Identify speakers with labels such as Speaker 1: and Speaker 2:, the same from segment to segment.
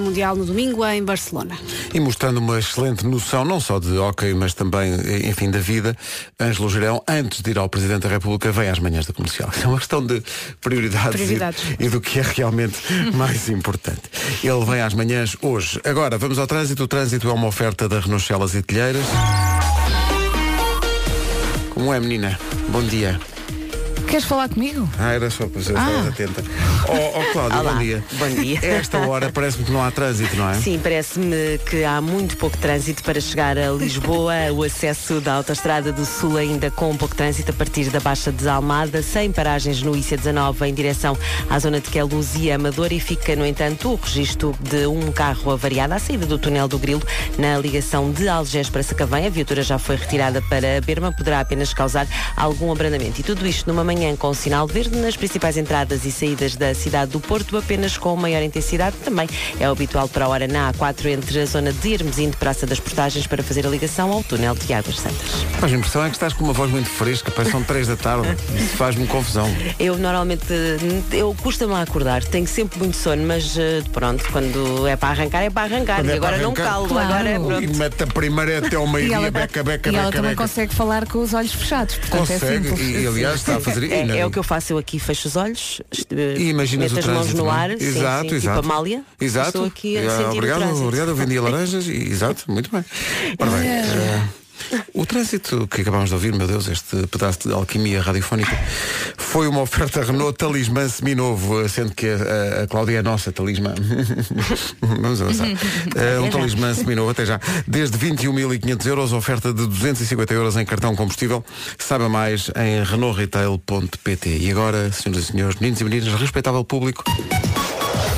Speaker 1: Mundial no domingo em Barcelona.
Speaker 2: E mostrando uma excelente noção, não só de hockey, mas também, enfim, da vida, Ângelo Gerão, antes de ir ao Presidente da República, vem às manhãs da comercial. É uma questão de prioridades,
Speaker 1: Prioridades.
Speaker 2: E, e do que é realmente mais importante. Ele vem às manhãs hoje. Agora, vamos ao trânsito. O trânsito é uma oferta da Renault Celas e Telheiras. Como é, menina? Bom dia.
Speaker 1: Queres falar comigo?
Speaker 2: Ah, era só para você estar atenta. Ó oh, Cláudio,
Speaker 3: Olá.
Speaker 2: bom dia.
Speaker 3: Bom dia.
Speaker 2: Esta hora parece-me que não há trânsito, não é?
Speaker 3: Sim, parece-me que há muito pouco trânsito para chegar a Lisboa. o acesso da Autostrada do Sul ainda com pouco trânsito a partir da Baixa Desalmada, sem paragens no IC19 em direção à zona de Queluz e Amador e fica, no entanto, o registro de um carro avariado à saída do túnel do Grilo na ligação de Algés para Sacavém. A viatura já foi retirada para Berma, poderá apenas causar algum abrandamento. E tudo isto numa manhã com sinal verde nas principais entradas e saídas da cidade do Porto, apenas com maior intensidade. Também é habitual para a hora na A4 entre a zona de Hermes e de Praça das Portagens para fazer a ligação ao túnel de Águas Santas.
Speaker 2: Mas a impressão é que estás com uma voz muito fresca, parece que são 3 da tarde. Isso faz-me confusão.
Speaker 3: Eu normalmente, eu custa-me a acordar, tenho sempre muito sono, mas eh, pronto, quando é para arrancar, é para arrancar.
Speaker 2: Quando
Speaker 3: e
Speaker 2: é para
Speaker 3: agora não
Speaker 2: arrancar,
Speaker 3: calo,
Speaker 1: claro.
Speaker 3: agora é
Speaker 2: E
Speaker 3: pronto.
Speaker 2: mete a primeira até ao
Speaker 1: e ela,
Speaker 2: meio-dia, beca, beca,
Speaker 1: e ela
Speaker 2: beca,
Speaker 1: também
Speaker 2: beca.
Speaker 1: consegue falar com os olhos fechados, portanto é
Speaker 2: Consegue,
Speaker 1: simples.
Speaker 2: e, e aliás está a fazer. e na-
Speaker 3: É, é o que eu faço, eu aqui fecho os olhos, est-
Speaker 2: E imaginas
Speaker 3: meto
Speaker 2: o
Speaker 3: as mãos
Speaker 2: trânsito.
Speaker 3: no
Speaker 2: não é?
Speaker 3: ar, sim,
Speaker 2: exato,
Speaker 3: sim,
Speaker 2: exato.
Speaker 3: tipo a malha,
Speaker 2: Exato.
Speaker 3: estou aqui a
Speaker 2: Ah,
Speaker 3: sentir
Speaker 2: obrigado,
Speaker 3: o trânsito.
Speaker 2: obrigado, eu vendi laranjas e exato, muito bem. Ora bem, eh, o trânsito que acabámos de ouvir, meu Deus, este pedaço de alquimia radiofónica, foi uma oferta Renault Talismã seminovo, eh, sendo que a, a- a Cláudia é a nossa talismã. Vamos avançar. Eh, um talismã seminovo, até já. Desde 21.500 euros, oferta de 250 euros em cartão combustível. Saiba mais em renaultretail.pt. E agora, senhoras e senhores, meninos e meninas, respeitável público,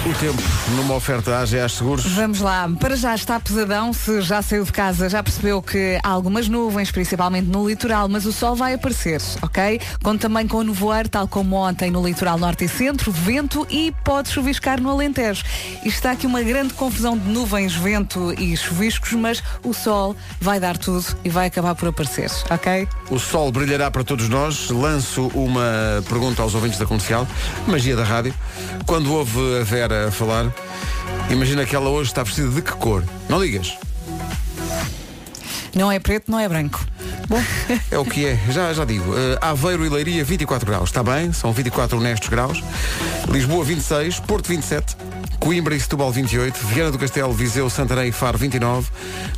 Speaker 2: o tempo numa oferta AGA Seguros.
Speaker 1: Vamos lá, para já está pesadão, se já saiu de casa já percebeu que há algumas nuvens, principalmente no litoral, mas o sol vai aparecer, ok? Conto também com o nevoeiro, tal como ontem no litoral norte e centro, vento e pode chuviscar no Alentejo. E está aqui uma grande confusão de nuvens, vento e chuviscos, mas o sol vai dar tudo e vai acabar por aparecer, ok?
Speaker 2: O sol brilhará para todos nós. Lanço uma pergunta aos ouvintes da comercial. Magia da rádio. Quando ouve a Vera falar, imagina que ela hoje está vestida de que cor? Não digas.
Speaker 1: Não é preto, não é branco.
Speaker 2: Bom, é o que é. Já, já digo. Eh, Aveiro e Leiria, 24 graus. Está bem, são 24 honestos graus. Lisboa, 26. Porto, 27. Coimbra e Setúbal, 28. Viana do Castelo, Viseu, Santarém e Faro, 29.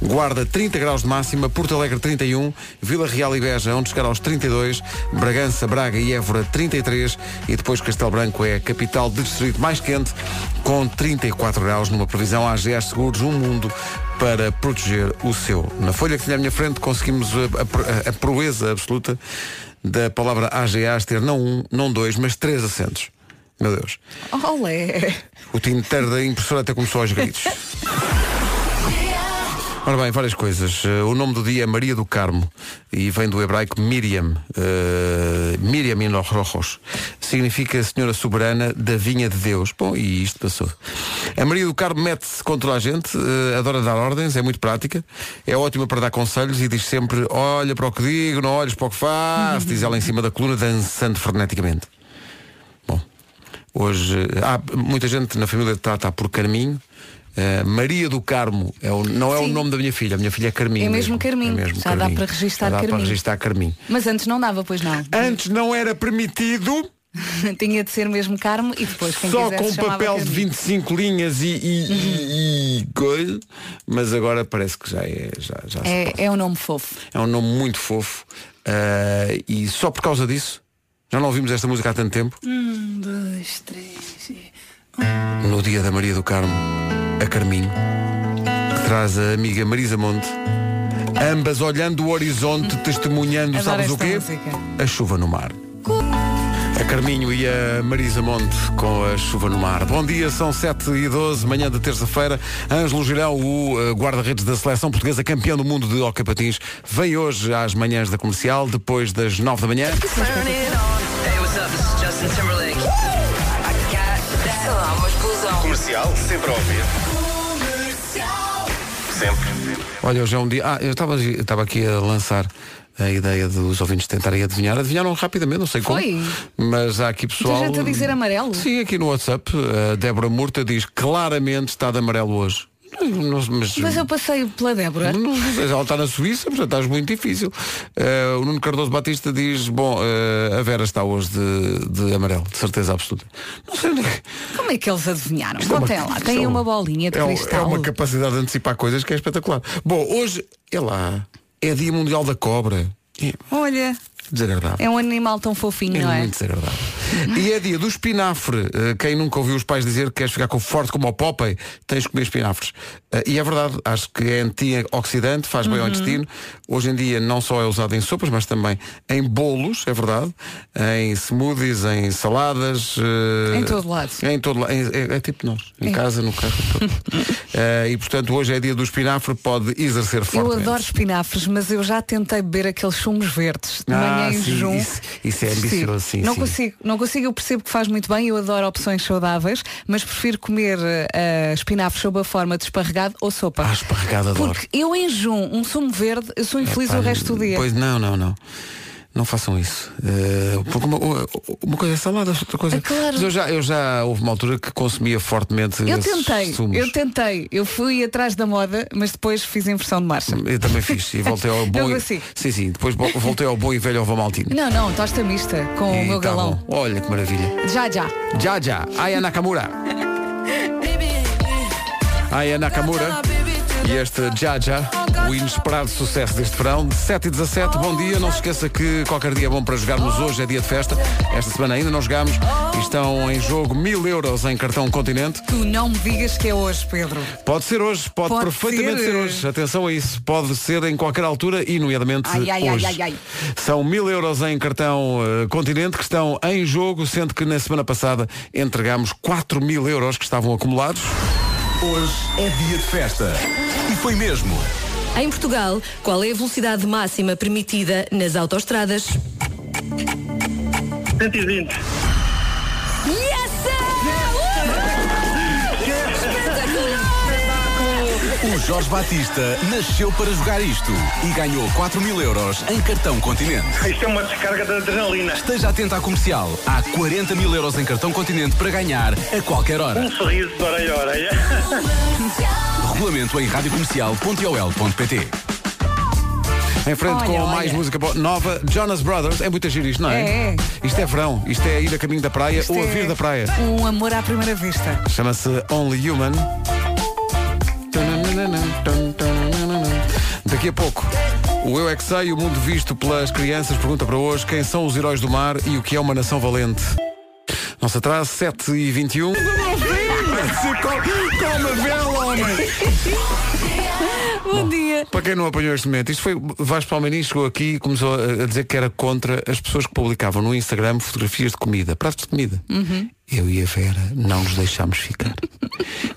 Speaker 2: Guarda, 30 graus de máxima. Porto Alegre, 31. Vila Real e Beja, onde chegar aos 32. Bragança, Braga e Évora, 33. E depois Castelo Branco é a capital de distrito mais quente, com 34 graus, numa previsão AGS Seguros, um mundo para proteger o seu. Na folha que tinha à minha frente conseguimos a, a pro- a- a proeza absoluta da palavra AGAs ter não um, não dois, mas três acentos. Meu Deus.
Speaker 1: Olé!
Speaker 2: O tinteiro da impressora até começou aos gritos. Ora bem, várias coisas. Eh, O nome do dia é Maria do Carmo e vem do hebraico Miriam. eh, Miriam in los rojos. Significa Senhora Soberana da Vinha de Deus. Bom, e isto passou. A Maria do Carmo mete-se contra a gente, eh, adora dar ordens, é muito prática, é ótima para dar conselhos e diz sempre olha para o que digo, não olhes para o que faço, diz ela em cima da coluna, dançando freneticamente. Bom, hoje eh, há muita gente na família que trata por Carminho. Eh, Maria do Carmo é o- não é
Speaker 1: Sim.
Speaker 2: o nome da minha filha, a minha filha é Carminho.
Speaker 1: É mesmo Carminho. Já dá para registar
Speaker 2: Já dá para
Speaker 1: Carminho.
Speaker 2: registar Carminho.
Speaker 1: Mas antes não dava, pois não.
Speaker 2: Antes não era permitido,
Speaker 1: Tinha de ser mesmo Carmo e depois quem
Speaker 2: só
Speaker 1: quisesse
Speaker 2: com
Speaker 1: chamava Uhum.
Speaker 2: papel de
Speaker 1: Carmo.
Speaker 2: 25 linhas e, e- e- e coisa, mas agora parece que já é. Já, já se pode.
Speaker 1: É, é um nome fofo.
Speaker 2: É um nome muito fofo. eh, e só por causa disso, já não ouvimos esta música há tanto tempo.
Speaker 4: Um, dois, três e...
Speaker 2: no dia da Maria do Carmo, a Carminho, que traz a amiga Marisa Monte, ambas olhando o horizonte, testemunhando,
Speaker 1: Adoro
Speaker 2: sabes o
Speaker 1: esta
Speaker 2: quê?
Speaker 1: música.
Speaker 2: A chuva no mar. A Carminho e a Marisa Monte com a chuva no mar. Bom dia, são 7 e 12, manhã de terça-feira. Ângelo Girão, o eh, guarda-redes da seleção portuguesa, campeão do mundo de hockey patins, vem hoje às manhãs da comercial, depois das 9 da manhã.
Speaker 5: Sei lá, uma explosão.
Speaker 6: Comercial, sempre a ouvir. Sempre.
Speaker 2: Olha, hoje é um dia. Ah, eu estava eu estava aqui a lançar a ideia dos ouvintes tentarem adivinhar. Adivinharam rapidamente, não sei como.
Speaker 1: Foi.
Speaker 2: Mas há aqui pessoal.
Speaker 1: gente a dizer amarelo.
Speaker 2: Sim, aqui no WhatsApp, a Débora Murta diz claramente está de amarelo hoje. Não- mas,
Speaker 1: Mas eu passei pela Débora.
Speaker 2: não, ela está na Suíça, portanto estás muito difícil. Eh, o Nuno Cardoso Batista diz, bom, eh, a Vera está hoje de, de amarelo, de certeza absoluta. Não sei onde é que-
Speaker 1: Como é que eles adivinharam?
Speaker 2: isto é uma-
Speaker 1: Contem lá,
Speaker 2: isto
Speaker 1: tem
Speaker 2: é um-
Speaker 1: uma bolinha de
Speaker 2: é um-
Speaker 1: cristal.
Speaker 2: É uma capacidade de antecipar coisas que é espetacular. Bom, hoje, é lá, é dia mundial da cobra. É
Speaker 1: Olha,
Speaker 2: desagradável.
Speaker 1: é um animal tão fofinho, não
Speaker 2: É
Speaker 1: é?
Speaker 2: muito desagradável. E é dia do espinafre. Eh, Quem nunca ouviu os pais dizer que queres ficar com forte como o Popeye, tens de comer espinafres. Eh, E é verdade, acho que é antioxidante, faz
Speaker 1: Uhum.
Speaker 2: bem ao intestino. Hoje em dia não só é usado em sopas, mas também em bolos, é verdade. Em smoothies, em saladas. eh,
Speaker 1: Em todo lado.
Speaker 2: Em todo lado. Em- É, é tipo nós. Em casa, no carro. em todo. Eh, e portanto hoje é dia do espinafre, pode exercer forte. é.
Speaker 1: Eu adoro espinafres, mas eu já tentei beber aqueles chumos verdes de
Speaker 2: Ah,
Speaker 1: manhã em
Speaker 2: sim,
Speaker 1: jejum.
Speaker 2: isso- isso é ambicioso, sim,
Speaker 1: Não
Speaker 2: sim.
Speaker 1: consigo, não consigo, eu percebo que faz muito bem, eu adoro opções saudáveis, mas prefiro comer eh, espinafres sob a forma de esparregado ou sopa.
Speaker 2: Ah, esparregado adoro.
Speaker 1: Porque eu em jejum, um sumo verde, eu sou infeliz
Speaker 2: Pá,
Speaker 1: o resto do dia.
Speaker 2: Pois não, não, não. Não façam isso. Eh, porque uma, uma coisa é salada, outra coisa.
Speaker 1: É claro.
Speaker 2: Mas eu já, eu já houve uma altura que consumia fortemente.
Speaker 1: Eu
Speaker 2: esses
Speaker 1: tentei,
Speaker 2: sumos.
Speaker 1: eu tentei, eu fui atrás da moda, mas depois fiz inversão de marcha.
Speaker 2: Eu também fiz. E voltei ao bom.
Speaker 1: Não
Speaker 2: e-
Speaker 1: consigo.
Speaker 2: Sim, sim. Depois bo- voltei ao bom e velho Ovomaltino.
Speaker 1: Não, não, tosta mista com o meu galão.
Speaker 2: tá Olha que maravilha.
Speaker 1: Já, já.
Speaker 2: Já, já. Aya Nakamura. Aya Nakamura. E este já, já. O inesperado sucesso deste verão. 7 e 17, bom dia. Não se esqueça que qualquer dia é bom para jogarmos. Hoje é dia de festa. Esta semana ainda não jogámos. E Estão em jogo mil euros em cartão continente.
Speaker 1: Tu não me digas que é hoje, Pedro.
Speaker 2: Pode ser hoje, pode,
Speaker 1: Pode
Speaker 2: perfeitamente ser.
Speaker 1: ser.
Speaker 2: hoje. Atenção a isso, pode ser em qualquer altura e nomeadamente
Speaker 1: Ai, ai, ai,
Speaker 2: hoje.
Speaker 1: ai, ai.
Speaker 2: São mil euros em cartão eh, Continente que estão em jogo, sendo que na semana passada entregámos 4 mil euros que estavam acumulados.
Speaker 6: Hoje é dia de festa. E foi mesmo.
Speaker 7: Em Portugal, qual é a velocidade máxima permitida nas autoestradas?
Speaker 8: 120.
Speaker 7: Yes!
Speaker 6: O Jorge Batista nasceu para jogar isto e ganhou 4 mil euros em cartão continente.
Speaker 8: Isto é uma descarga de adrenalina.
Speaker 6: Esteja atento à comercial. Há 40 mil euros em cartão continente para ganhar a qualquer hora.
Speaker 8: Um sorriso de orelha a orelha.
Speaker 6: Regulamento em radiocomercial.ol.pt
Speaker 2: Em frente
Speaker 1: Olha,
Speaker 2: com
Speaker 1: olha.
Speaker 2: mais música bo- nova, Jonas Brothers. É muito giro isto, não é?
Speaker 1: É, é.
Speaker 2: Isto é verão, isto é ir a caminho da praia ou a
Speaker 1: Isto é
Speaker 2: vir da praia. Tá
Speaker 1: Um amor à primeira vista.
Speaker 2: Chama-se Only Human. Daqui a pouco, o Eu É Que Sei, o mundo visto pelas crianças, pergunta para hoje quem são os heróis do mar e o que é uma nação valente. Nosso atraso, 7 e 21 Calma, vela, homem!
Speaker 7: Bom dia!
Speaker 2: Para quem não apanhou este momento, isto foi Vasco Palmeirinho chegou aqui e começou a a dizer que era contra as pessoas que publicavam no Instagram fotografias de comida, pratos de comida.
Speaker 1: Uhum.
Speaker 2: Eu e a Vera não nos deixámos ficar.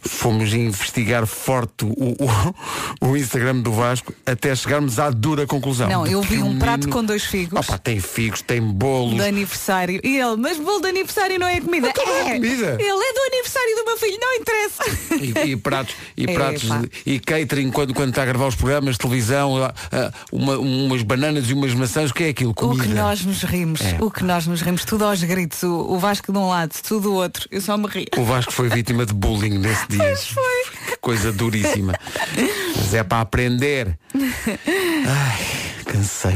Speaker 2: Fomos investigar forte o, o- o Instagram do Vasco até chegarmos à dura conclusão.
Speaker 1: Não,
Speaker 2: de
Speaker 1: eu
Speaker 2: que
Speaker 1: vi
Speaker 2: o
Speaker 1: um prato
Speaker 2: menino-
Speaker 1: com dois figos.
Speaker 2: Opa, tem figos, tem bolos.
Speaker 1: de aniversário. E ele, mas bolo de aniversário não é comida.
Speaker 2: Então não é comida.
Speaker 1: Ele é do aniversário do meu filho, não interessa.
Speaker 2: E, e pratos, e,
Speaker 1: Epá.
Speaker 2: pratos de- e catering quando, quando está a gravar os programas, televisão, ah, ah, uma- umas bananas e umas maçãs, o que é aquilo?
Speaker 1: O
Speaker 2: Comida.
Speaker 1: que nós nos rimos,
Speaker 2: É.
Speaker 1: o que nós nos rimos, tudo aos gritos, o, o Vasco de um lado, tudo do outro, eu só me ri.
Speaker 2: O Vasco foi vítima de bullying nesse dia.
Speaker 1: Pois foi.
Speaker 2: Que Coisa duríssima. Mas é para aprender. Ai, cansei.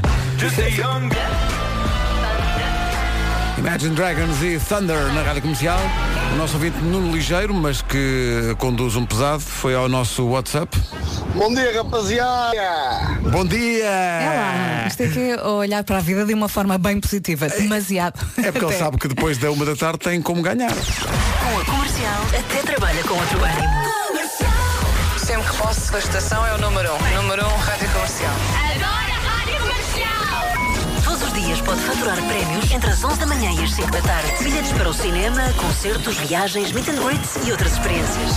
Speaker 2: Imagine Dragons e Thunder na rádio comercial. O nosso ouvinte Nuno Ligeiro, mas que conduz um pesado, foi ao nosso WhatsApp.
Speaker 9: Bom dia, rapaziada!
Speaker 2: Bom dia!
Speaker 1: É lá, isto é que é olhar para a vida de uma forma bem positiva, demasiado.
Speaker 2: É porque ele
Speaker 1: Até.
Speaker 2: sabe que depois da uma da tarde tem como ganhar.
Speaker 5: É Com a comercial, até trabalha com outro ânimo. Sempre que posso, a estação é o número 1. Um. Número 1, um, rádio comercial.
Speaker 10: Adoro Rádio Comercial.
Speaker 7: Todos os dias pode faturar prémios entre as 11 da manhã e as 5 da tarde. Bilhetes para o cinema, concertos, viagens, meet and greets e outras experiências.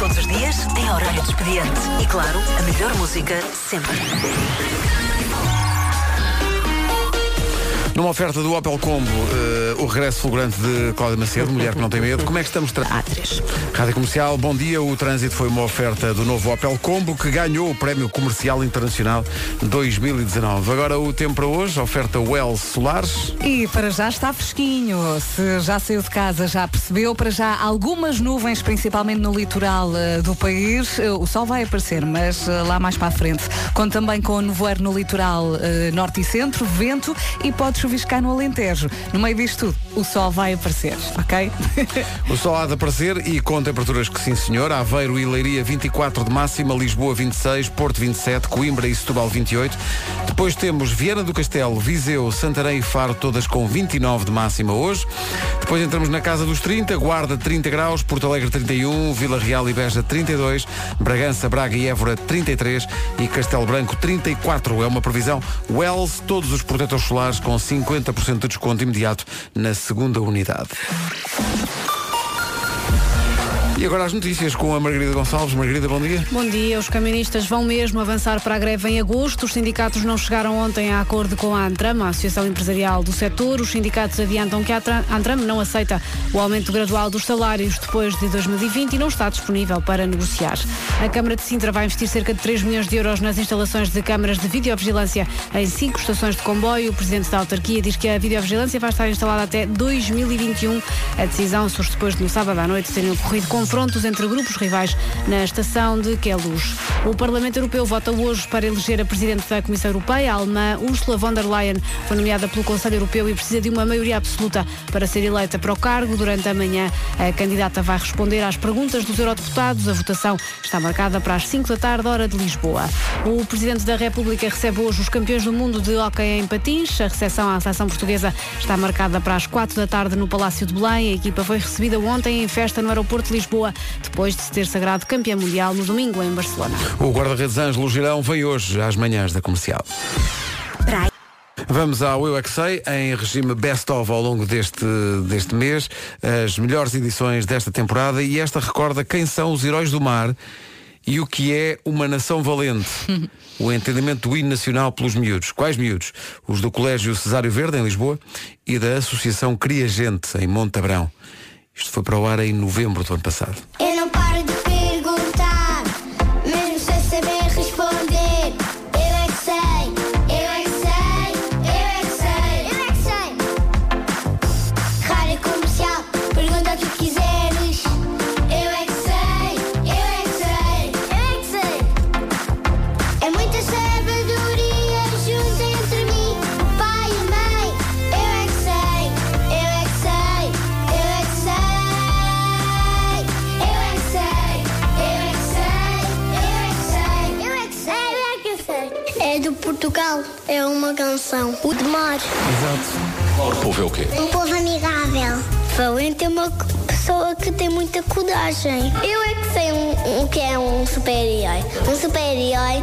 Speaker 7: Todos os dias tem horário de expediente. E claro, a melhor música sempre.
Speaker 2: Numa oferta do Opel Combo, eh, o regresso fulgurante de Cláudia Macedo, mulher que não tem medo. Como é que estamos? Tra...
Speaker 3: Ah.
Speaker 2: Rádio Comercial, bom dia. O trânsito foi uma oferta do novo Opel Combo que ganhou o Prémio Comercial Internacional 2019. Agora o tempo para hoje, oferta Wells Solares.
Speaker 1: E para já está fresquinho. Se já saiu de casa, já percebeu. Para já algumas nuvens, principalmente no litoral eh, do país. Eh, o sol vai aparecer, mas eh, lá mais para a frente. Conto também com nevoeiro no litoral eh, norte e centro, vento e pode chuviscar no Alentejo. No meio disto tudo, o sol vai aparecer, ok?
Speaker 2: O sol há de aparecer e com temperaturas que sim senhor, Aveiro e Leiria 24 de máxima, Lisboa 26, Porto 27, Coimbra e Setúbal 28. Depois temos Viana do Castelo, Viseu, Santarém e Faro todas com 29 de máxima hoje. Depois entramos na casa dos 30, Guarda 30 graus, Porto Alegre 31, Vila Real e Beja 32, Bragança, Braga e Évora 33 e Castelo Branco 34. É uma previsão Wells, todos os protetores solares com 50% de desconto imediato na segunda unidade. E agora as notícias com a Margarida Gonçalves. Margarida, bom dia.
Speaker 11: Bom dia. Os caministas vão mesmo avançar para a greve em agosto. Os sindicatos não chegaram ontem a acordo com a Antram, a Associação Empresarial do Setor. Os sindicatos adiantam que a Atra- Antram não aceita o aumento gradual dos salários depois de 2020 e não está disponível para negociar. A Câmara de Sintra vai investir cerca de 3 milhões de euros nas instalações de câmaras de videovigilância em cinco estações de comboio. O presidente da autarquia diz que a videovigilância vai estar instalada até 2021. A decisão surge depois de no sábado à noite terem ocorrido confrontos entre grupos rivais na estação de Queluz. O Parlamento Europeu vota hoje para eleger a Presidente da Comissão Europeia, a alemã Ursula von der Leyen. Foi nomeada pelo Conselho Europeu e precisa de uma maioria absoluta para ser eleita para o cargo. Durante a manhã, a candidata vai responder às perguntas dos eurodeputados. A votação está marcada para as 5 da tarde, hora de Lisboa. O Presidente da República recebe hoje os campeões do mundo de hóquei em patins. A recepção à seleção portuguesa está marcada para as 4 da tarde no Palácio de Belém. A equipa foi recebida ontem em festa no aeroporto de Lisboa, depois de se ter sagrado campeã mundial no domingo em Barcelona.
Speaker 2: O guarda-redes Ângelo Girão vem hoje às manhãs da comercial. Vamos ao Eu é Que Sei, em regime best of ao longo deste, deste mês, as melhores edições desta temporada e esta recorda quem são os heróis do mar e o que é uma nação valente. o entendimento do hino nacional pelos miúdos. Quais miúdos? Os do Colégio Cesário Verde, em Lisboa, e da Associação Cria Gente, em Monte Abrão. Isto foi para o ar em novembro do ano passado.
Speaker 12: Eu não paro de perguntar, mesmo sem saber responder. Eu é que sei, eu é que sei, eu é que sei, eu é que sei. Rádio comercial, pergunta o que quiseres. Eu é que sei, eu é que sei, eu é que sei. É muita sabedoria junta entre mim, o pai e a mãe. Eu é que sei, eu é que sei, eu é que sei. Eu é que sei, eu é que sei, eu é que sei, eu é que sei, eu é que sei. É do Portugal, é uma canção. O de mar.
Speaker 13: O povo é o quê?
Speaker 12: Um povo amigável. Valente é uma c- pessoa que tem muita coragem. Eu é que sei um, um que é um super-herói. Um super-herói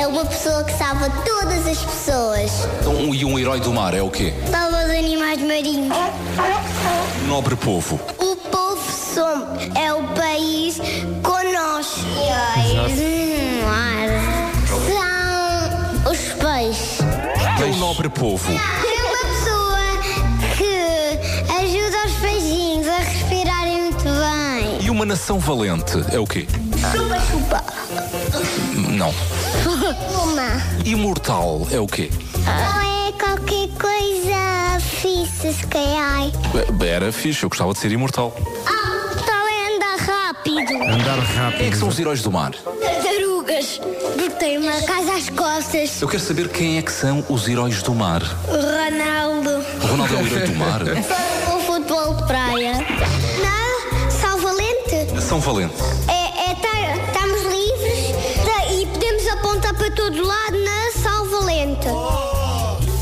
Speaker 12: é uma pessoa que salva todas as pessoas.
Speaker 13: Então, um, e um herói do mar é o quê?
Speaker 12: Salva os animais marinhos.
Speaker 13: Nobre povo.
Speaker 12: O povo som é o país conosco.
Speaker 13: Exato.
Speaker 12: Heróis do mar são os peixes.
Speaker 13: É o nobre povo.
Speaker 12: É uma pessoa que ajuda os peixinhos a respirarem muito bem.
Speaker 13: E uma nação valente é o quê?
Speaker 12: Chupa, chupa.
Speaker 13: Não.
Speaker 12: Uma.
Speaker 13: Imortal é o quê?
Speaker 12: Não é qualquer coisa fixe, se calhar.
Speaker 13: Be- Era fixe, eu gostava de ser imortal.
Speaker 12: Ah, então é andar rápido.
Speaker 13: rápido. Quem é que são os heróis do mar?
Speaker 12: Tartarugas, porque tem uma casa às costas.
Speaker 13: Eu quero saber quem é que são os heróis do mar.
Speaker 12: O Ronaldo.
Speaker 13: O Ronaldo é um herói do mar?
Speaker 12: O futebol de praia. Não, só valente.
Speaker 13: Nação valente.
Speaker 12: É, é tá- estamos livres tá- e podemos apontar para todo lado na Salvalente.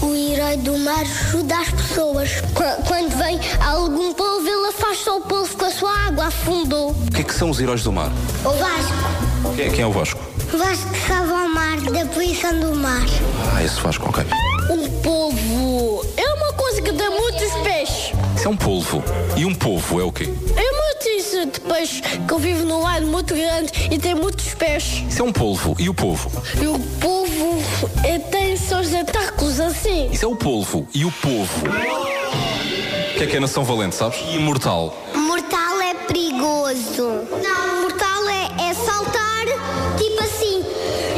Speaker 12: O herói do mar ajuda as pessoas. Qu- Quando vem algum povo, ele afasta o povo com a sua água, afundou.
Speaker 13: O que é que são os heróis do mar?
Speaker 12: O Vasco.
Speaker 13: Quem é, quem é o Vasco?
Speaker 12: O Vasco salva o mar da poluição do mar.
Speaker 13: Ah, esse Vasco, ok.
Speaker 12: O povo é uma coisa que dá muitos peixes.
Speaker 13: Isso é um polvo. E um povo é o quê?
Speaker 12: É muito isso.
Speaker 14: altura de peixe que vive num lago muito grande e tem muitos pés.
Speaker 13: Isso é um polvo. E o polvo?
Speaker 14: E o povo
Speaker 12: é,
Speaker 14: eh, tem seus tentáculos assim.
Speaker 13: Isso é o polvo. E o polvo? O que é que é nação valente, sabes? E imortal.
Speaker 12: Mortal é perigoso. Não, mortal é, é saltar tipo assim.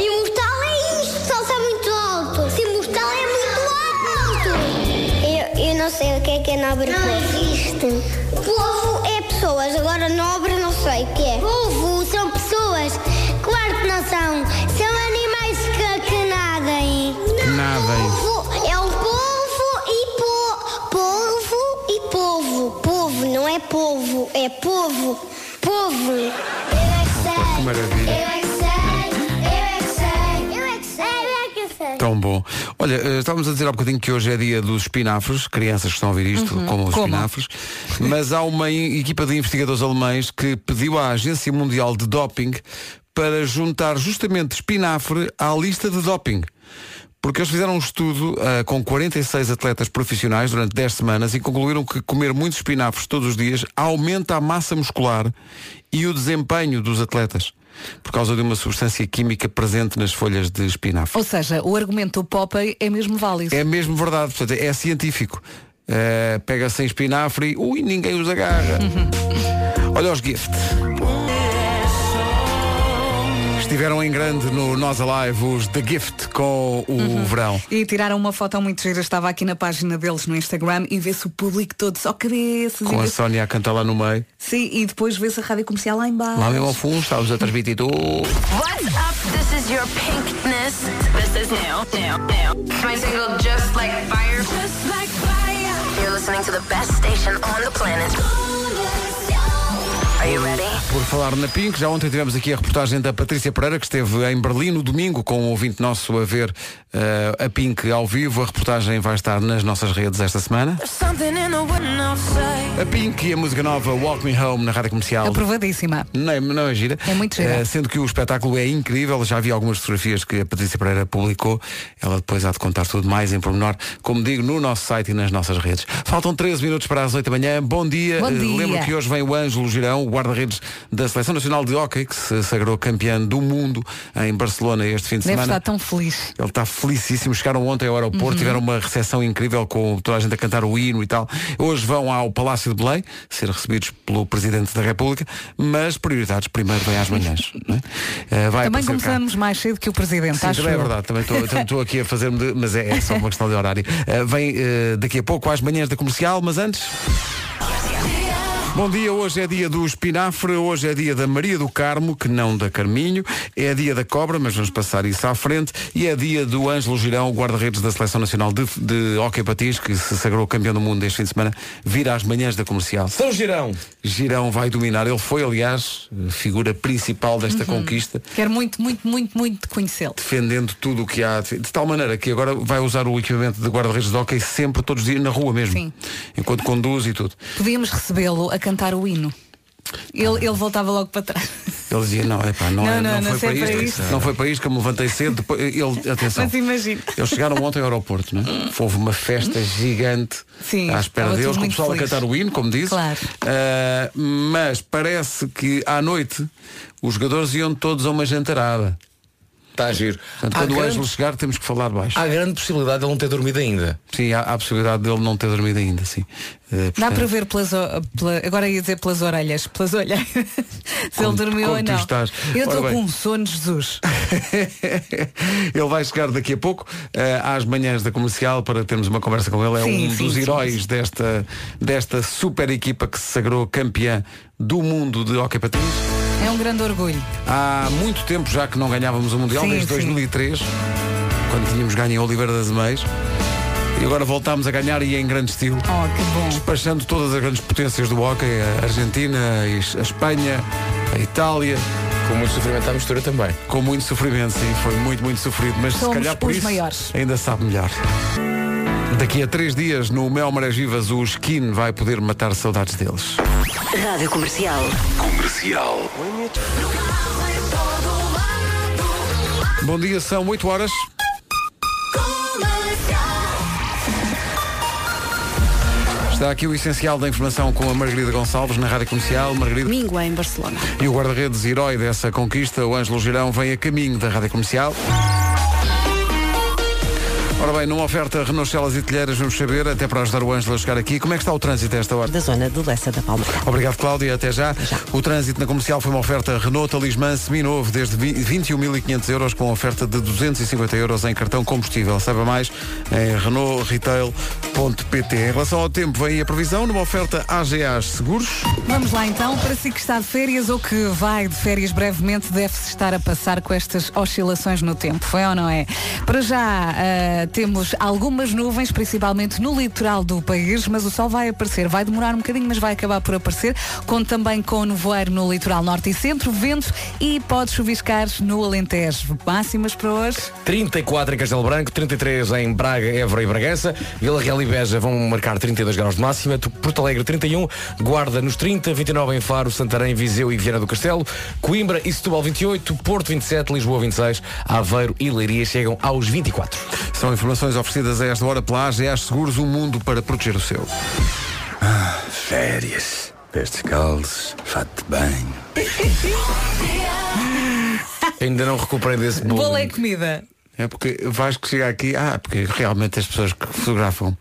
Speaker 12: Imortal é isto, saltar muito alto. Sim, mortal é muito alto. Eu, eu não sei o que é que é nobre Não existe. Povo é pessoas, agora nobre não sei o que é. Povo são pessoas. Claro que não são. São animais que, que nadem.
Speaker 2: Nadem.
Speaker 12: Povo é um polvo e po, polvo e povo. Povo não é povo, é povo. Povo. Eu é que
Speaker 2: Que maravilha.
Speaker 12: Eu é que sei. Eu é que sei. Eu é que sei.
Speaker 2: Tão bom. Olha, eh, estávamos a dizer há bocadinho que hoje é dia dos espinafres, crianças que estão a ouvir isto,
Speaker 1: Uhum.
Speaker 2: como os
Speaker 1: Comam.
Speaker 2: espinafres, mas há uma in- equipa de investigadores alemães que pediu à Agência Mundial de Doping para juntar justamente espinafre à lista de doping. Porque eles fizeram um estudo ah, com 46 atletas profissionais durante 10 semanas e concluíram que comer muitos espinafres todos os dias aumenta a massa muscular e o desempenho dos atletas por causa de uma substância química presente nas folhas de espinafre.
Speaker 1: Ou seja, o argumento do Popeye é mesmo válido.
Speaker 2: É mesmo verdade, portanto, é científico. Eh, Pega-se em espinafre e ui, ninguém os agarra. Olha os gift. Estiveram em grande no Nós Alive os The Gift com o verão.
Speaker 1: E tiraram uma foto muito gira, estava aqui na página deles no Instagram e vê-se o público todo só cabeças. E
Speaker 2: Com a
Speaker 1: vê-se-
Speaker 2: Sónia a cantar lá no meio.
Speaker 1: Sim, e depois vê-se a rádio comercial lá em baixo.
Speaker 2: Lá mesmo ao fundo estávamos a transmitir tudo.
Speaker 5: What's up? This is your pinkness. This is now, now, now. My single, Just Like Fire. Just like fire. You're listening to the best station on the planet. Are you ready?
Speaker 2: Por falar na Pink, já ontem tivemos aqui a reportagem da Patrícia Pereira, que esteve em Berlim no domingo com um ouvinte nosso a ver eh, a Pink ao vivo. A reportagem vai estar nas nossas redes esta semana. A Pink e a música nova Walk Me Home na rádio comercial.
Speaker 1: Aprovadíssima.
Speaker 2: Não, não é gira.
Speaker 1: É muito gira.
Speaker 2: Eh, sendo que o espetáculo é incrível, já vi algumas fotografias que a Patrícia Pereira publicou. Ela depois há de contar tudo mais em pormenor, como digo, no nosso site e nas nossas redes. Faltam 13 minutos para as 8 da manhã. Bom dia.
Speaker 1: Bom
Speaker 2: Eh,
Speaker 1: dia.
Speaker 2: Lembro que hoje vem o Ângelo Girão, o guarda-redes da Seleção Nacional de Hockey, que se sagrou campeão do mundo em Barcelona este fim de
Speaker 1: Deve
Speaker 2: semana.
Speaker 1: estar tão feliz.
Speaker 2: Ele está felicíssimo. Chegaram ontem ao aeroporto,
Speaker 1: Uhum.
Speaker 2: tiveram uma recepção incrível com toda a gente a cantar o hino e tal. Hoje vão ao Palácio de Belém ser recebidos pelo Presidente da República, mas prioridades primeiro vem às manhãs. não é? Eh, vai
Speaker 1: Também
Speaker 2: aparecer cá.
Speaker 1: começamos mais cedo que o Presidente,
Speaker 2: Sim,
Speaker 1: acho
Speaker 2: também é
Speaker 1: eu.
Speaker 2: verdade, também estou- também estou aqui a fazer-me de- mas é, é só uma questão de horário. Eh, vem eh, daqui a pouco às manhãs da comercial, mas antes. Bom dia, hoje é dia do espinafre, hoje é dia da Maria do Carmo, que não da Carminho, é dia da cobra, mas vamos passar isso à frente, e é dia do Ângelo Girão, guarda-redes da Seleção Nacional de, de Hockey Patins, que se sagrou campeão do mundo este fim de semana, vir às manhãs da comercial. São Girão! Girão vai dominar, ele foi, aliás, figura principal desta
Speaker 1: Uhum.
Speaker 2: conquista,
Speaker 1: Quero muito, muito, muito, muito conhecê-lo.
Speaker 2: defendendo tudo o que há, de de tal maneira que agora vai usar o equipamento de guarda-redes de hockey sempre, todos os dias, na rua mesmo,
Speaker 1: Sim.
Speaker 2: enquanto conduz e tudo.
Speaker 1: Podíamos recebê-lo a cantar o hino. Ele, ele voltava logo para trás.
Speaker 2: Ele dizia, não, epá, não,
Speaker 1: Não,
Speaker 2: é- não,
Speaker 1: não,
Speaker 2: foi
Speaker 1: não sei
Speaker 2: para
Speaker 1: para
Speaker 2: isto,
Speaker 1: isto.
Speaker 2: não foi para isto que eu me levantei cedo, depois, ele, atenção.
Speaker 1: Mas imagina.
Speaker 2: Eles chegaram ontem ao aeroporto, não é? Houve uma festa gigante
Speaker 1: Sim,
Speaker 2: à espera
Speaker 1: estava tudo
Speaker 2: deles, com o
Speaker 1: muito
Speaker 2: pessoal a
Speaker 1: feliz.
Speaker 2: cantar o hino, como disse.
Speaker 1: Claro.
Speaker 2: Ah, mas parece que à noite os jogadores iam todos a uma jantarada.
Speaker 15: Está a Tá giro.
Speaker 2: Portanto,
Speaker 1: Ah,
Speaker 15: Há
Speaker 2: quando o
Speaker 15: grande-
Speaker 2: Ângelo chegar, temos que falar baixo.
Speaker 15: Há grande possibilidade de ele não ter dormido ainda.
Speaker 2: Sim, há, há a possibilidade dele não ter dormido ainda, sim. Ah,
Speaker 1: Dá
Speaker 2: portanto,
Speaker 1: para ver pelas, o- pela- agora ia dizer pelas orelhas, pelas olheiras, se ele
Speaker 2: Como-
Speaker 1: dormiu
Speaker 2: como
Speaker 1: ou
Speaker 2: tu
Speaker 1: não.
Speaker 2: estás.
Speaker 1: Eu
Speaker 2: Ora
Speaker 1: estou
Speaker 2: bem.
Speaker 1: com um sono, Jesus.
Speaker 2: Ele vai chegar daqui a pouco eh, às manhãs da comercial para termos uma conversa com ele. É
Speaker 1: Sim,
Speaker 2: um
Speaker 1: sim,
Speaker 2: dos
Speaker 1: sim,
Speaker 2: heróis Desta, desta super equipa que se sagrou campeã do mundo de hockey patins.
Speaker 1: É um grande orgulho.
Speaker 2: Há muito tempo já que não ganhávamos o Mundial,
Speaker 1: Sim,
Speaker 2: desde
Speaker 1: sim.
Speaker 2: 2003, quando tínhamos ganho em Oliveira das Meias. E agora voltámos a ganhar e em grande estilo.
Speaker 1: Oh,
Speaker 2: Despachando todas as grandes potências do hockey, a Argentina, a Espanha, a Itália.
Speaker 15: Com muito sofrimento à mistura também.
Speaker 2: Com muito sofrimento, sim, foi muito, muito sofrido. Mas
Speaker 1: Somos
Speaker 2: se calhar por
Speaker 1: os
Speaker 2: isso
Speaker 1: maiores.
Speaker 2: ainda sabe melhor. Daqui a três dias, no Mel Marés Vivas, o Skin vai poder matar saudades deles.
Speaker 7: Rádio Comercial.
Speaker 2: Comercial. Bom dia, são 8 horas. Está aqui o essencial da informação com a Margarida Gonçalves na Rádio Comercial. Margarida.
Speaker 11: Domingo em Barcelona.
Speaker 2: E o guarda-redes herói dessa conquista, o Ângelo Girão, vem a caminho da Rádio Comercial. Ora bem, numa oferta Renault Celas e Telheiras, vamos saber, até para ajudar o Ângelo a chegar aqui, como é que está o trânsito a esta hora?
Speaker 3: Da zona do Lessa da Palma.
Speaker 2: Obrigado, Cláudia. Até já. O trânsito na comercial foi uma oferta Renault Talismã seminovo, desde vi- 21.500 euros, com oferta de 250 euros em cartão combustível. Saiba mais em renaultretail.pt. Em relação ao tempo, vem aí a previsão numa oferta AGAs Seguros.
Speaker 1: Vamos lá então, para si que está de férias ou que vai de férias brevemente, deve-se estar a passar com estas oscilações no tempo, foi ou não é? Para já ah, temos algumas nuvens, principalmente no litoral do país, mas o sol vai aparecer, vai demorar um bocadinho, mas vai acabar por aparecer. Conto também com nevoeiro no litoral norte e centro, vento e pode chuviscar no Alentejo. Máximas para hoje.
Speaker 15: 34 em Castelo Branco, 33 em Braga, Évora e Bragança, Vila Real e Beja vão marcar 32 graus de máxima, Tu- Porto Alegre 31, Guarda nos 30, 29 em Faro, Santarém, Viseu e Viana do Castelo, Coimbra e Setúbal 28, Porto 27, Lisboa 26, Aveiro e Leiria chegam aos 24.
Speaker 2: São informações oferecidas a esta hora pela AGAs Seguros, o mundo para proteger o seu.
Speaker 16: Férias, pés descalços, fato de banho.
Speaker 15: Ainda não recuperei desse bolo.
Speaker 1: Bolo é comida.
Speaker 2: É porque vais que chega aqui, ah, porque realmente as pessoas que fotografam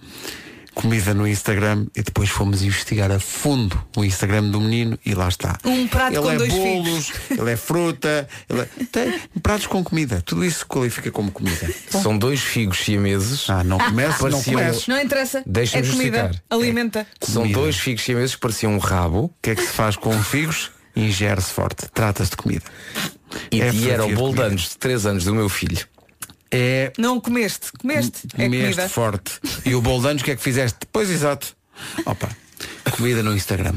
Speaker 2: comida no Instagram e depois fomos investigar a fundo o Instagram do menino e lá está.
Speaker 1: Um prato
Speaker 2: ele
Speaker 1: com
Speaker 2: é
Speaker 1: dois
Speaker 2: bolos, ele é fruta, ele é... tem pratos com comida. Tudo isso qualifica como comida.
Speaker 15: São dois figos siameses.
Speaker 2: Ah, não começa, não começa.
Speaker 1: Não interessa.
Speaker 15: Deixa-me
Speaker 1: é comida.
Speaker 15: justificar.
Speaker 1: Alimenta.
Speaker 15: São dois figos siameses que pareciam um rabo. O
Speaker 2: que é que se faz com figos? Ingere-se forte. Trata-se de comida.
Speaker 15: E,
Speaker 2: É
Speaker 15: e era o
Speaker 2: fatia de
Speaker 15: bolo de anos, de 3 anos, do meu filho.
Speaker 2: É
Speaker 1: Não comeste. Comeste. É
Speaker 2: Mestre
Speaker 1: comida.
Speaker 2: forte. E o bolo de anos, o que é que fizeste? Pois exato. Opa. Comida no Instagram.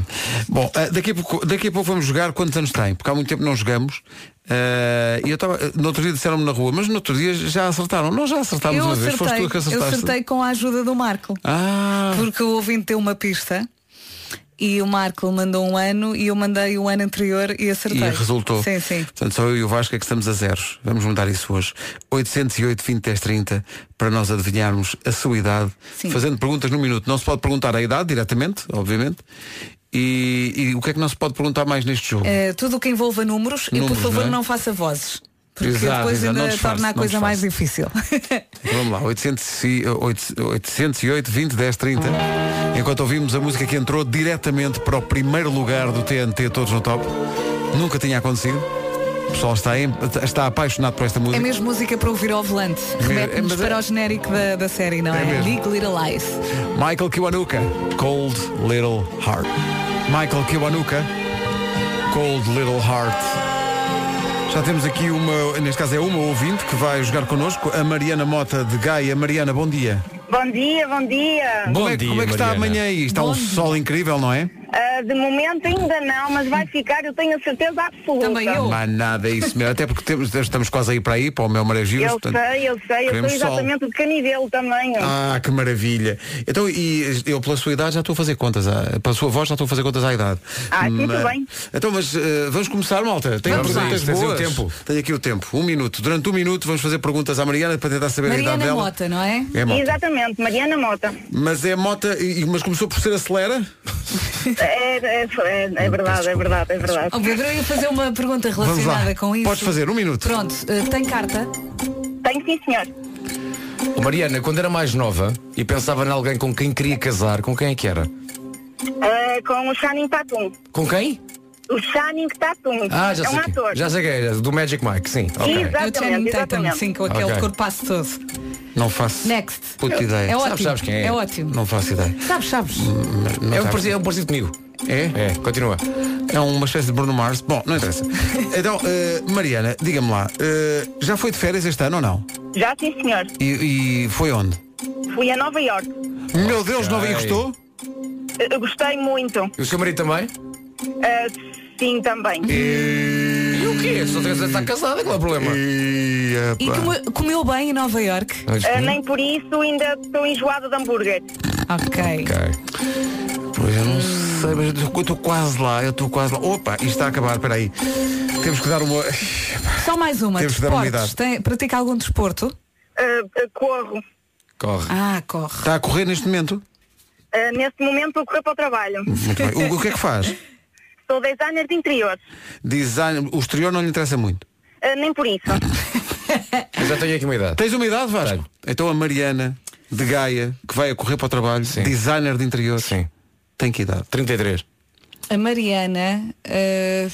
Speaker 2: Bom, ah, daqui a, pouco, daqui a pouco vamos jogar quantos anos tem, porque há muito tempo não jogamos. Ah, E eu estava. No outro dia disseram-me na rua, mas no outro dia já acertaram. Nós já acertámos
Speaker 1: Eu
Speaker 2: uma vez, foste
Speaker 1: acertei,
Speaker 2: tu que
Speaker 1: eu
Speaker 2: acertaste.
Speaker 1: acertei com a ajuda do Marco.
Speaker 2: Ah.
Speaker 1: Porque o ouvinte deu uma pista e o Marco mandou um ano e eu mandei o ano anterior e acertei.
Speaker 2: E resultou.
Speaker 1: Sim, sim.
Speaker 2: Portanto, só eu e o Vasco é que estamos a zeros. Vamos mudar isso hoje. 808 20 10 30 para nós adivinharmos a sua idade,
Speaker 1: Sim.
Speaker 2: fazendo perguntas no minuto. Não se pode perguntar a idade diretamente, obviamente. E, e o que é que não se pode perguntar mais neste jogo?
Speaker 1: Eh, tudo o que envolva números, e
Speaker 2: Números,
Speaker 1: por favor
Speaker 2: não é?
Speaker 1: não, faça vozes. Porque
Speaker 2: Exato,
Speaker 1: depois
Speaker 2: exato. Não
Speaker 1: ainda
Speaker 2: disfarce,
Speaker 1: torna a
Speaker 2: não
Speaker 1: coisa mais difícil. É
Speaker 2: Então, Vamos lá, 800, e- oito- 808 20 10 30. Enquanto ouvimos a música que entrou diretamente para o primeiro lugar do TNT Todos no Top, nunca tinha acontecido. O pessoal está, em- está apaixonado por esta
Speaker 1: É
Speaker 2: música.
Speaker 1: mesmo música para ouvir ao volante.
Speaker 2: é,
Speaker 1: Remete-nos para o genérico da, da série, não é? Big Little Lies.
Speaker 2: Michael Kiwanuka, Cold Little Heart. Michael Kiwanuka, Cold Little Heart. Já temos aqui uma, neste caso é uma ouvinte que vai jogar connosco, a Mariana Mota de Gaia. Mariana, bom dia.
Speaker 17: Bom dia, bom dia.
Speaker 2: como é, como é que está amanhã aí? Está um sol incrível, não é?
Speaker 17: Ah, de momento ainda não, mas vai ficar, eu tenho a certeza absoluta. Também
Speaker 2: Mas nada, é isso mesmo. Até porque temos, estamos quase aí para aí, para o meu Maragil.
Speaker 17: Eu sei, eu sei, eu
Speaker 2: queremos
Speaker 17: sou exatamente de Canidelo também.
Speaker 2: Ah, que maravilha. Então, e eu pela sua idade já estou a fazer contas, à, pela sua voz já estou a fazer contas à idade.
Speaker 17: Ah, sim,
Speaker 2: Mas-
Speaker 17: tudo bem.
Speaker 2: Então, mas eh, vamos começar, malta. Tenho
Speaker 15: Vamos lá.
Speaker 2: perguntas
Speaker 17: um
Speaker 15: Tens aí o
Speaker 2: boas.
Speaker 15: tempo.
Speaker 2: Tenho aqui o tempo. Um minuto. Durante um minuto vamos fazer perguntas à Mariana para tentar saber a idade
Speaker 17: Mariana
Speaker 2: dela.
Speaker 17: Mota, não é?
Speaker 2: É Mota.
Speaker 17: Exatamente, Mariana Mota.
Speaker 2: Mas é Mota, e- mas começou por ser acelera?
Speaker 17: É, é- é- é verdade, é verdade, é verdade.
Speaker 1: Oh, Pedro, eu ia fazer uma pergunta
Speaker 2: Vamos lá.
Speaker 1: relacionada com isso.
Speaker 2: Podes fazer, um minuto.
Speaker 1: Pronto, eh, tem carta?
Speaker 17: Tenho sim, senhor.
Speaker 15: Ô, Mariana, quando era mais nova e pensava em alguém com quem queria casar, com quem é que era?
Speaker 17: Ah, com o Channing Tatum.
Speaker 15: Com quem?
Speaker 17: O Channing Tatum.
Speaker 15: Ah, já
Speaker 17: é
Speaker 15: sei.
Speaker 17: um
Speaker 15: quem.
Speaker 17: ator.
Speaker 15: Já sei quem é, do Magic Mike, sim. ok.
Speaker 1: Eu tenho
Speaker 17: Exatamente,
Speaker 1: muito
Speaker 17: exatamente.
Speaker 1: Sim, com aquele
Speaker 15: Ok.
Speaker 1: corpaço todo.
Speaker 2: Não faço.
Speaker 1: Next.
Speaker 2: Puta ideia.
Speaker 1: É ótimo. É ótimo.
Speaker 2: Não faço ideia.
Speaker 1: Sabes, sabes.
Speaker 2: É um, parecido,
Speaker 15: comigo.
Speaker 2: É?
Speaker 15: É, continua.
Speaker 2: É uma espécie de Bruno Mars. Bom, não interessa. então, eh, Mariana, diga-me lá, eh, já foi de férias este ano ou não?
Speaker 17: Já sim, senhor.
Speaker 2: E, e foi onde?
Speaker 17: Fui a Nova York.
Speaker 2: Meu Deus, não e gostou?
Speaker 17: Eu gostei muito.
Speaker 15: E o seu marido também?
Speaker 17: Ah, sim, também.
Speaker 15: E o quê? Só tens está casada, qual é o problema?
Speaker 2: E,
Speaker 1: E come- comeu bem em Nova York?
Speaker 16: Eh,
Speaker 17: Ah, nem por isso ainda estou enjoada de hambúrguer.
Speaker 1: Ok.
Speaker 2: Pois eu não sei, mas eu estou quase lá, eu estou quase lá. Opa, isto está a acabar, espera aí. Temos que dar uma.
Speaker 1: Só mais uma.
Speaker 2: Temos que dar uma
Speaker 1: Desportos.
Speaker 2: idade.
Speaker 1: Tem- pratica algum desporto?
Speaker 17: Ah, corro.
Speaker 2: Corre.
Speaker 1: Ah, corre.
Speaker 2: Está a correr neste momento?
Speaker 17: Ah, neste momento vou correr para o trabalho.
Speaker 2: Muito bem. O, o que é que faz?
Speaker 17: Sou designer de interiores.
Speaker 2: Design, o exterior não lhe interessa muito.
Speaker 17: Ah, nem por isso.
Speaker 15: Eu já tenho aqui uma idade.
Speaker 2: Tens uma idade, Vasco? Então a Mariana de Gaia, que vai a correr para o trabalho, designer de interior. Sim. Tem que idade?
Speaker 15: 33.
Speaker 1: A Mariana, eh,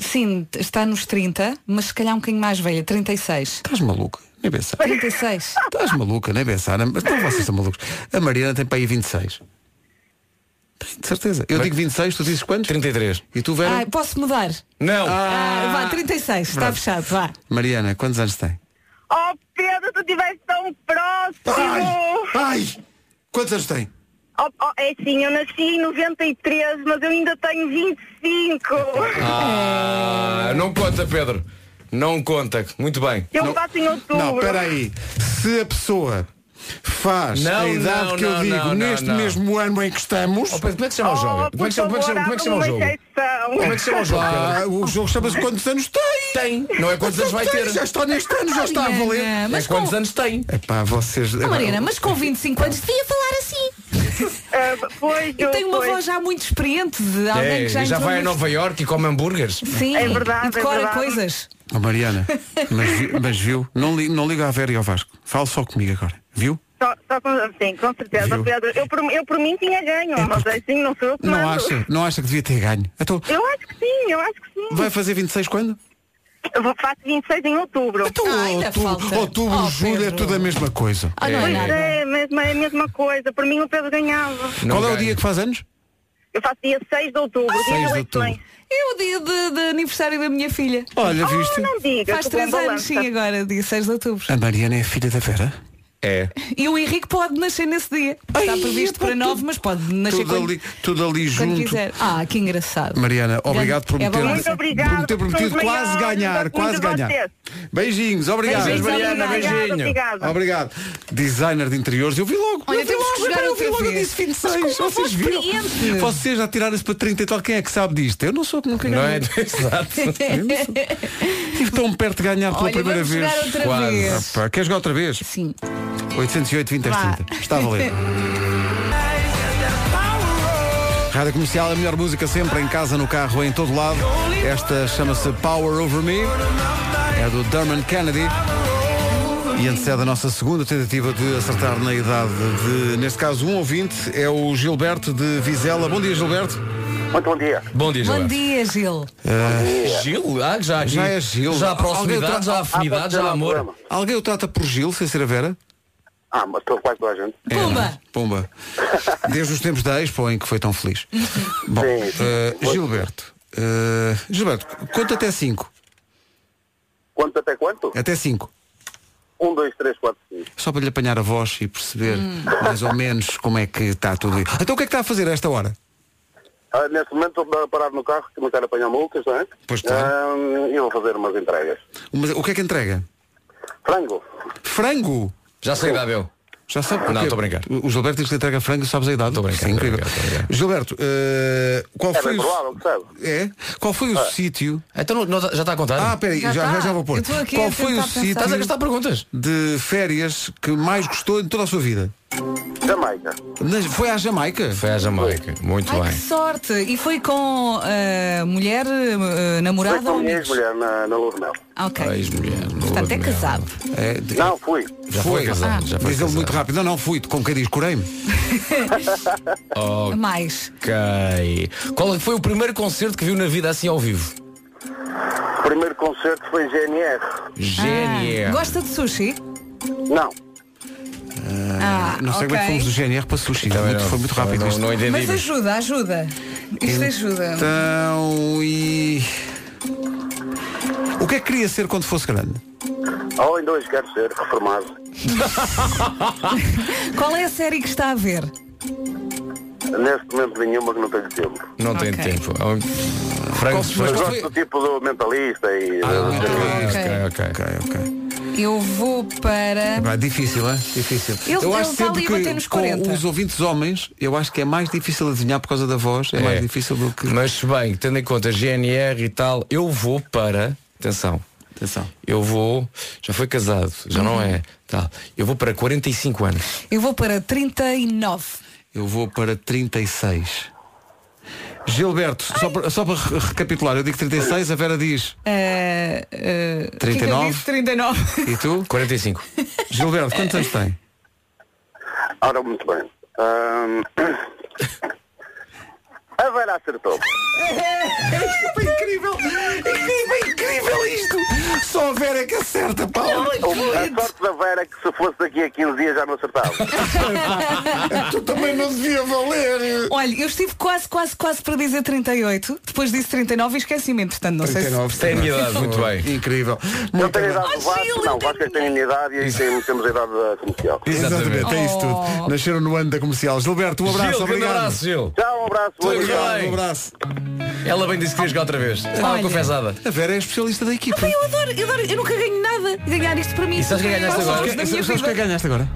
Speaker 1: sim, está nos 30, mas se calhar um bocadinho mais velha, 36.
Speaker 2: Estás maluca? Nem pensar.
Speaker 1: 36.
Speaker 2: Estás maluca, nem pensar. Mas Então vocês são malucos. A Mariana tem para aí 26. Tem, de certeza. Eu digo 26, tu dizes quantos?
Speaker 15: 33.
Speaker 2: E tu, Vera?
Speaker 1: Ai, posso mudar?
Speaker 15: Não.
Speaker 1: Ah, vá, 36, está
Speaker 2: Pronto.
Speaker 1: fechado, vá.
Speaker 2: Mariana, quantos anos tem?
Speaker 17: Oh Pedro, tu estiveste tão próximo!
Speaker 2: Ai! Quantos anos tem?
Speaker 17: Oh, oh, é assim, eu nasci em 93, mas eu ainda tenho 25.
Speaker 15: Ah, não conta, Pedro. Não conta. Muito bem.
Speaker 17: Eu
Speaker 15: Não-
Speaker 17: faço em outubro.
Speaker 2: Não, espera aí. Se a pessoa faz
Speaker 15: Não,
Speaker 2: a idade
Speaker 15: não,
Speaker 2: que eu
Speaker 15: não,
Speaker 2: digo
Speaker 15: não,
Speaker 2: neste
Speaker 15: não.
Speaker 2: mesmo ano em que estamos...
Speaker 15: como é que se
Speaker 2: Oh,
Speaker 15: chama o jogo? como é que se chama, como é que se chama, como é que se chama o
Speaker 2: um
Speaker 15: jogo?
Speaker 17: Então,
Speaker 15: Como é que se chama o jogo,
Speaker 2: Ah,
Speaker 15: Pedro?
Speaker 2: o jogo chama-se quantos anos tem?
Speaker 15: Tem. Não é quantos anos vai
Speaker 2: Tem,
Speaker 15: ter.
Speaker 2: Já está neste ano, já está a
Speaker 1: Mariana,
Speaker 2: valer.
Speaker 1: mas
Speaker 15: É quantos anos tem?
Speaker 2: Epá, vocês...
Speaker 1: Oh, Mariana, mas com 25 anos devia falar assim.
Speaker 17: ah, pois,
Speaker 1: e tem uma voz já muito experiente de alguém
Speaker 15: É,
Speaker 1: que já,
Speaker 15: já,
Speaker 1: entrou
Speaker 15: vai a
Speaker 1: neste-
Speaker 15: Nova York e come hambúrgueres.
Speaker 1: Sim,
Speaker 17: É verdade,
Speaker 1: e decora
Speaker 17: é verdade.
Speaker 1: coisas.
Speaker 2: Oh, Mariana, mas, vi- mas viu? Não, li, não liga à Vera e ao Vasco. Fala só comigo agora. Viu?
Speaker 17: Só, só com, sim, com certeza,
Speaker 2: Viu? É
Speaker 17: Pedro. Eu por, eu por mim tinha ganho, mas assim não sou eu que
Speaker 2: Não
Speaker 17: mando.
Speaker 2: acha, não acha que devia ter ganho? Então,
Speaker 17: Eu acho que sim, eu acho que sim.
Speaker 2: vai fazer 26 quando?
Speaker 17: Eu vou- faço 26 em outubro.
Speaker 2: Então,
Speaker 1: Ah,
Speaker 2: outubro, outubro
Speaker 1: Oh,
Speaker 2: julho é tudo a mesma coisa.
Speaker 17: Ah, não, pois é, mesmo, é a mesma coisa. Por mim o Pedro ganhava.
Speaker 2: Qual é o dia que faz anos?
Speaker 17: Eu faço dia 6 de outubro, dia
Speaker 2: 6 de
Speaker 17: de
Speaker 2: outubro.
Speaker 17: eleições.
Speaker 1: É o dia de, de aniversário da minha filha.
Speaker 2: Olha, viste?
Speaker 17: Oh, Não diga,
Speaker 1: Faz
Speaker 17: que boa
Speaker 1: 3 anos,
Speaker 17: balança.
Speaker 1: sim, agora, dia 6 de outubro.
Speaker 2: A Mariana é a filha da Vera?
Speaker 15: É.
Speaker 1: E o Henrique pode nascer nesse dia. Está previsto para 9, mas pode nascer
Speaker 2: Tudo
Speaker 1: quando,
Speaker 2: ali, tudo ali
Speaker 1: quando
Speaker 2: junto.
Speaker 1: quiser. Ah, que engraçado.
Speaker 2: Mariana, obrigado por me
Speaker 1: É
Speaker 2: ter,
Speaker 1: balança.
Speaker 17: Muito obrigada,
Speaker 2: por me ter prometido
Speaker 17: pessoas
Speaker 2: quase
Speaker 17: maiores,
Speaker 2: ganhar,
Speaker 17: gosto muito
Speaker 2: quase
Speaker 17: de
Speaker 2: ganhar.
Speaker 17: vocês.
Speaker 2: Beijinhos, obrigado.
Speaker 1: Beijinhos, Mariana,
Speaker 17: obrigada, beijinho. obrigada.
Speaker 2: Obrigado. Designer de interiores, eu vi logo.
Speaker 1: Olha,
Speaker 2: eu vi
Speaker 1: temos que
Speaker 2: logo,
Speaker 1: jogar
Speaker 2: eu vi
Speaker 1: outra
Speaker 2: logo, eu
Speaker 1: vez.
Speaker 2: disse 26.
Speaker 1: Mas como
Speaker 2: vocês
Speaker 1: foi
Speaker 2: viram?
Speaker 1: experiente?
Speaker 2: Vocês já tiraram-se para 30 e tal. Quem é que sabe disto? Eu não sou que nunca
Speaker 15: Não é?
Speaker 2: ganhei.
Speaker 15: Exato.
Speaker 2: Estive tão perto de ganhar pela
Speaker 1: Olha,
Speaker 2: primeira
Speaker 1: vamos
Speaker 2: vez.
Speaker 1: jogar outra
Speaker 15: Quase.
Speaker 1: vez.
Speaker 2: Pá, quer jogar outra vez?
Speaker 1: Sim.
Speaker 2: 808 20
Speaker 1: Vá.
Speaker 2: 30. Está a valer. Rádio Comercial, a melhor música sempre, em casa, no carro, em todo lado. Esta chama-se Power Over Me. É do Dermot Kennedy. E antecede a nossa segunda tentativa de acertar na idade de, neste caso, um ouvinte, é o Gilberto de Vizela. Bom dia, Gilberto.
Speaker 9: Muito bom dia.
Speaker 15: Bom dia,
Speaker 1: Bom
Speaker 15: João.
Speaker 1: dia, Gil.
Speaker 15: Gil? Ah, já,
Speaker 2: Já é Gil.
Speaker 15: Já há
Speaker 2: Alguém
Speaker 15: proximidade,
Speaker 2: tra-
Speaker 15: já há
Speaker 9: Ah,
Speaker 15: afinidade,
Speaker 9: pode
Speaker 15: já
Speaker 9: ser,
Speaker 15: há
Speaker 9: não há
Speaker 15: amor.
Speaker 9: problema.
Speaker 2: Alguém o trata por Gil, sem ser a Vera?
Speaker 9: Ah, mas estou quase toda a gente.
Speaker 2: É, não
Speaker 1: Pumba.
Speaker 2: é? Pumba. Desde os tempos da Expo em que foi tão feliz. Bom,
Speaker 9: Sim, sim.
Speaker 2: eh, Gilberto. eh, Gilberto, conta até 5.
Speaker 9: Quanto até quanto?
Speaker 2: Até 5.
Speaker 9: Um, dois, três, quatro, cinco.
Speaker 2: Só para lhe apanhar a voz e perceber mais ou menos como é que está tudo. Então o que é que está a fazer a esta hora?
Speaker 9: Ah, neste momento estou parado no carro, que não quero apanhar multas, não é?
Speaker 2: Pois claro.
Speaker 9: Ah, e vou fazer umas entregas.
Speaker 2: Mas o que é que entrega?
Speaker 9: Frango.
Speaker 2: Frango!
Speaker 15: Já sei, Dável.
Speaker 2: Já sabe
Speaker 15: Não,
Speaker 2: porque-
Speaker 15: estou a brincar.
Speaker 2: O Gilberto diz que entrega frango, sabes a idade.
Speaker 15: Estou a
Speaker 2: Isso
Speaker 15: brincar,
Speaker 2: é incrível.
Speaker 15: estou a brincar, estou a brincar.
Speaker 2: Gilberto, eh, qual
Speaker 9: É
Speaker 2: foi
Speaker 9: bem
Speaker 2: o...
Speaker 9: provável, Ah. percebe?
Speaker 2: É? Qual foi o sítio...
Speaker 15: Então não- não- já está a contar?
Speaker 2: Ah, peraí, já,
Speaker 1: Já
Speaker 2: já,
Speaker 1: está.
Speaker 2: já vou pôr.
Speaker 1: Eu estou aqui
Speaker 2: Qual
Speaker 1: a
Speaker 2: foi o
Speaker 1: tentar
Speaker 2: sítio...
Speaker 1: pensar.
Speaker 15: Estás a gastar tá, perguntas.
Speaker 2: de férias que mais gostou em toda a sua vida?
Speaker 9: Jamaica.
Speaker 2: Nas- foi à Jamaica?
Speaker 15: Foi à Jamaica. Muito
Speaker 1: Ai, que
Speaker 15: bem.
Speaker 1: sorte. E foi com ah, mulher, ah, namorada
Speaker 9: Foi com
Speaker 1: ou
Speaker 9: minha
Speaker 1: amigos?
Speaker 9: ex-mulher na, na Lua de Mel.
Speaker 1: Ah, Ok.
Speaker 15: Ex-mulher.
Speaker 1: Portanto, é
Speaker 15: Lua de
Speaker 1: casado.
Speaker 2: É, de- Ah.
Speaker 9: Não, fui.
Speaker 15: mel. Já foi casado. Já foi
Speaker 2: Diz ele
Speaker 15: casado.
Speaker 2: muito rápido. Não, não, fui. Como quem diz, curei-me.
Speaker 1: Mais.
Speaker 15: Ok. Qual é que foi o primeiro concerto que viu na vida assim ao vivo?
Speaker 9: O primeiro concerto foi GNR.
Speaker 1: Ah,
Speaker 15: Genial.
Speaker 1: Gosta de sushi?
Speaker 9: Não.
Speaker 1: Ah,
Speaker 2: não sei
Speaker 1: ok.
Speaker 2: como é que fomos do GNR para sushi.
Speaker 15: Também
Speaker 2: Muito-
Speaker 15: não-
Speaker 2: foi muito rápido
Speaker 15: não,
Speaker 2: isto.
Speaker 15: Não entendi.
Speaker 1: Mas ajuda, ajuda. Isto ajuda.
Speaker 2: Então, e... O que é que queria ser quando fosse grande?
Speaker 9: Ou ainda hoje quero ser reformado.
Speaker 1: Qual é a série que está a ver?
Speaker 9: Neste momento nenhuma que não tenho tempo.
Speaker 15: Não tem
Speaker 1: Ok.
Speaker 15: tempo. Ah, Frango,
Speaker 2: Mas
Speaker 9: Mas
Speaker 2: qual
Speaker 9: gosto
Speaker 2: foi-
Speaker 9: do tipo do mentalista e...
Speaker 15: Ok, Ah, ok.
Speaker 2: Ok, ok.
Speaker 1: Eu vou para.
Speaker 2: Epá, difícil, é? Difícil.
Speaker 1: Ele- ele está ali a bater nos
Speaker 2: com
Speaker 1: 40.
Speaker 2: os ouvintes homens, eu acho que é mais difícil adivinhar por causa da voz. É, mais
Speaker 15: É.
Speaker 2: difícil do que...
Speaker 15: Mas se bem, tendo em conta GNR e tal, eu vou para. Atenção.
Speaker 2: Atenção.
Speaker 15: Eu vou. Já foi casado, já não é. Tá. Eu vou para 45 anos.
Speaker 1: Eu vou para 39.
Speaker 2: Eu vou para 36. Gilberto, só para, só para re- recapitular, eu digo 36, a Vera diz
Speaker 1: Eh, eh, o que é que eu
Speaker 2: 39?
Speaker 1: disse? 39.
Speaker 2: e tu?
Speaker 15: 45.
Speaker 2: Gilberto, quantos anos tem?
Speaker 9: Ora, muito bem. Ahm, A Vera acertou.
Speaker 2: Foi incrível! Incrível, incrível isto! Só a Vera é que acerta, Paulo!
Speaker 9: A sorte da Vera é que se fosse daqui a 15 dias já não acertava.
Speaker 2: tu também não devia valer.
Speaker 1: Olha, eu estive quase, quase, quase para dizer 38, depois disse 39 e esqueci-me, portanto não sei se.
Speaker 15: Tem a minha idade, muito bem.
Speaker 2: Incrível.
Speaker 9: Eu tenho a idade do Vasco, não, o Vasco é que tem a minha idade e temos, temos a idade da comercial.
Speaker 2: Exatamente, é isso tudo. Nasceram no ano da comercial. Gilberto, um abraço,
Speaker 15: Oh. Gil, grande
Speaker 2: obrigado.
Speaker 15: abraço, Gil.
Speaker 9: Tchau, um abraço.
Speaker 15: Tudo
Speaker 9: obrigado.
Speaker 15: bem?
Speaker 2: Um abraço.
Speaker 15: Ela bem disse que ia jogar outra vez. Estava
Speaker 1: Olha.
Speaker 15: confessada.
Speaker 2: A Vera é a especialista da equipa.
Speaker 1: Pá, eu adoro, eu adoro, eu nunca ganho nada. Ganhar isto para mim.
Speaker 15: E sabes quem ganhaste
Speaker 1: Faz
Speaker 15: agora?
Speaker 1: anos da minha
Speaker 2: Sabes o que é que
Speaker 1: vida.
Speaker 2: ganhaste agora?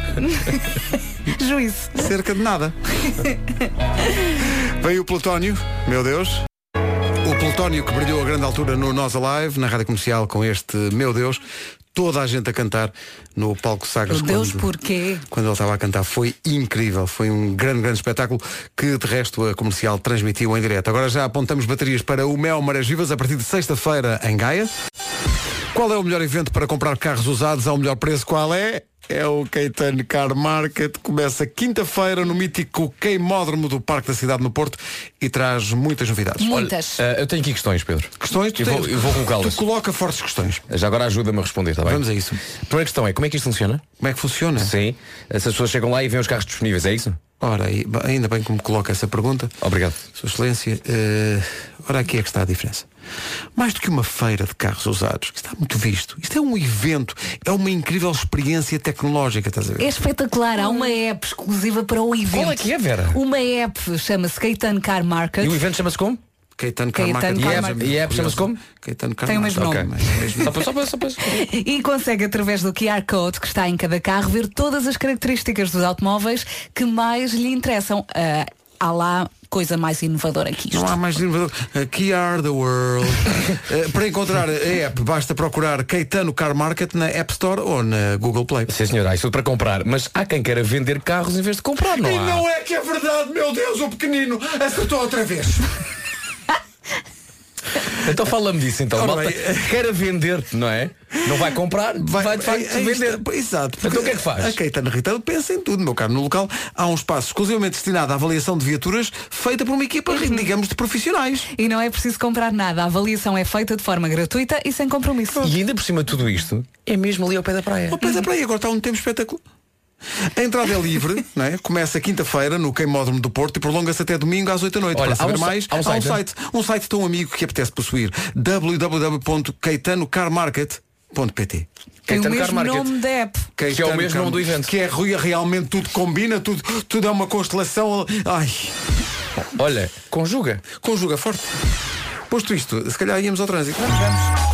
Speaker 1: Juízo.
Speaker 2: Cerca de nada. Veio o Plutónio, meu Deus. O Plutónio que brilhou a grande altura no Nós Alive, na rádio comercial, com este Meu Deus. Toda a gente a cantar no palco Sagres.
Speaker 1: Meu Deus,
Speaker 2: quando-
Speaker 1: porquê?
Speaker 2: quando ele estava a cantar. Foi incrível, foi um grande, grande espetáculo que de resto a comercial transmitiu em direto. Agora já apontamos baterias para o Mel Marés Vivas a partir de sexta-feira em Gaia. Qual é o melhor evento para comprar carros usados ao melhor preço? Qual é? É o Caetano Car Market. Começa quinta-feira no mítico Queimódromo do Parque da Cidade no Porto e traz muitas novidades.
Speaker 1: Muitas.
Speaker 15: Ah, eu tenho aqui questões, Pedro.
Speaker 2: Questões? Tu
Speaker 15: Eu vou-
Speaker 2: tens-
Speaker 15: eu vou colocá-las.
Speaker 2: Tu coloca fortes questões.
Speaker 15: Já agora ajuda-me a responder, está bem?
Speaker 2: Vamos a isso.
Speaker 15: Primeira questão é, como é que isto funciona?
Speaker 2: Como é que funciona?
Speaker 15: Sim. Se as pessoas chegam lá e veem os carros disponíveis, é isso?
Speaker 2: Ora, e- ainda bem que me coloca essa pergunta.
Speaker 15: Obrigado.
Speaker 2: Sua Excelência, eh, ora aqui é que está a diferença. Mais do que uma feira de carros usados, que está muito visto, isto é um evento, é uma incrível experiência tecnológica, estás a ver?
Speaker 1: É espetacular, há uma app exclusiva para o evento.
Speaker 15: Qual é que é, Vera?
Speaker 1: Uma app chama-se Caetano Car Market.
Speaker 15: E o evento chama-se como?
Speaker 2: Caetano
Speaker 1: Caetano
Speaker 2: Carmaca.
Speaker 1: Car
Speaker 2: E a-
Speaker 1: Market.
Speaker 2: e a app chama-se como? Caetano
Speaker 1: Tem o mesmo
Speaker 2: Carmaca.
Speaker 15: é
Speaker 1: nome.
Speaker 2: Ok, mas-
Speaker 15: Só para, só para, só para.
Speaker 1: E consegue, através do QR Code que está em cada carro, ver todas as características dos automóveis que mais lhe interessam. Ah, há lá coisa mais inovadora que isto.
Speaker 2: Não há mais inovador. Aqui are the world. Eh, para encontrar a app, basta procurar Caetano Car Market na App Store ou na Google Play.
Speaker 15: Sim, senhora, há isso tudo para comprar. Mas há quem queira vender carros em vez de comprar, não
Speaker 2: E
Speaker 15: há?
Speaker 2: não é que é verdade, meu Deus, o pequenino acertou outra vez.
Speaker 15: Então fala-me disso, então.
Speaker 2: Ora
Speaker 15: Malta,
Speaker 2: bem.
Speaker 15: quer vender, não é? Não vai comprar, vai, de facto
Speaker 2: é- é isto,
Speaker 15: vender.
Speaker 2: pô, Exato.
Speaker 15: Então o que é que faz?
Speaker 2: A Caetano Retail pensa em tudo, meu caro. No local há um espaço exclusivamente destinado à avaliação de viaturas feita por uma equipa,
Speaker 15: Uhum.
Speaker 2: digamos, de profissionais.
Speaker 1: E não é preciso comprar nada. A avaliação é feita de forma gratuita e sem compromisso.
Speaker 15: E é ainda por cima de tudo isto, é mesmo ali ao pé da praia.
Speaker 2: Oh, pensa para aí, agora está um tempo espetacular. A entrada é livre, não é? começa quinta-feira no Queimódromo do Porto e prolonga-se até domingo às 8 da noite.
Speaker 15: Olha,
Speaker 2: Para
Speaker 15: há um
Speaker 2: saber
Speaker 15: si-
Speaker 2: mais,
Speaker 15: há um
Speaker 2: há um
Speaker 15: site,
Speaker 2: site, um site tão amigo que apetece possuir. www.caetanocarmarket.pt
Speaker 1: Tem o
Speaker 15: Caetano Car
Speaker 1: mesmo
Speaker 15: Market.
Speaker 1: nome da app.
Speaker 15: Que é o
Speaker 2: Caetano
Speaker 15: mesmo nome do evento.
Speaker 2: Que é Rui, realmente tudo combina, tudo, tudo é uma constelação. Ai,
Speaker 15: Olha, conjuga.
Speaker 2: conjuga forte. Posto isto, se calhar íamos ao trânsito. Vamos, vamos.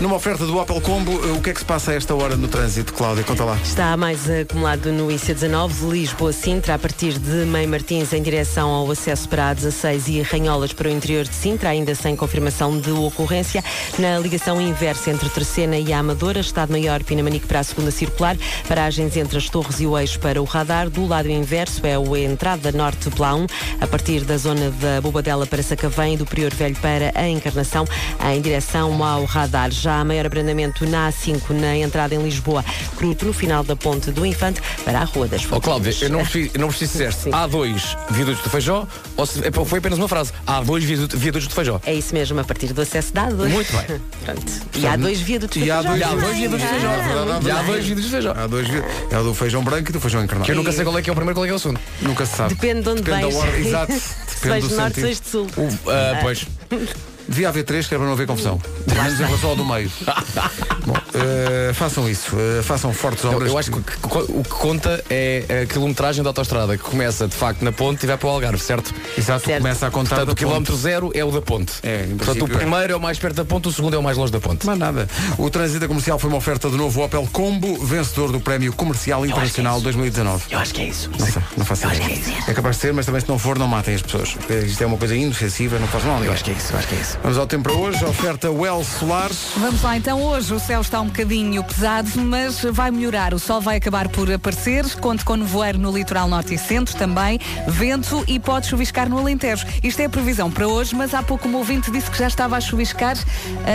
Speaker 2: Numa oferta do Opel Combo, eh, o que é que se passa a esta hora no trânsito, Cláudia? Conta lá.
Speaker 3: Está mais acumulado no IC19, Lisboa-Sintra, a partir de Mãe Martins em direção ao acesso para a 16 e Ranholas para o interior de Sintra, ainda sem confirmação de ocorrência. Na ligação inversa entre Terceira e a Amadora, Estado Maior Pinamanique para a segunda circular, paragens entre as Torres e o Eixo para o radar. Do lado inverso é a entrada norte pela 1, a partir da zona da Bobadela para Sacavém e do Prior Velho para a Encarnação, em direção ao radar. Já há maior abrandamento na A5, na entrada em Lisboa, cruto no final da ponte do Infante para a Rua das
Speaker 2: Oh,
Speaker 15: Ó
Speaker 3: Fontes.
Speaker 15: Cláudia, eu não preciso, eu não preciso se disseste A2 viadutos do Feijó ou se, é, pá, foi apenas uma frase. A2 viaduto- viadutos do Feijó.
Speaker 3: É isso mesmo, a partir do acesso da A2.
Speaker 15: Muito bem.
Speaker 3: Pronto. E há dois viadutos
Speaker 2: E há
Speaker 3: para
Speaker 2: dois,
Speaker 3: já.
Speaker 15: há dois viadutos de feijão. E há dois viadutos de feijão.
Speaker 2: Há dois vídeos. É o do feijão branco e do feijão encarnado.
Speaker 15: Que eu nunca sei qual é que é o primeiro, qual é que é o segundo.
Speaker 2: Nunca se sabe.
Speaker 3: Depende de onde
Speaker 2: Depende
Speaker 3: vens.
Speaker 2: da hora. Exato.
Speaker 3: Se
Speaker 2: Depende
Speaker 3: vais
Speaker 2: do
Speaker 3: de norte, se
Speaker 2: sentido. Um.
Speaker 3: vais de sul.
Speaker 15: O- ah, pois.
Speaker 2: Devia haver três, que era para não haver confusão. Pelo menos em relação ao do meio. Bom, eh, façam isso. eh, façam fortes
Speaker 15: Eu,
Speaker 2: obras.
Speaker 15: eu acho que, o que- o que conta é a quilometragem da autostrada, que começa de facto na ponte e vai para o Algarve, certo?
Speaker 2: Exato,
Speaker 3: Certo.
Speaker 2: começa a contar
Speaker 15: Portanto,
Speaker 2: da
Speaker 15: o quilómetro
Speaker 2: ponte.
Speaker 15: zero é o da ponte.
Speaker 2: É, em
Speaker 15: Portanto, o
Speaker 2: princípio é.
Speaker 15: primeiro é o mais perto da ponte, o segundo é o mais longe da ponte.
Speaker 2: Mas nada. O trânsito comercial foi uma oferta do novo Opel Combo, vencedor do Prémio Comercial
Speaker 3: é
Speaker 2: Internacional 2019. Eu acho que é isso. Não sei, não faço ideia. É capaz de ser, mas também se não for, não matem as pessoas. Eh, Isto é uma coisa inofensiva, não faz mal. Eu acho que é isso, eu acho que é isso. Vamos ao tempo para hoje, oferta Well Solares.
Speaker 1: Vamos lá então, hoje o céu está um bocadinho pesado, mas vai melhorar. O sol vai acabar por aparecer, conto com nevoeiro no litoral norte e centro também, vento e pode chuviscar no Alentejo. Isto é a previsão para hoje, mas há pouco um ouvinte disse que já estava a chuviscar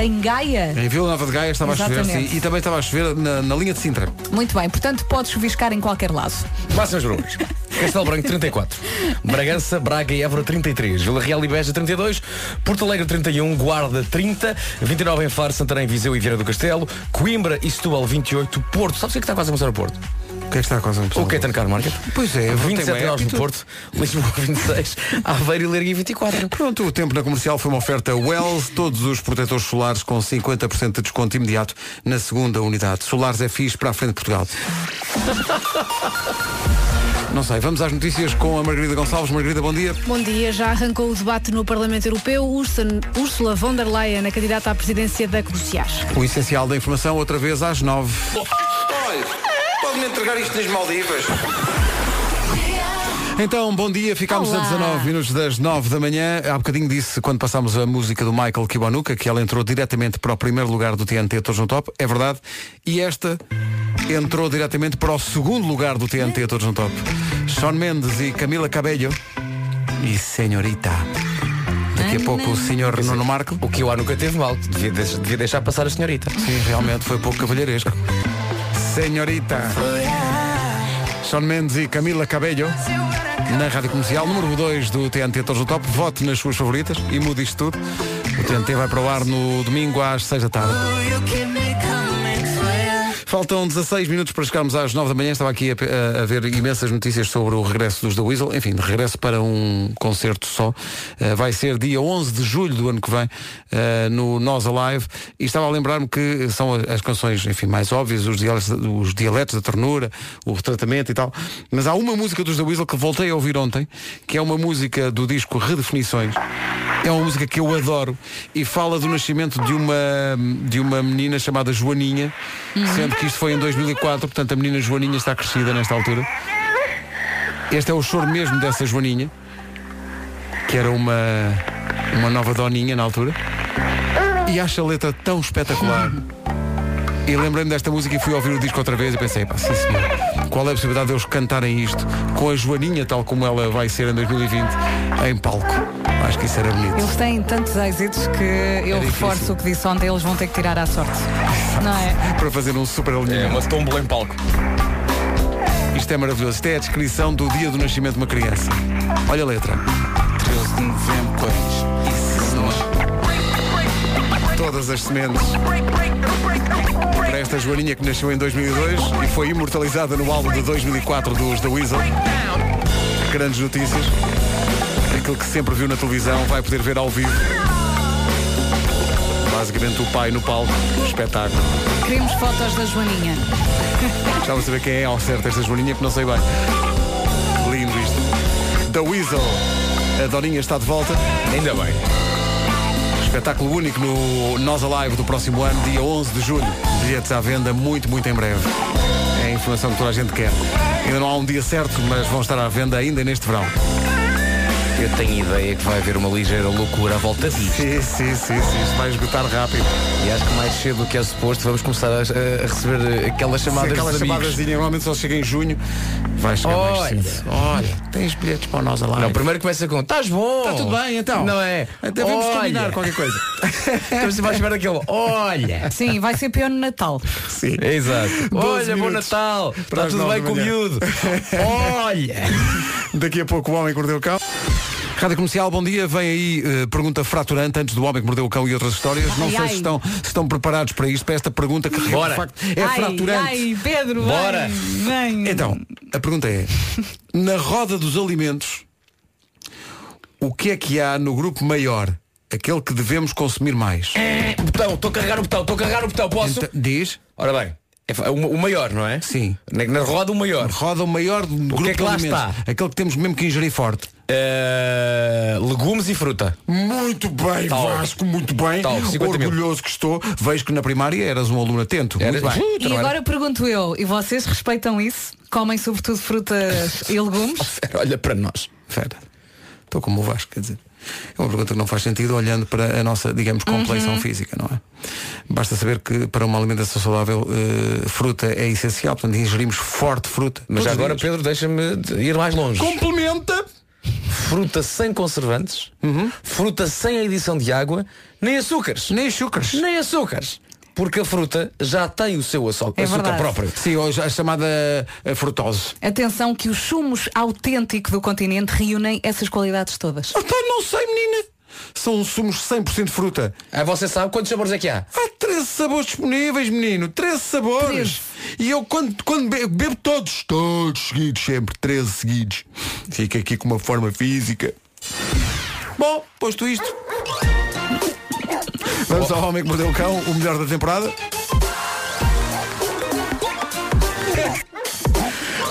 Speaker 1: em Gaia.
Speaker 2: Em Vila Nova de Gaia estava a chover
Speaker 1: Exatamente.
Speaker 2: sim, e também estava a chover na, na linha de Sintra.
Speaker 1: Muito bem, portanto pode chuviscar em qualquer lado.
Speaker 15: Máximas brumas. Castelo Branco 34, Bragança, Braga e Évora 33, Vila Real e Beja 32, Porto Alegre 31, Guarda 30, 29 em Faro, Santarém, Viseu e Vieira do Castelo, Coimbra e Setúbal 28, Porto. Sabes o que é que está quase a começar o Porto?
Speaker 2: O que é que está quase a
Speaker 15: O Caetano Car Market.
Speaker 2: Pois é, tem
Speaker 15: 27
Speaker 2: uma
Speaker 15: graus no
Speaker 2: aptitude.
Speaker 15: Porto, Lisboa 26, Aveiro e Lerguia 24.
Speaker 2: Pronto, o tempo na comercial foi uma oferta Wells, todos os protetores solares com 50% de desconto imediato na segunda unidade. Solares é fixe para a frente de Portugal. Não sei, vamos às notícias com a Margarida Gonçalves. Margarida, bom dia.
Speaker 11: Bom dia, já arrancou o debate no Parlamento Europeu. Ursa- Ursula von der Leyen, a candidata à presidência da COSIAS.
Speaker 2: O essencial da informação, outra vez às nove.
Speaker 18: Olha, pode-me entregar isto nas Maldivas?
Speaker 2: Então, bom dia, ficámos a 19 minutos das 9 da manhã. Há bocadinho disse, quando passámos a música do Michael Kiwanuka, que ela entrou diretamente para o primeiro lugar do TNT Todos no Top, é verdade. E esta entrou diretamente para o segundo lugar do TNT Todos no Top. Sean Mendes e Camila Cabello e Senhorita. Daqui a pouco o senhor Nuno Marco.
Speaker 15: O que eu há nunca teve mal, devia, deix- devia deixar passar a senhorita.
Speaker 2: Sim, realmente foi pouco cavalheiresco. Senhorita. Sean Mendes e Camila Cabello. Na Rádio Comercial, número 2 do TNT Todos no Top. Vote nas suas favoritas e mude isto tudo. O TNT vai para o ar no domingo às 6 da tarde. Faltam 16 minutos para chegarmos às 9 da manhã. Estava aqui a, a- a ver imensas notícias sobre o regresso dos The Weasel. Enfim, de regresso para um concerto só. Eh, vai ser dia 11 de julho do ano que vem, eh, no Nós Alive. E estava a lembrar-me que são a- as canções enfim, mais óbvias, os dialetos, os dialetos da ternura, o retratamento e tal. Mas há uma música dos The Weasel que voltei a ouvir ontem, que é uma música do disco Redefinições. É uma música que eu adoro e fala do nascimento de uma, de uma menina chamada Joaninha, sendo que isto foi em 2004, portanto a menina Joaninha está crescida nesta altura. Este é o choro mesmo dessa Joaninha, que era uma, uma nova doninha na altura, e acho a letra tão espetacular. E lembrei-me desta música e fui ouvir o disco outra vez e pensei, pá, sim senhor, qual é a possibilidade de eles cantarem isto com a Joaninha tal como ela vai ser em 2020 em palco? Acho que isso era bonito.
Speaker 1: Eles têm tantos êxitos que eu reforço o que disse ontem, eles vão ter que tirar à sorte. Não é?
Speaker 2: para fazer um super alinhamento. É uma tómbola em palco. Isto é maravilhoso. Isto é a descrição do dia do nascimento de uma criança. Olha a letra. 13 de novembro, Todas as sementes. Para esta Joaninha que nasceu em 2002 e foi imortalizada no álbum de 2004 dos The Weasel. Grandes notícias. Aquilo que sempre viu na televisão vai poder ver ao vivo. Basicamente o pai no palco. Espetáculo.
Speaker 1: Queremos fotos da Joaninha.
Speaker 2: Gostava de saber quem é ao certo esta Joaninha, que não sei bem. Lindo isto. The Weasel. A Dorinha está de volta. Ainda bem. Espetáculo único no Nós Alive do próximo ano, dia 11 de julho. Bilhetes à venda muito, muito em breve. É a informação que toda a gente quer. Ainda não há um dia certo, mas vão estar à venda ainda neste verão.
Speaker 15: Eu tenho ideia que vai haver uma ligeira loucura à volta disso.
Speaker 2: Sim, sim, sim, sim. Isto vai esgotar rápido.
Speaker 15: E acho que mais cedo do que é suposto vamos começar a, a receber aquelas chamadas
Speaker 2: Se aquelas
Speaker 15: dos amigos.
Speaker 2: chamadas normalmente só chega em junho. Vai chegar
Speaker 15: Olha.
Speaker 2: mais cedo. Olha, tens bilhetes para o Nós Alive.
Speaker 15: Não, primeiro começa com, estás bom?
Speaker 2: Está tudo bem, então?
Speaker 15: Não é?
Speaker 2: Até vamos
Speaker 15: Olha. Então
Speaker 2: combinar qualquer coisa.
Speaker 15: Estamos sempre à espera daquele, olha.
Speaker 1: Sim, vai ser pior no Natal.
Speaker 2: Sim.
Speaker 15: Exato.
Speaker 2: 12
Speaker 15: Olha, bom
Speaker 2: minutos
Speaker 15: Natal.
Speaker 2: para
Speaker 15: Está
Speaker 2: as
Speaker 15: tudo
Speaker 2: nove
Speaker 15: bem
Speaker 2: da
Speaker 15: com o
Speaker 2: manhã.
Speaker 15: miúdo. Olha.
Speaker 2: Daqui a pouco o Homem que Mordeu o Cão. Rádio Comercial, bom dia. Vem aí eh, pergunta fraturante antes do Homem que Mordeu o Cão e outras histórias. Não
Speaker 1: Ai,
Speaker 2: sei
Speaker 1: ai.
Speaker 2: se estão, se estão preparados para isto, para esta pergunta que
Speaker 15: Bora.
Speaker 2: de facto é
Speaker 1: ai,
Speaker 2: fraturante.
Speaker 1: Ai, Pedro,
Speaker 2: Bora.
Speaker 1: vem, vem.
Speaker 2: Então, a pergunta é, na roda dos alimentos, o que é que há no grupo maior? Aquele que devemos consumir mais.
Speaker 15: É Botão, estou a carregar o botão, estou a carregar o botão, posso?
Speaker 2: Então, diz.
Speaker 15: Ora bem, é fa- o, o maior, não é?
Speaker 2: Sim.
Speaker 15: Na, na roda o maior.
Speaker 2: Roda o maior do
Speaker 15: O
Speaker 2: grupo
Speaker 15: que é que
Speaker 2: de
Speaker 15: lá
Speaker 2: alimentos.
Speaker 15: está?
Speaker 2: Aquele que temos mesmo que ingerir forte.
Speaker 15: Eh, legumes e fruta.
Speaker 2: Muito bem,
Speaker 15: Tal.
Speaker 2: Vasco, muito bem.
Speaker 15: Tal, 50 Tá mil.
Speaker 2: Orgulhoso que estou. Vejo que na primária eras um aluno atento.
Speaker 15: Era-
Speaker 2: Muito bem.
Speaker 15: Puta,
Speaker 1: E
Speaker 15: não era?
Speaker 1: agora pergunto eu, e vocês respeitam isso? Comem sobretudo frutas e legumes?
Speaker 15: Olha para nós.
Speaker 2: Espera. Estou como o Vasco, quer dizer. É uma pergunta que não faz sentido olhando para a nossa, digamos, compleição
Speaker 1: Uhum.
Speaker 2: física, não é? Basta saber que para uma alimentação saudável eh, fruta é essencial, portanto ingerimos forte fruta.
Speaker 15: Mas já
Speaker 2: todos os
Speaker 15: agora,
Speaker 2: dias.
Speaker 15: Pedro, deixa-me de- ir mais longe.
Speaker 2: Complementa!
Speaker 15: Fruta sem conservantes, fruta sem adição de água, nem açúcares.
Speaker 2: Uhum. Nem açúcares.
Speaker 15: Nem açúcares. Porque a fruta já tem o seu aço-
Speaker 1: É
Speaker 15: açúcar
Speaker 1: verdade.
Speaker 15: próprio.
Speaker 2: Sim, hoje a chamada eh, frutose.
Speaker 1: Atenção que os sumos autêntico do continente reúnem essas qualidades todas.
Speaker 2: Então não sei, menina. São sumos 100% de fruta.
Speaker 15: Ah, você sabe quantos sabores é que há?
Speaker 2: Há 13 sabores disponíveis, menino. 13 sabores. E eu quando, quando bebo, bebo todos, todos seguidos, sempre. 13 seguidos. Fica aqui com uma forma física. Bom, posto isto. Vamos ao Homem que Mordeu o Cão, o melhor da temporada.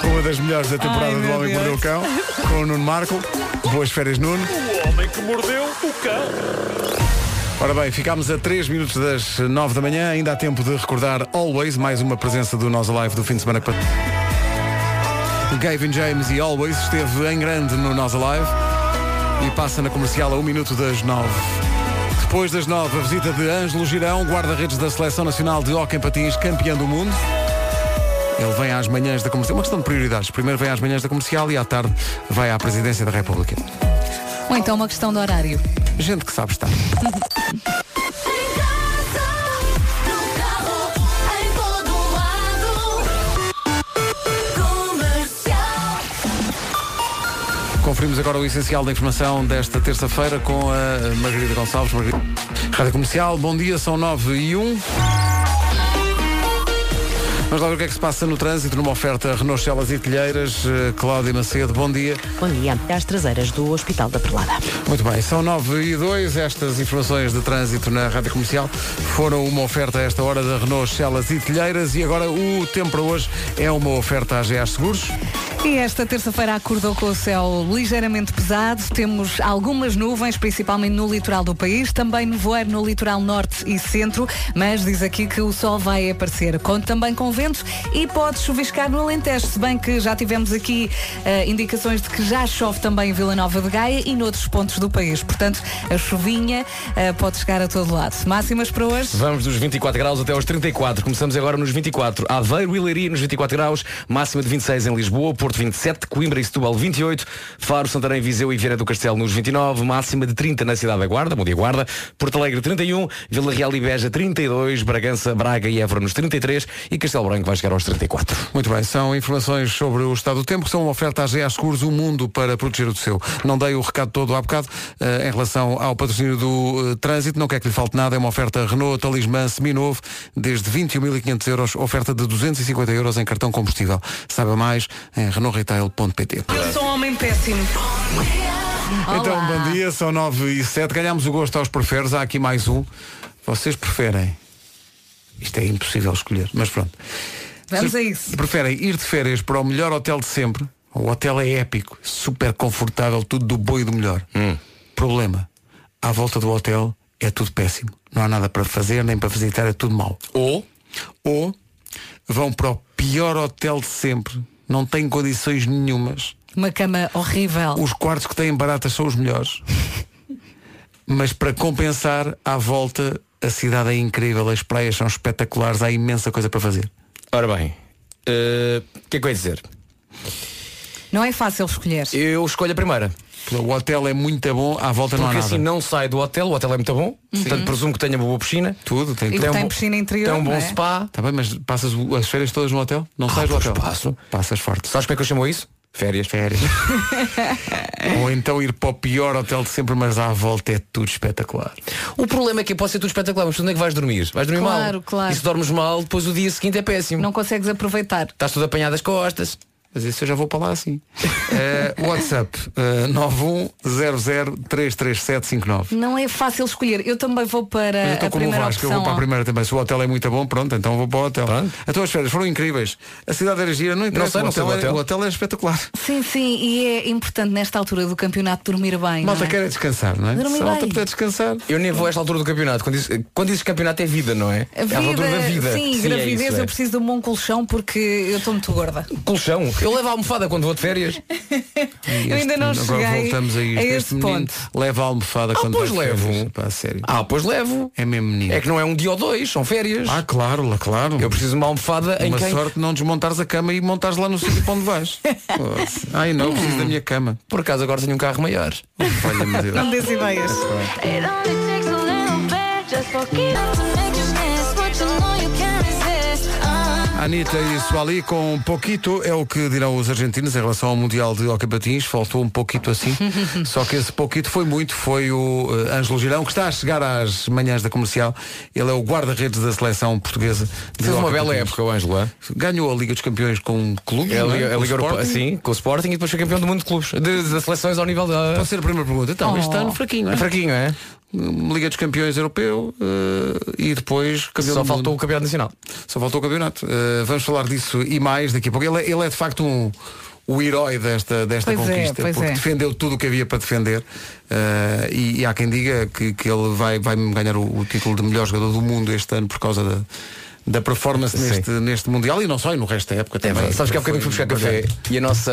Speaker 2: Uma das melhores da temporada do Homem que Mordeu o Cão, com o Nuno Marco. Boas férias, Nuno.
Speaker 8: O homem que mordeu o cão.
Speaker 2: Ora bem, ficámos a 3 minutos das 9 da manhã, ainda há tempo de recordar Always, mais uma presença do Nós Alive do fim de semana que passou. Gavin James e Always esteve em grande no Nós Alive e passa na comercial a 1 minuto das 9. Depois das 9, a visita de Ângelo Girão, guarda-redes da Seleção Nacional de Hockey em Patins, campeão do mundo. Ele vem às manhãs da comercial, uma questão de prioridades. Primeiro vem às manhãs da comercial e à tarde vai à Presidência da República.
Speaker 1: Ou então uma questão de horário.
Speaker 2: Gente que sabe estar. Conferimos agora o essencial da informação desta terça-feira com a Margarida Gonçalves. Margarida. Rádio Comercial, bom dia, são 9 e 1. Vamos lá ver o que é que se passa no trânsito, numa oferta Renault Celas e Telheiras. Eh, Cláudia Macedo, bom dia.
Speaker 3: Bom dia. Às traseiras do Hospital da Perlada.
Speaker 2: Muito bem, são 9 e 2. Estas informações de trânsito na Rádio Comercial foram uma oferta a esta hora da Renault Celas e Telheiras. E agora o tempo para hoje é uma oferta à GS Seguros.
Speaker 1: E esta terça-feira acordou com o céu ligeiramente pesado. Temos algumas nuvens, principalmente no litoral do país, também nevoeiro no litoral norte e centro, mas diz aqui que o sol vai aparecer. Conto também com ventos e pode chuviscar no Alentejo, se bem que já tivemos aqui eh, indicações de que já chove também em Vila Nova de Gaia e noutros pontos do país. Portanto, a chuvinha eh, pode chegar a todo lado. Máximas para hoje?
Speaker 15: Vamos dos 24 graus até aos 34. Começamos agora nos 24. Aveiro e Leiria nos 24 graus, máxima de 26 em Lisboa, Porto 27, Coimbra e Setúbal 28, Faro, Santarém, Viseu e Vieira do Castelo nos 29, máxima de 30 na cidade da Guarda, Bom dia Guarda, Porto Alegre 31, Vila Real e Beja 32, Bragança, Braga e Évora nos 33 e Castelo Branco vai chegar aos 34.
Speaker 2: Muito bem, são informações sobre o estado do tempo que são uma oferta à GA Seguros, o mundo para proteger o do seu. Não dei o recado todo há bocado eh, em relação ao patrocínio do eh, trânsito, não quer que lhe falte nada, é uma oferta Renault Talismã seminovo, desde 21.500 euros, oferta de 250 euros em cartão combustível. Saiba mais em renaultretail.pt.
Speaker 1: Eu sou um homem péssimo.
Speaker 2: Então, bom dia, são 9 e 7, ganhámos o gosto aos preferes, há aqui mais um. Vocês preferem? Isto é impossível escolher, mas pronto.
Speaker 1: Vamos
Speaker 2: Se
Speaker 1: a isso.
Speaker 2: Preferem ir de férias para o melhor hotel de sempre. O hotel é épico, super confortável, tudo do bom e do melhor. Problema. À volta do hotel é tudo péssimo. Não há nada para fazer, nem para visitar, é tudo mau.
Speaker 15: Ou,
Speaker 2: ou vão para o pior hotel de sempre, não têm condições nenhumas.
Speaker 1: Uma cama horrível.
Speaker 2: Os quartos que têm baratas são os melhores. Mas para compensar, à volta, a cidade é incrível, as praias são espetaculares, há imensa coisa para fazer.
Speaker 15: Ora bem, o que é que eu ia dizer?
Speaker 1: Não é fácil escolher.
Speaker 15: Eu escolho a primeira.
Speaker 2: O hotel é muito bom, à volta
Speaker 15: Porque
Speaker 2: não há
Speaker 15: assim
Speaker 2: nada.
Speaker 15: não sai do hotel, o hotel é muito bom, portanto presumo que tenha uma boa piscina.
Speaker 2: Tudo, tem
Speaker 1: E
Speaker 15: um
Speaker 1: tem
Speaker 15: bom-
Speaker 1: piscina interior.
Speaker 15: tem um bom
Speaker 1: não é?
Speaker 15: spa.
Speaker 2: Está bem, mas passas o- as férias todas no hotel? Não sais do
Speaker 15: Ah, pois
Speaker 2: hotel?
Speaker 15: passo.
Speaker 2: Passas forte.
Speaker 15: Sabes como é que eu chamo isso? Férias.
Speaker 2: Férias. Ou então ir para o pior hotel de sempre, mas à volta é tudo espetacular.
Speaker 15: O problema é que pode ser tudo espetacular, mas tu onde é que vais dormir? Vais dormir mal.
Speaker 1: Claro, claro.
Speaker 15: E se dormes mal, depois o dia seguinte é péssimo.
Speaker 1: Não consegues aproveitar.
Speaker 15: Estás tudo apanhado às costas.
Speaker 2: Mas isso eu já vou para lá assim. Eh, WhatsApp eh, 910033759.
Speaker 1: Não é fácil escolher. Eu também vou para
Speaker 2: Mas eu
Speaker 1: É, a
Speaker 2: estou como o
Speaker 1: primeira
Speaker 2: Vasco, eu
Speaker 1: opção.
Speaker 2: vou para a
Speaker 1: ó.
Speaker 2: primeira também. Se o hotel é muito bom, pronto, então vou para o hotel. Então as férias foram incríveis. A cidade era gira, não interessa.
Speaker 15: sei, não sei
Speaker 2: o,
Speaker 15: do
Speaker 2: hotel é,
Speaker 15: hotel.
Speaker 2: o hotel é espetacular.
Speaker 1: Sim, sim, e é importante nesta altura do campeonato dormir bem.
Speaker 2: Malta
Speaker 1: não é?
Speaker 2: quer é descansar, não é?
Speaker 1: Dormir
Speaker 2: Se a malta
Speaker 1: bem.
Speaker 2: puder descansar.
Speaker 15: Eu nem vou a esta altura do campeonato. Quando dizes, quando dizes campeonato é vida, não é? é a altura da vida.
Speaker 1: Sim,
Speaker 15: é
Speaker 1: gravidez,
Speaker 15: isso, é.
Speaker 1: eu preciso de um bom colchão porque eu estou muito gorda.
Speaker 15: Colchão. Eu levo a almofada quando vou de férias.
Speaker 1: Eu ainda não
Speaker 2: Este-
Speaker 1: cheguei
Speaker 2: Agora voltamos a isto.
Speaker 1: a
Speaker 2: Este
Speaker 1: esse
Speaker 2: menino
Speaker 1: ponto.
Speaker 2: Leva a almofada
Speaker 15: Ah,
Speaker 2: quando
Speaker 15: pois
Speaker 2: vai de
Speaker 15: levo.
Speaker 2: férias. Pá, a sério.
Speaker 15: Ah, pois levo.
Speaker 2: É mesmo menino.
Speaker 15: É que não é um dia ou dois, são férias.
Speaker 2: Ah, claro, lá, claro.
Speaker 15: Eu preciso de uma almofada em
Speaker 2: Uma
Speaker 15: quem...
Speaker 2: sorte não desmontares a cama e montares lá no sítio para onde vais. Ai não, preciso da minha cama.
Speaker 15: Por acaso agora tenho um carro maior.
Speaker 2: Olha-me Deus.
Speaker 1: Não dês ideias.
Speaker 10: It only takes a little bit just for keeps to make you miss what you know you can't resist. Uh.
Speaker 2: Anitta e Suali com Poquito é o que dirão os argentinos em relação ao Mundial de Hockey Patins. Faltou um pouquito assim. Só que esse pouquito foi muito. Foi o eh, Ângelo Girão, que está a chegar às manhãs da comercial. Ele é o guarda-redes da seleção portuguesa. de
Speaker 15: Fez uma
Speaker 2: hóquei
Speaker 15: bela
Speaker 2: patins.
Speaker 15: época o Ângelo, é?
Speaker 2: Ganhou a Liga dos Campeões com clubes.
Speaker 15: É a
Speaker 2: não é?
Speaker 15: Liga, a
Speaker 2: Com o
Speaker 15: Liga Europa,
Speaker 2: Sporting.
Speaker 15: sim, com o Sporting e depois foi campeão do mundo de clubes, de- das seleções ao nível da.
Speaker 2: Pode ser a primeira pergunta. Então,
Speaker 15: Oh.
Speaker 2: este ano fraquinho, é?
Speaker 15: Fraquinho, é?
Speaker 2: Liga dos Campeões Europeu eh, e depois campeão
Speaker 15: Só
Speaker 2: do
Speaker 15: faltou
Speaker 2: mundo.
Speaker 15: o campeonato nacional.
Speaker 2: Só faltou o campeonato. Eh, vamos falar disso e mais daqui a pouco. Ele, é- ele é de facto um, o herói desta, desta
Speaker 1: Pois é,
Speaker 2: conquista,
Speaker 1: pois
Speaker 2: porque
Speaker 1: é.
Speaker 2: defendeu tudo o que havia para defender. Eh, e, e há quem diga que, que ele vai, vai mesmo ganhar o, o título de melhor jogador do mundo este ano por causa da, da performance
Speaker 15: Sim.
Speaker 2: neste, neste Mundial e não só, e no resto da época
Speaker 15: É
Speaker 2: também.
Speaker 15: verdade. Sabes que há
Speaker 2: Foi
Speaker 15: bocadinho fui buscar café e a nossa,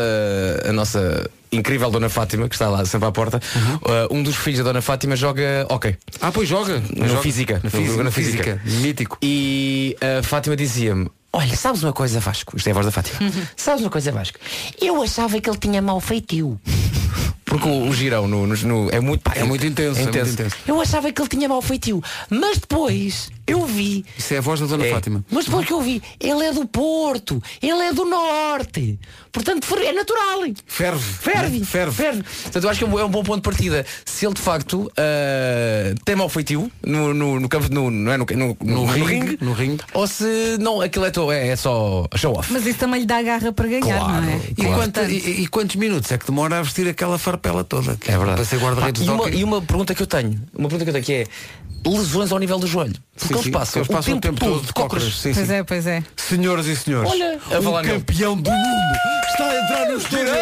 Speaker 15: a nossa incrível Dona Fátima, que está lá sempre à porta,
Speaker 2: Uhum.
Speaker 15: uh, um dos filhos da Dona Fátima joga ok.
Speaker 2: Ah, pois joga.
Speaker 15: Na
Speaker 2: Joga.
Speaker 15: física.
Speaker 2: Na
Speaker 15: No
Speaker 2: física.
Speaker 15: jogo
Speaker 2: na
Speaker 15: na
Speaker 2: física.
Speaker 15: física.
Speaker 2: Mítico.
Speaker 15: E a Fátima dizia-me, olha, sabes uma coisa Vasco? Isto é a voz da Fátima. Sabes uma coisa Vasco? Eu achava que ele tinha mau feitio. Porque o, o girão no, no- no- é muito pá,
Speaker 2: É muito intenso, é muito intenso.
Speaker 15: Eu achava que ele tinha mau feitio. Mas depois eu vi.
Speaker 2: Isso é a voz da Dona
Speaker 15: É.
Speaker 2: Fátima.
Speaker 15: Mas depois que eu vi, ele é do Porto, ele é do Norte. Portanto, fer- é natural.
Speaker 2: Ferve.
Speaker 15: Ferve.
Speaker 2: Ferve.
Speaker 15: Ferve. Portanto, eu acho que é um, é um bom ponto de partida. Se ele de facto ah, tem mau feitio no, no, no campo, no, não é? No, no, no
Speaker 2: No
Speaker 15: ringue,
Speaker 2: ringue. No ringue.
Speaker 15: ou se não, aquilo é, to- é, é só show off.
Speaker 1: Mas isso também lhe dá garra para ganhar,
Speaker 15: Claro,
Speaker 1: não
Speaker 2: E,
Speaker 1: é? É
Speaker 2: quanto-
Speaker 1: importante.
Speaker 2: e- e quantos minutos é que demora a vestir aquela farpela toda?
Speaker 15: É verdade.
Speaker 2: Para ser guarda-redes
Speaker 15: Pá,
Speaker 2: de
Speaker 15: e, uma,
Speaker 2: hóquei.
Speaker 15: e uma pergunta que eu tenho, uma pergunta que eu tenho que é lesões ao nível do joelho. Porque
Speaker 2: Sim,
Speaker 15: eles,
Speaker 2: sim.
Speaker 15: passam
Speaker 2: Eles passam
Speaker 15: o tempo, todo de cócoras.
Speaker 2: Sim,
Speaker 1: Pois
Speaker 2: sim.
Speaker 1: é, pois é.
Speaker 2: Senhoras e senhores,
Speaker 15: Olha, a
Speaker 2: o
Speaker 15: falar nele.
Speaker 2: um campeão do mundo está a entrar no estúdio.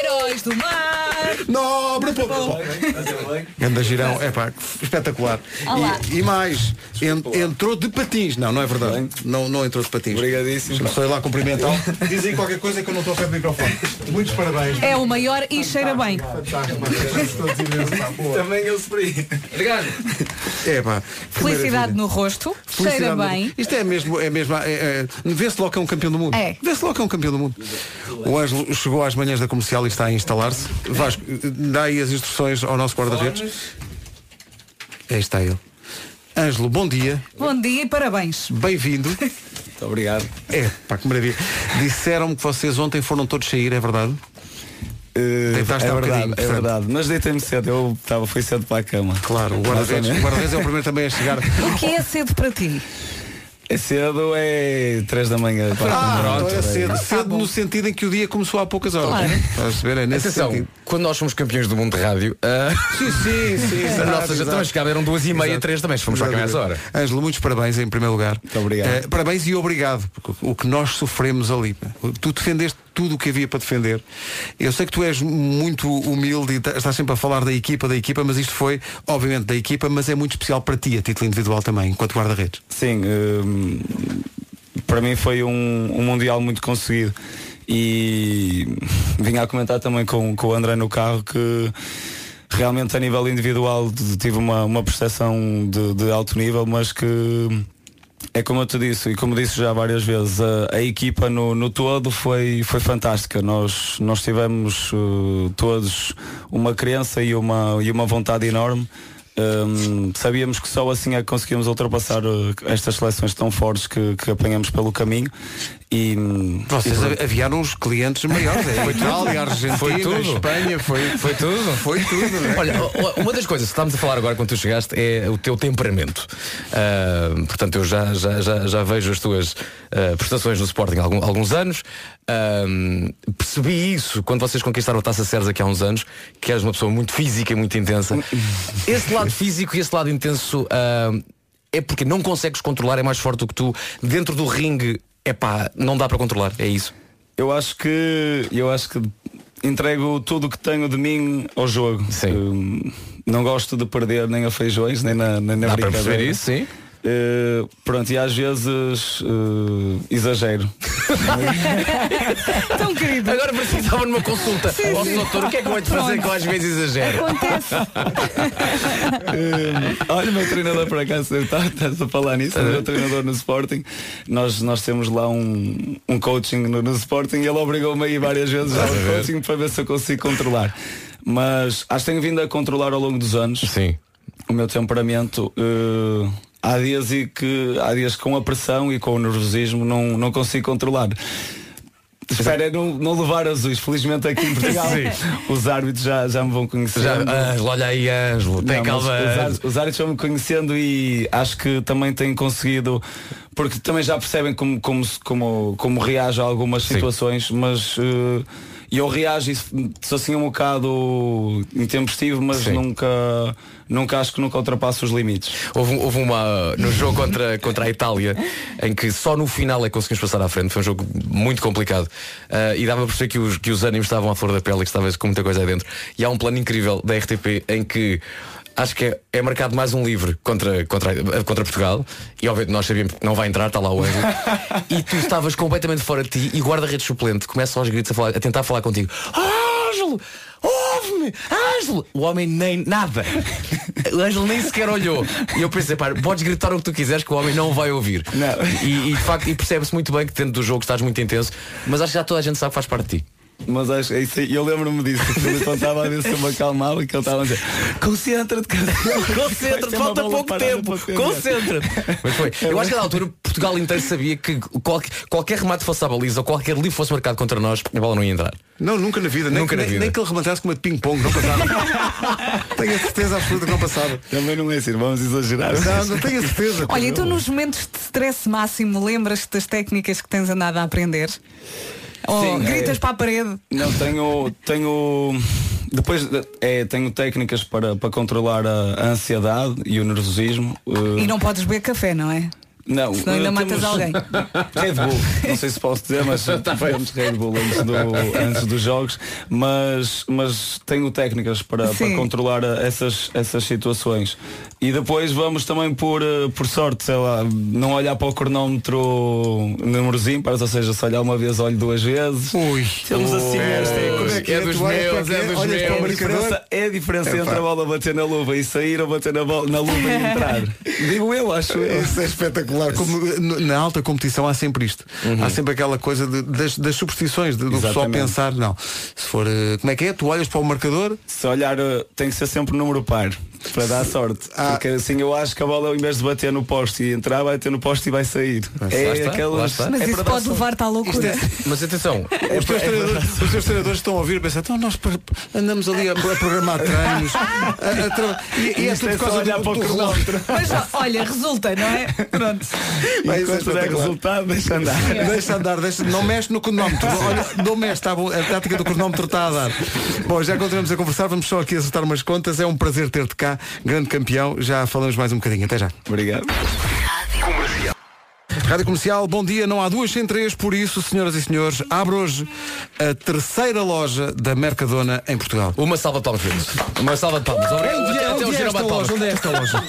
Speaker 1: Heróis do mar!
Speaker 2: Nobre povo. Ganda girão, é pá, espetacular.
Speaker 1: Olá.
Speaker 2: E, e mais, en- entrou de patins. Não, não é verdade. Não, não entrou de patins.
Speaker 16: Obrigadíssimo.
Speaker 2: Deixa-me Só ir lá cumprimentar. Diz aí qualquer coisa que eu não estou a pé do microfone. Muitos parabéns.
Speaker 1: É o maior e cheira bem.
Speaker 16: Também eu sofri.
Speaker 15: Obrigado.
Speaker 2: É pá. primeira
Speaker 1: Felicidade
Speaker 2: vida.
Speaker 1: no rosto, cheira
Speaker 2: Felicidade no-
Speaker 1: bem.
Speaker 2: Isto é mesmo, é mesmo, é, é, vê-se logo que é um campeão do mundo.
Speaker 1: É.
Speaker 2: Vê-se logo que é um campeão do mundo. O Ângelo chegou às manhãs da comercial e está a instalar-se. Vasco, dá aí as instruções ao nosso guarda-redes. Aí está ele. Ângelo, bom dia,
Speaker 1: Bom dia e parabéns.
Speaker 2: bem-vindo.
Speaker 16: Muito obrigado.
Speaker 2: É, pá, que maravilha. Disseram-me que vocês ontem foram todos sair, é verdade?
Speaker 16: Eh,
Speaker 2: Deitaste
Speaker 16: é
Speaker 2: há
Speaker 16: verdade,
Speaker 2: bocadinho,
Speaker 16: é
Speaker 2: portanto.
Speaker 16: verdade. Mas deitei-me cedo, eu estava, fui cedo para a cama.
Speaker 2: Claro, o guarda-redes
Speaker 16: Mais ou
Speaker 2: o
Speaker 16: menos.
Speaker 2: guarda-redes é o primeiro também a chegar.
Speaker 1: O que é cedo para ti?
Speaker 16: É cedo, é 3 da manhã. quatro da manhã.
Speaker 2: Ah, então é
Speaker 16: Pronto, é.
Speaker 2: cedo, cedo no sentido em que o dia começou há poucas horas.
Speaker 1: Tá Claro.
Speaker 2: Estás a perceber? É nesse
Speaker 15: Atenção,
Speaker 2: sentido.
Speaker 15: quando nós somos campeões do mundo de rádio, ah,
Speaker 2: Sim, sim, sim.
Speaker 15: as nossas já estão a chegar, eram duas e meia,
Speaker 2: Exato.
Speaker 15: três também, se fomos para a cama a essa hora.
Speaker 2: Ângelo, muitos parabéns em primeiro lugar.
Speaker 16: Muito obrigado.
Speaker 2: Eh, parabéns e obrigado, porque o que nós sofremos ali. pá. Tu defendeste tudo o que havia para defender. Eu sei que tu és muito humilde e ta- estás sempre a falar da equipa, da equipa, mas isto foi, obviamente, da equipa, mas é muito especial para ti, a título individual também, enquanto guarda-redes.
Speaker 16: Sim, hum, para mim foi um, um Mundial muito conseguido. E vinha a comentar também com, com o André no carro que realmente a nível individual de- tive uma, uma prestação de, de alto nível, mas que é como eu te disse e como disse já várias vezes, a, a equipa no, no todo foi, foi fantástica. Nós, nós tivemos eh, todos uma crença e uma, e uma vontade enorme. Hum, sabíamos que só assim é que conseguimos ultrapassar eh, estas seleções tão fortes que, que apanhamos pelo caminho e, hum,
Speaker 2: Vocês
Speaker 16: e pronto.
Speaker 2: a- aviaram os clientes maiores, é, Itália, Argentina,
Speaker 15: Foi tudo.
Speaker 2: Espanha, foi, foi
Speaker 15: Foi tudo? né?
Speaker 2: Foi tudo, não é?
Speaker 15: Olha, o- o- uma das coisas que estamos a falar agora quando tu chegaste é o teu temperamento. Ah, portanto, eu já, já, já, já vejo as tuas ah, prestações no Sporting há algum- alguns anos. Ah, percebi isso quando vocês conquistaram a Taça Ceres aqui há uns anos, que és uma pessoa muito física e muito intensa. Esse lado físico e esse lado intenso ah, é porque não consegues controlar, é mais forte do que tu. Dentro do ringue, é pá, não dá para controlar, é isso.
Speaker 16: Eu acho que eu acho que entrego tudo o que tenho de mim ao jogo.
Speaker 15: Sim.
Speaker 16: Hum, não gosto de perder nem a feijões, nem na, nem na
Speaker 15: Dá para
Speaker 16: brincadeira.
Speaker 15: perceber isso, sim.
Speaker 16: Eh, pronto, e às vezes eh, exagero.
Speaker 1: Tão querido.
Speaker 15: Agora parecia que estava numa consulta.
Speaker 1: Sim,
Speaker 15: Ó,
Speaker 1: sim.
Speaker 15: doutor, o que é que eu hei de fazer que eu às vezes exagero?
Speaker 1: Acontece.
Speaker 16: Hum, Olha, o meu treinador por acaso está- estás a falar nisso, o
Speaker 15: É.
Speaker 16: meu treinador no Sporting, nós, nós temos lá um, um coaching no, no Sporting e ele obrigou-me a ir várias vezes ao
Speaker 15: Estás a ver?
Speaker 16: coaching para ver se eu consigo controlar. Mas acho que tenho vindo a controlar ao longo dos anos o meu temperamento. eh, há dias e que há dias que com a pressão e com o nervosismo não, não consigo controlar. Espero é não, não levar azuis. Felizmente aqui em Portugal
Speaker 15: Sim.
Speaker 16: os árbitros já, já me vão conhecer.
Speaker 15: Já, ah, Ângelo, Tá, olha aí, Ângelo, tem
Speaker 16: Não, mas
Speaker 15: calma.
Speaker 16: Os
Speaker 15: Ângelo.
Speaker 16: árbitros- os árbitros vão me conhecendo e acho que também têm conseguido, porque também já percebem como, como, se- como, como reajo a algumas situações, mas eh, eu reajo e se- sou assim um bocado intempestivo, mas nunca, nunca acho que nunca ultrapasso os limites.
Speaker 15: Houve, um, houve uma no jogo contra, contra a Itália em que só no final é que conseguimos passar à frente. Foi um jogo muito complicado. Ah, e dava para perceber que os, que os ânimos estavam à flor da pele e que estava com muita coisa aí dentro. E há um plano incrível da RTP em que acho que é, é marcado mais um livre contra, contra, a- contra Portugal. E obviamente nós sabíamos que não vai entrar, está lá o Ângelo. e tu estavas completamente fora de ti e o guarda-redes suplente começa aos gritos a, falar- a tentar falar contigo. Ângelo! Ouve-me! Ângelo! O homem nem nada. O Ângelo nem sequer olhou. E eu pensei, pá, podes gritar o que tu quiseres que o homem não vai ouvir. E, e, de facto, e percebe-se muito bem que dentro do jogo estás muito intenso, mas acho que já toda a gente sabe que faz parte de ti.
Speaker 16: Mas acho que é isso aí. eu lembro-me disso, que o Filipe estava a ver se eu me acalmava e que ele estava a dizer Concentra-te, cara." Vai
Speaker 15: Concentra-te,
Speaker 16: ser
Speaker 15: falta
Speaker 16: uma bola
Speaker 15: pouco
Speaker 16: parada
Speaker 15: tempo.
Speaker 16: para É o teu
Speaker 15: Concentra-te. Mas foi. Eu acho que na altura Portugal inteiro sabia que qualquer, qualquer remate fosse à baliza ou qualquer livro fosse marcado contra nós, a bola não ia entrar.
Speaker 2: Não, nunca na vida. Nem,
Speaker 15: Nunca na
Speaker 2: nem,
Speaker 15: vida.
Speaker 2: nem que ele rematasse com uma de ping-pong, não passava. tenho a certeza absoluta que não passava.
Speaker 16: Também não é assim, vamos exagerar.
Speaker 2: Não, não tenho a certeza.
Speaker 1: Olha, e tu nos momentos de stress máximo lembras-te das técnicas que tens andado a aprender? Ou
Speaker 16: Sim,
Speaker 1: gritas
Speaker 16: é.
Speaker 1: para a parede?
Speaker 16: Não, tenho. tenho depois de- é, tenho técnicas para, para controlar a, a ansiedade e o nervosismo. eh,
Speaker 1: E não podes beber café, não é?
Speaker 16: não,
Speaker 1: senão ainda
Speaker 16: eh,
Speaker 1: matas
Speaker 16: temos
Speaker 1: alguém.
Speaker 16: Red Bull, não sei se posso dizer, mas
Speaker 15: Tá
Speaker 16: tivemos Red Bull antes, do- antes dos jogos, mas, mas tenho técnicas para, para
Speaker 19: Sim.
Speaker 16: controlar eh, essas, essas situações. E depois vamos também por, eh, por sorte, sei lá, não olhar para o cronómetro números ímpares, ou seja, se olhar uma vez, olho duas vezes. Ui, temos assim
Speaker 15: Ui,
Speaker 16: esta
Speaker 15: como é que é? Tu olhas para aqui, olhas para o
Speaker 16: É a
Speaker 15: marcador?
Speaker 16: diferença- É a diferença
Speaker 15: Epá.
Speaker 16: entre a bola bater na luva e sair ou bater na, bola, na luva e entrar. Digo eu, acho eu.
Speaker 2: Isso é espetacular. Como, no- na alta competição há sempre isto.
Speaker 15: Uhum.
Speaker 2: Há sempre aquela coisa de- das, das superstições, de- do pessoal
Speaker 16: Exatamente.
Speaker 2: pensar, não. Se for. eh, Como é que é? Tu olhas para o marcador.
Speaker 16: Se olhar, eh, tem que ser sempre número par para dar sorte.
Speaker 15: Ah.
Speaker 16: Porque assim eu acho que a bola, em vez de bater no poste e entrar, vai ter no poste e vai sair.
Speaker 15: lá
Speaker 16: É
Speaker 15: está, lá
Speaker 16: aquelas.
Speaker 15: está.
Speaker 1: Mas
Speaker 16: é assim,
Speaker 1: isso
Speaker 16: para dar
Speaker 1: pode
Speaker 16: sorte.
Speaker 1: levar-te à loucura.
Speaker 15: Mas atenção,
Speaker 2: Os teus, treinadores, os teus treinadores estão a ouvir e pensar, então nós pro- andamos ali a, a programar treinos. a- a tra- e, e é
Speaker 16: Isto
Speaker 2: tudo
Speaker 16: é
Speaker 2: por
Speaker 16: só
Speaker 2: causa
Speaker 16: olhar
Speaker 2: do,
Speaker 16: para o
Speaker 2: do
Speaker 16: cronómetro.
Speaker 2: relógio.
Speaker 1: Mas ó, olha, resulta, não é? Pronto.
Speaker 2: Mas isso é
Speaker 16: Enquanto der
Speaker 2: espetacular.
Speaker 16: resultado, deixa andar.
Speaker 2: Deixa andar, deixa, não mexe no cronómetro. Olha, não mexe, está bom, a tática do cronómetro está a dar. Bom, já continuamos a conversar, vamos só aqui acertar umas contas. É um prazer ter-te cá, grande campeão. Já falamos mais um bocadinho. Até já.
Speaker 16: Obrigado.
Speaker 2: Rádio Comercial, bom dia. Não há duas sem três, por isso, senhoras e senhores, abre hoje a terceira loja da Mercadona em Portugal.
Speaker 15: Uma salva de palmas, filhos. Uma salva de palmas. Obrigado.
Speaker 2: Onde é-
Speaker 15: Até- até
Speaker 2: onde
Speaker 15: o
Speaker 2: é
Speaker 15: Girão
Speaker 2: esta
Speaker 15: bate palmas.
Speaker 2: loja? Onde é esta loja?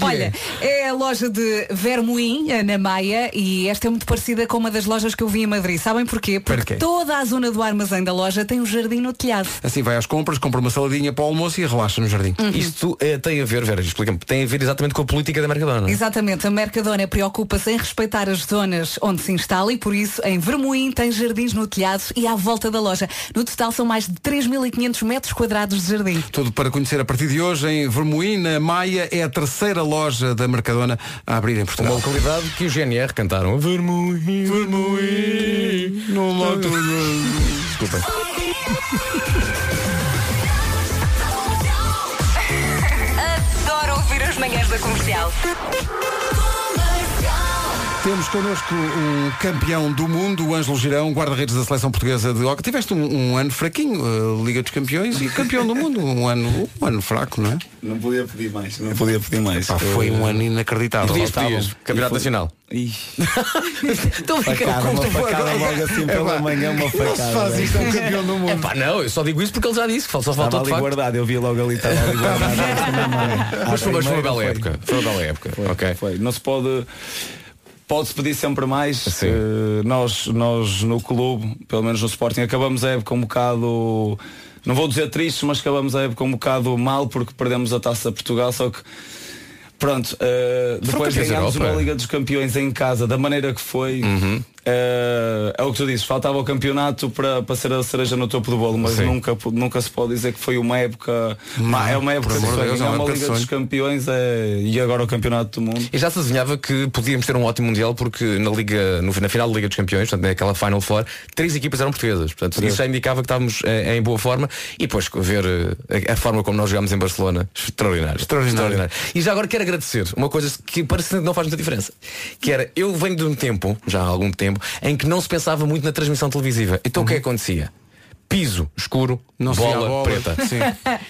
Speaker 1: Olha, é a loja de Vermoim, eh, na Maia, e esta é muito parecida com uma das lojas que eu vi em Madrid. Sabem porquê? Porque
Speaker 2: Porquê?
Speaker 1: toda a zona do armazém da loja tem um jardim no telhado.
Speaker 2: Assim vai às compras, compra uma saladinha para o almoço e relaxa no jardim.
Speaker 15: Isto eh, tem a ver, Vera, explica-me, tem a ver exatamente com a política da Mercadona.
Speaker 1: Exatamente, a Mercadona preocupa-se em respeitar as zonas onde se instala e por isso em Vermoim tem jardins no telhado e à volta da loja. No total são mais de 3.500 metros quadrados de jardim.
Speaker 2: Tudo para conhecer a partir de hoje em Vermoim, na Maia, é a terceira loja da Mercadona a abrir em Portugal.
Speaker 15: Uma localidade que o GNR cantaram. Vermelho, vermelho,
Speaker 2: não mato.
Speaker 15: Desculpem.
Speaker 5: Adoro ouvir as manhãs da comercial.
Speaker 2: Temos connosco um campeão do mundo, o Ângelo Girão, guarda-redes da seleção portuguesa de hockey. Tiveste um, um ano fraquinho, eh, Liga dos Campeões e campeão do mundo. Um ano, um ano fraco, não é?
Speaker 16: Não podia pedir mais, não podia pedir mais.
Speaker 2: Pá, foi um ano inacreditável.
Speaker 15: Podias,
Speaker 16: Faltavam.
Speaker 15: podias. Campeonato
Speaker 16: E foi-
Speaker 15: Nacional.
Speaker 16: Eh, Ih,
Speaker 15: Então
Speaker 16: Facada, uma facada logo assim pela manhã, uma facada. é
Speaker 2: do
Speaker 15: mundo. Epá, não, eu só digo isso porque ele já disse, que só falta
Speaker 16: Estava
Speaker 15: de
Speaker 16: ali
Speaker 15: facto.
Speaker 16: guardado, eu vi logo ali, estava ali guardado.
Speaker 15: Mas foi, mas foi uma bela
Speaker 16: Foi.
Speaker 15: época. Foi uma bela época.
Speaker 16: Foi, foi. Não se pode. Pode-se pedir sempre mais. Eh, nós, nós no clube, pelo menos no Sporting, acabamos a época um bocado. Não vou dizer tristes, mas acabamos a época um bocado mal porque perdemos a taça de Portugal, só que pronto, eh, depois
Speaker 15: campeões da
Speaker 16: ganhámos
Speaker 15: Europa.
Speaker 16: uma Liga dos Campeões em casa, da maneira que foi. eh, é o que tu dizes, faltava o campeonato para, para ser a cereja no topo do bolo, mas
Speaker 15: Sim.
Speaker 16: nunca, nunca se pode dizer que foi uma época.
Speaker 15: Não,
Speaker 16: é uma
Speaker 15: por
Speaker 16: época de
Speaker 15: amor de
Speaker 16: sonho,
Speaker 15: Deus, não,
Speaker 16: é
Speaker 15: é
Speaker 16: uma
Speaker 15: época de
Speaker 16: Liga dos
Speaker 15: sonho.
Speaker 16: Campeões eh, e agora o Campeonato do Mundo.
Speaker 15: E já se adivinhava que podíamos ter um ótimo Mundial porque na, Liga, no- na final da Liga dos Campeões, portanto, naquela Final Four, três equipas eram portuguesas. Portanto, isso já indicava que estávamos eh, em boa forma e depois ver eh, a, a forma como nós jogámos em Barcelona, extraordinário.
Speaker 2: Extraordinário.
Speaker 15: E já agora quero agradecer uma coisa que parece que não faz muita diferença. Que era, eu venho de um tempo, já há algum tempo, em que não se pensava muito na transmissão televisiva. Então o que é que acontecia? Piso escuro,
Speaker 2: se via a
Speaker 15: bola,
Speaker 2: bola,
Speaker 15: preta.
Speaker 2: sim.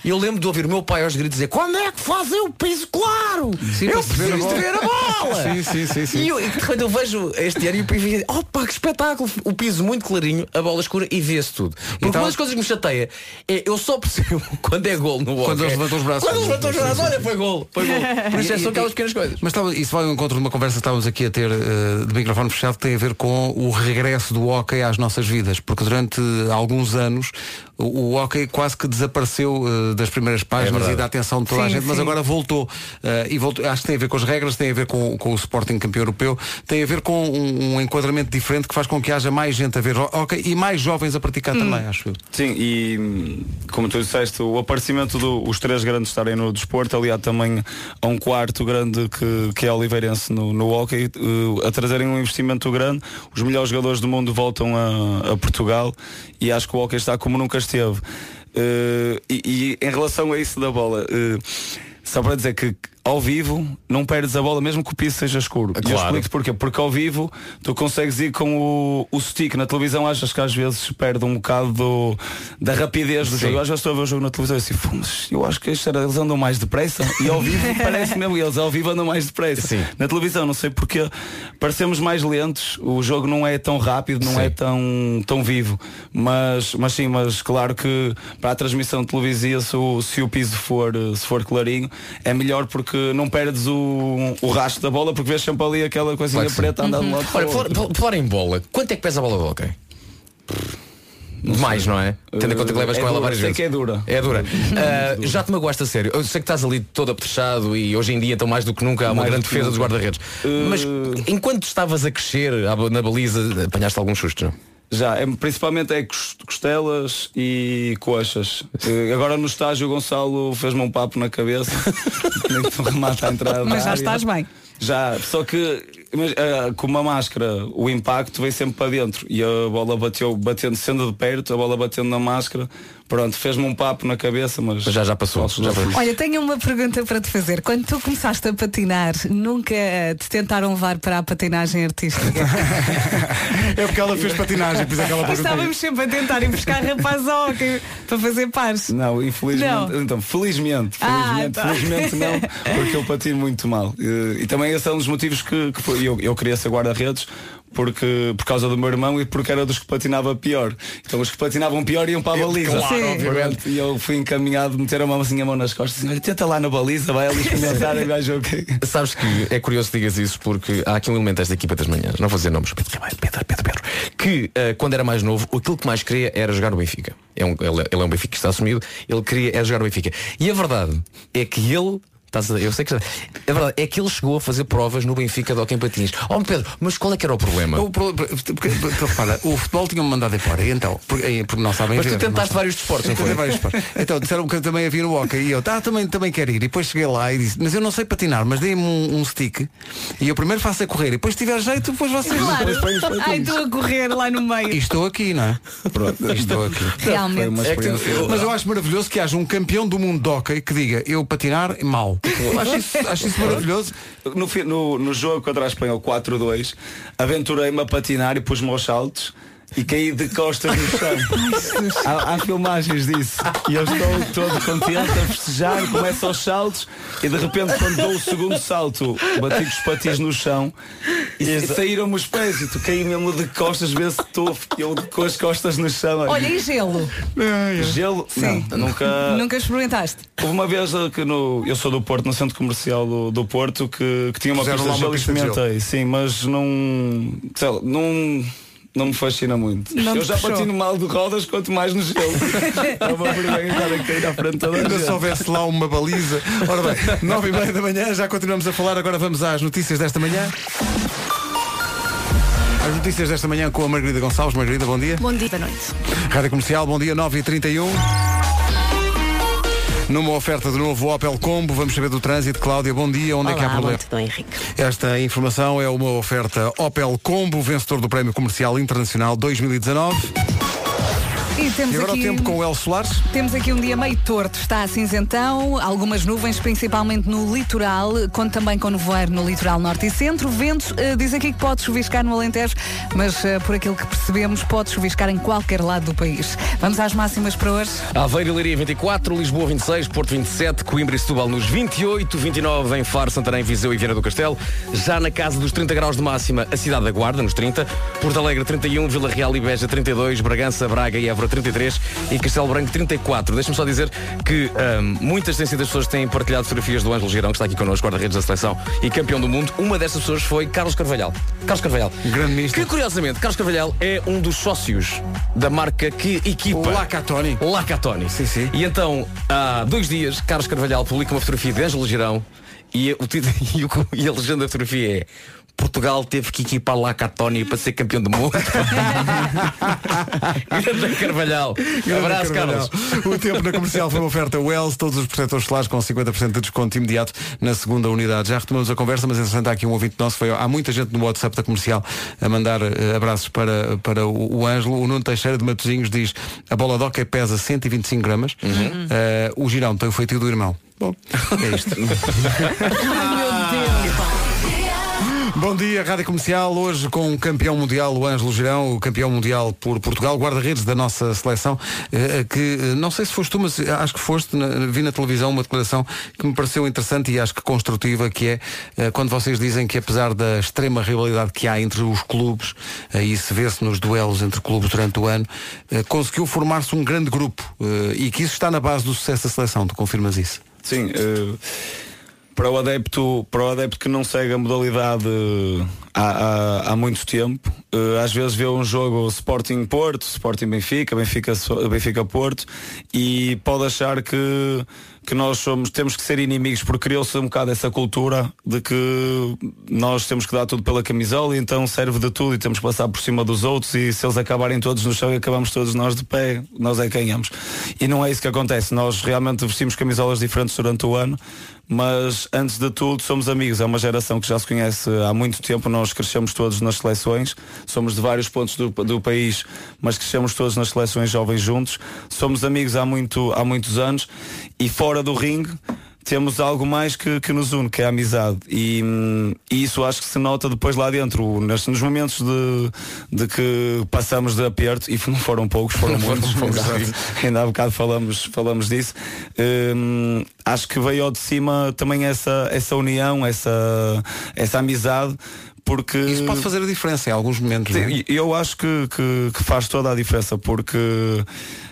Speaker 15: Eu lembro de ouvir o meu pai aos gritos dizer quando é que fazem o piso claro?
Speaker 2: Sim,
Speaker 15: eu
Speaker 2: para se ver a
Speaker 15: preciso
Speaker 2: bola."
Speaker 15: de ver a bola!
Speaker 2: Sim, sim, sim, sim.
Speaker 15: E eu, e quando eu vejo este ano, eu fico, opa, que espetáculo! O piso muito clarinho, a bola escura e vê-se tudo. Porque uma das coisas que me chateia é eu só percebo quando é gol no
Speaker 2: Quando
Speaker 15: hóquei.
Speaker 2: eles levantam os braços.
Speaker 15: Quando eles levantam os braços, olha, foi gol, foi gol. Por isso é
Speaker 2: E-
Speaker 15: só
Speaker 2: e-
Speaker 15: aquelas pequenas coisas.
Speaker 2: Mas estava, isso vai ao encontro de uma conversa que estávamos aqui a ter eh, de microfone fechado, que tem a ver com o regresso do hockey às nossas vidas, porque durante alguns anos o, o hockey quase que desapareceu eh, das primeiras páginas
Speaker 15: É verdade.
Speaker 2: e da atenção de toda a
Speaker 15: Sim,
Speaker 2: gente, mas
Speaker 15: sim.
Speaker 2: agora voltou. eh, e voltou. Acho que tem a ver com as regras, tem a ver com, com o Sporting campeão europeu, tem a ver com um, um enquadramento diferente que faz com que haja mais gente a ver ho- hockey e mais jovens a
Speaker 15: Hum.
Speaker 2: praticar também, acho eu.
Speaker 16: Sim, e hum, como tu disseste, o aparecimento dos três grandes estarem no desporto, aliado também a um quarto grande que, que é oliveirense no, no hockey, eh, a trazerem um investimento grande, os melhores jogadores do mundo voltam a, a Portugal e acho que o hockey está como nunca esteve. Eh, e, e em relação a isso da bola, eh, só para dizer que ao vivo não perdes a bola, mesmo que o piso seja escuro. E eu
Speaker 15: Claro.
Speaker 16: explico-te porquê. Porque ao vivo tu consegues ir com o, o stick. Na televisão achas que às vezes se perde um bocado do- da rapidez do
Speaker 15: Sim.
Speaker 16: jogo. Às vezes estou a ver o jogo na televisão e assim, "Fumos, eu acho que estes era- eles andam mais depressa. E ao vivo parece mesmo eles, ao vivo andam mais depressa. Na televisão, não sei porquê, parecemos mais lentos, o jogo não é tão rápido, não é tão, tão vivo. Mas, mas sim, mas claro que para a transmissão televisiva, se o, se o piso for, eh, se for clarinho, é melhor porque não perdes o, o rastro da bola, porque vês sempre ali aquela coisinha
Speaker 15: Claro que sim.
Speaker 16: preta a andar de um
Speaker 15: Uhum.
Speaker 16: lado para
Speaker 15: Olha,
Speaker 16: o
Speaker 15: falar,
Speaker 16: outro.
Speaker 15: fal- falar em bola, quanto é que pesa a bola do hockey? Demais, não é? Tendo em conta que
Speaker 16: Eh,
Speaker 15: levas
Speaker 16: é
Speaker 15: com ela
Speaker 16: dura,
Speaker 15: várias
Speaker 16: sei
Speaker 15: vezes.
Speaker 16: que é dura.
Speaker 15: É dura. Ah, já te magoaste a sério. Eu sei que estás ali todo apetrechado e hoje em dia, então mais do que nunca, Ah. há uma
Speaker 16: Mais
Speaker 15: grande
Speaker 16: do que
Speaker 15: defesa dos
Speaker 16: nunca.
Speaker 15: guarda-redes. Mas enquanto estavas a crescer à ba- na baliza, apanhaste alguns sustos, não?
Speaker 16: Já, é, principalmente é cos- costelas e coxas. Eh, Agora no estágio o Gonçalo fez-me um papo na cabeça. Nem que tu remata a entrada. da
Speaker 1: Mas já
Speaker 16: área.
Speaker 1: estás bem.
Speaker 16: Já, Ah, só que mas, ah, com uma máscara o impacto vem sempre para dentro e a bola bateu, batendo, sendo de perto, a bola batendo na máscara, pronto, fez-me um papo na cabeça, mas. um
Speaker 15: já já passou. Já passou.
Speaker 1: Olha, tenho uma pergunta para te fazer. Quando tu começaste a patinar, nunca eh, te tentaram levar para a patinagem artística?
Speaker 2: É porque ela fez patinagem, por isso é que ela
Speaker 1: Nós Estávamos sempre a tentar ir buscar rapaz ao hockey para fazer pares.
Speaker 16: Não, infelizmente.
Speaker 1: Não.
Speaker 16: Então, felizmente, felizmente,
Speaker 1: Ah, tá.
Speaker 16: felizmente não, porque eu patino muito mal. E, e também esse é um dos motivos que, que foi- eu, eu queria ser guarda-redes. Porque, por causa do meu irmão e porque era dos que patinava pior. Então os que patinavam pior iam para a
Speaker 15: Eu-
Speaker 16: baliza.
Speaker 15: claro, Sim.
Speaker 16: obviamente. E eu fui encaminhado, meter a mão assim a mão nas costas, assim, olha, tenta lá na baliza, vai ali experimentar e gajo ok.
Speaker 15: Sabes que é curioso que digas isso porque há aqui um elemento desta equipa das manhãs, não vou dizer nomes, Pedro Ribeiro, Pedro, Pedro, Pedro, que eh, quando era mais novo, aquilo que mais queria era jogar no Benfica. É um, ele, ele é um Benfica que está assumido, ele queria era jogar no Benfica. E a verdade é que ele. estás a- Eu sei que já- a verdade é que ele chegou a fazer provas no Benfica de Hockey em Patins. Oh Pedro, mas qual é que era o problema?
Speaker 2: O, pro- porque- porque, repara, o futebol tinha-me mandado embora, e então, porque, eh, porque não sabem
Speaker 15: Mas tu
Speaker 2: ver,
Speaker 15: tentaste
Speaker 2: não sabem.
Speaker 15: vários desportos, não
Speaker 2: Eu tentei
Speaker 15: foi?
Speaker 2: vários desportos. Então disseram que também havia no hockey e eu, tá, também, também quero ir. E depois cheguei lá e disse, mas eu não sei patinar, mas dei-me um, um stick e eu primeiro faço a correr e depois se tiver jeito, depois vocês.
Speaker 1: Claro.
Speaker 2: Depois põem os
Speaker 1: Ai,
Speaker 2: patins.
Speaker 1: estou a correr lá no meio.
Speaker 2: E estou aqui, não é? Pronto, estou aqui.
Speaker 1: Realmente. Foi uma
Speaker 2: É que-
Speaker 1: experiência.
Speaker 2: mas eu acho maravilhoso que haja um campeão do mundo de hockey que diga eu patinar mal. acho isso, acho isso maravilhoso.
Speaker 16: No, fi- no, no jogo contra a Espanha, o 4-2, aventurei-me a patinar e pus-me aos saltos e caí de costas no chão. há, há filmagens disso. E eu estou todo contente a festejar, começo aos saltos e de repente quando dou o segundo salto, bati com os patins no chão E saíram-me os pés e tu caí mesmo de costas, vê-se tofo, e eu com as costas no chão.
Speaker 1: Olha, e gelo?
Speaker 16: Gelo?
Speaker 1: Sim.
Speaker 16: Não, nunca.
Speaker 1: Nunca experimentaste?
Speaker 16: Houve uma vez eh, que no, eu sou do Porto, no centro comercial do, do Porto, que, que tinha uma
Speaker 2: Fizeram
Speaker 16: pista
Speaker 2: lá
Speaker 16: de
Speaker 2: uma
Speaker 16: gelo e
Speaker 2: pista de
Speaker 16: experimentei, sim, mas não. Sei lá, não. Não me fascina muito.
Speaker 2: Não te
Speaker 16: eu já
Speaker 2: puxou.
Speaker 16: bati no mal de rodas, quanto mais no gelo. é uma vergonha estar a cair à frente de toda a
Speaker 2: Ainda
Speaker 16: gente.
Speaker 2: se houvesse lá uma baliza. Ora bem, nove e meia da manhã, já continuamos a falar, agora vamos às notícias desta manhã. As notícias desta manhã com a Margarida Gonçalves. Margarida, bom dia.
Speaker 11: Bom dia, boa noite.
Speaker 2: Rádio Comercial, bom dia, 9h31. Numa oferta de novo Opel Combo, vamos saber do trânsito. Cláudia, bom dia. Onde é que há
Speaker 3: Olá,
Speaker 2: problema?
Speaker 3: muito bem, Henrique.
Speaker 2: Esta informação é uma oferta Opel Combo, vencedor do Prémio Comercial Internacional 2019.
Speaker 1: E temos
Speaker 2: E agora
Speaker 1: aqui...
Speaker 2: o tempo com o El Soares.
Speaker 1: Temos aqui um dia meio torto, está a cinzentão, algumas nuvens, principalmente no litoral, conto também com nevoeiro no litoral norte e centro, ventos, eh, diz aqui que pode chuviscar no Alentejo, mas eh, por aquilo que percebemos, pode chuviscar em qualquer lado do país. Vamos às máximas para hoje?
Speaker 15: Aveiro e Leiria 24, Lisboa 26, Porto 27, Coimbra e Setúbal nos 28, 29 em Faro, Santarém, Viseu e Viana do Castelo. Já na casa dos 30 graus de máxima, a cidade da Guarda nos 30, Porto Alegre 31, Vila Real e Beja 32, Bragança, Braga e Évora 33 e Castelo Branco 34. Deixa-me só dizer que hum, muitas têm sido as pessoas que têm partilhado fotografias do Ângelo Girão, que está aqui connosco, guarda-redes da seleção e campeão do mundo. Uma dessas pessoas foi Carlos Carvalhal. Carlos Carvalhal. Grande ministro. Que curiosamente, Carlos Carvalhal é um dos sócios da marca que equipa.
Speaker 2: Lacatoni.
Speaker 15: Lacatoni. Sim,
Speaker 2: sim.
Speaker 15: E então, há dois dias, Carlos Carvalhal publica uma fotografia de Ângelo Girão e, o título, e, o- e a legenda da fotografia é Portugal teve que equipar Lacatoni para ser campeão do mundo. Grande Carvalhal.
Speaker 2: Grande
Speaker 15: Abraço,
Speaker 2: Carvalhal.
Speaker 15: Carlos.
Speaker 2: O tempo na comercial foi uma oferta Wells, todos os protetores solares com 50% de desconto imediato na segunda unidade. Já retomamos a conversa, mas entretanto há aqui um ouvinte nosso, foi, há muita gente no WhatsApp da comercial a mandar eh, abraços para, para o, o Ângelo. O Nuno Teixeira de Matosinhos diz a bola de hóquei pesa 125 gramas,
Speaker 15: Uhum.
Speaker 2: Eh, o girão tem o feitio do irmão. Bom, é isto. Bom dia, Rádio Comercial. Hoje com o campeão mundial, o Ângelo Girão, o campeão mundial por Portugal, guarda-redes da nossa seleção, eh, que eh, não sei se foste tu, mas acho que foste, na- vi na televisão uma declaração que me pareceu interessante e acho que construtiva, que é eh, quando vocês dizem que apesar da extrema rivalidade que há entre os clubes, eh, e se vê-se nos duelos entre clubes durante o ano, eh, conseguiu formar-se um grande grupo eh, e que isso está na base do sucesso da seleção, tu confirmas isso?
Speaker 16: Sim, eh, para o adepto, para o adepto que não segue a modalidade eh, há, há- há muito tempo, eh, às vezes vê um jogo Sporting Porto, Sporting Benfica, Benfica, So- Benfica Porto e pode achar que que nós somos, temos que ser inimigos porque criou-se um bocado essa cultura de que nós temos que dar tudo pela camisola e então serve de tudo e temos que passar por cima dos outros e se eles acabarem todos no chão e acabamos todos nós de pé, nós é que ganhamos. E não é isso que acontece, nós realmente vestimos camisolas diferentes durante o ano, mas antes de tudo somos amigos, é uma geração que já se conhece há muito tempo, nós crescemos todos nas seleções, somos de vários pontos do, do país, mas crescemos todos nas seleções jovens juntos, somos amigos há, muito, há muitos anos e fora do ringue temos algo mais que, que nos une, que é a amizade. E, hum, e isso acho que se nota depois lá dentro, nas, nos momentos de, de que passamos de aperto, e não foram poucos, foram muitos, exato. ainda há bocado falamos, falamos disso. Hum, acho que veio ao de cima também essa, essa união, essa, essa amizade. Porque
Speaker 2: Isso pode fazer a diferença em alguns momentos. não é?
Speaker 16: Sim, eu acho que, que- que faz toda a diferença porque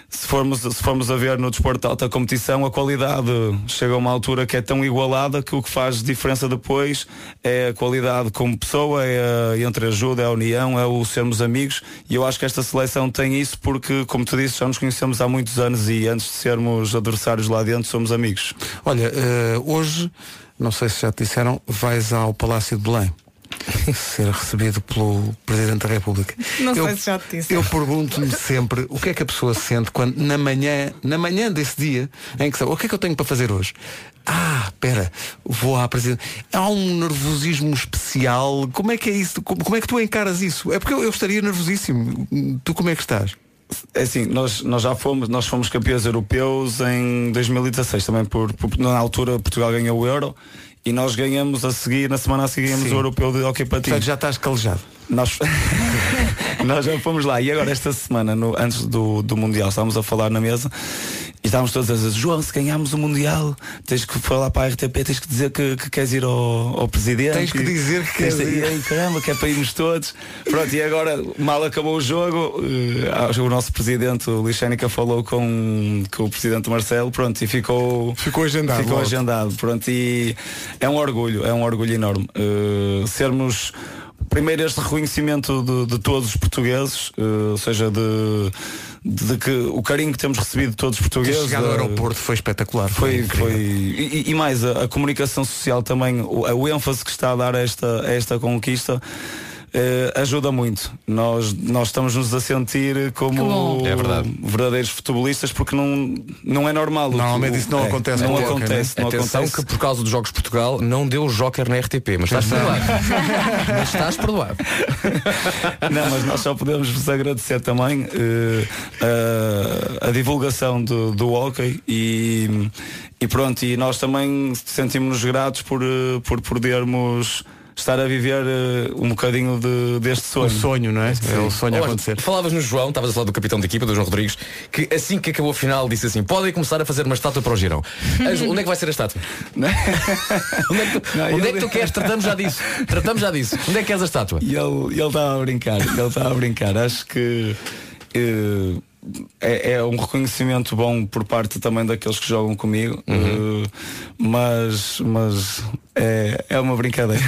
Speaker 16: se formos, se formos a ver no desporto de alta competição, a qualidade chega a uma altura que é tão igualada que o que faz diferença depois é a qualidade como pessoa, é a entreajuda, é a união, é o sermos amigos e eu acho que esta seleção tem isso porque, como tu disse, já nos conhecemos há muitos anos e antes de sermos adversários lá dentro somos amigos.
Speaker 2: Olha, eh, hoje, não sei se já te disseram, vais ao Palácio de Belém ser recebido pelo Presidente da República.
Speaker 1: Não sei se já te disse.
Speaker 2: Eu pergunto-me sempre o que é que a pessoa sente quando na manhã, na manhã desse dia, em que sabe, o que é que eu tenho para fazer hoje? Ah, espera, vou à Presidente. Há um nervosismo especial. Como é que é isso? Como, como é que tu encaras isso? É porque eu, eu estaria nervosíssimo. Tu como é que estás?
Speaker 16: É assim, nós, nós já fomos, nós fomos campeões europeus em 2016 também, por, por- na altura Portugal ganhou o Euro e nós ganhamos a seguir, na semana a seguir ganhamos o Europeu de Hockey Patins.
Speaker 2: Portanto, já estás calejado.
Speaker 16: Nós, nós já fomos lá e agora esta semana, no- antes do, do Mundial, estávamos a falar na mesa E estávamos todos a dizer, João, se ganharmos o Mundial, tens que falar para a RTP, tens que dizer que, que queres ir ao, ao presidente.
Speaker 2: Tens que
Speaker 16: E-
Speaker 2: dizer que
Speaker 16: tens
Speaker 2: queres ir.
Speaker 16: E aí, caramba, que é para irmos todos. Pronto, e agora, mal acabou o jogo, eh, ah, o nosso presidente, o Lixénica, falou com, com o presidente Marcelo, pronto, e ficou.
Speaker 2: Ficou agendado
Speaker 16: Ficou
Speaker 2: logo.
Speaker 16: agendado, pronto, e é um orgulho, é um orgulho enorme. eh, sermos. Primeiro este reconhecimento de, de todos os portugueses, eh, ou seja, de, de que o carinho que temos recebido de todos os
Speaker 2: Ter
Speaker 16: portugueses.
Speaker 2: chegado ao
Speaker 16: eh,
Speaker 2: aeroporto foi espetacular.
Speaker 16: foi,
Speaker 2: incrível.
Speaker 16: foi- e, e mais a, a comunicação social também, o, a- o ênfase que está a dar a esta, a esta conquista. eh, ajuda muito. Nós, nós estamos-nos a sentir como
Speaker 2: bom. É verdade.
Speaker 16: verdadeiros futebolistas porque não, não é normal. O-
Speaker 2: Normalmente
Speaker 16: o-
Speaker 2: isso não
Speaker 16: é,
Speaker 2: acontece
Speaker 16: Não
Speaker 2: com É o Joker, né?
Speaker 16: acontece. Não
Speaker 15: Atenção
Speaker 16: acontece.
Speaker 15: que por causa dos Jogos de Portugal não deu o Joker na RTP, mas estás perdoado. mas estás perdoado.
Speaker 16: Não, mas nós só podemos vos agradecer também eh, a- a, divulgação do, do hockey e, e pronto, e nós também sentimos-nos gratos por, eh, por podermos estar a viver eh, um bocadinho de- deste sonho.
Speaker 2: sonho, não é?
Speaker 16: É o sonho a
Speaker 15: Olha,
Speaker 16: acontecer.
Speaker 15: Falavas no João, estavas a falar do capitão da equipa, do João Rodrigues, que assim que acabou a final disse assim, podem começar a fazer uma estátua para o Girão. Anjo, onde é que vai ser a estátua? onde é que tu,
Speaker 16: Não,
Speaker 15: onde é
Speaker 16: ele-
Speaker 15: que tu queres? Tratamos já disso. Tratamos já disso. Onde é que queres a estátua?
Speaker 16: E ele ele estava a brincar, ele estava a brincar. Acho que eh, é, é um reconhecimento bom por parte também daqueles que jogam comigo, eh, mas, mas é, é uma brincadeira.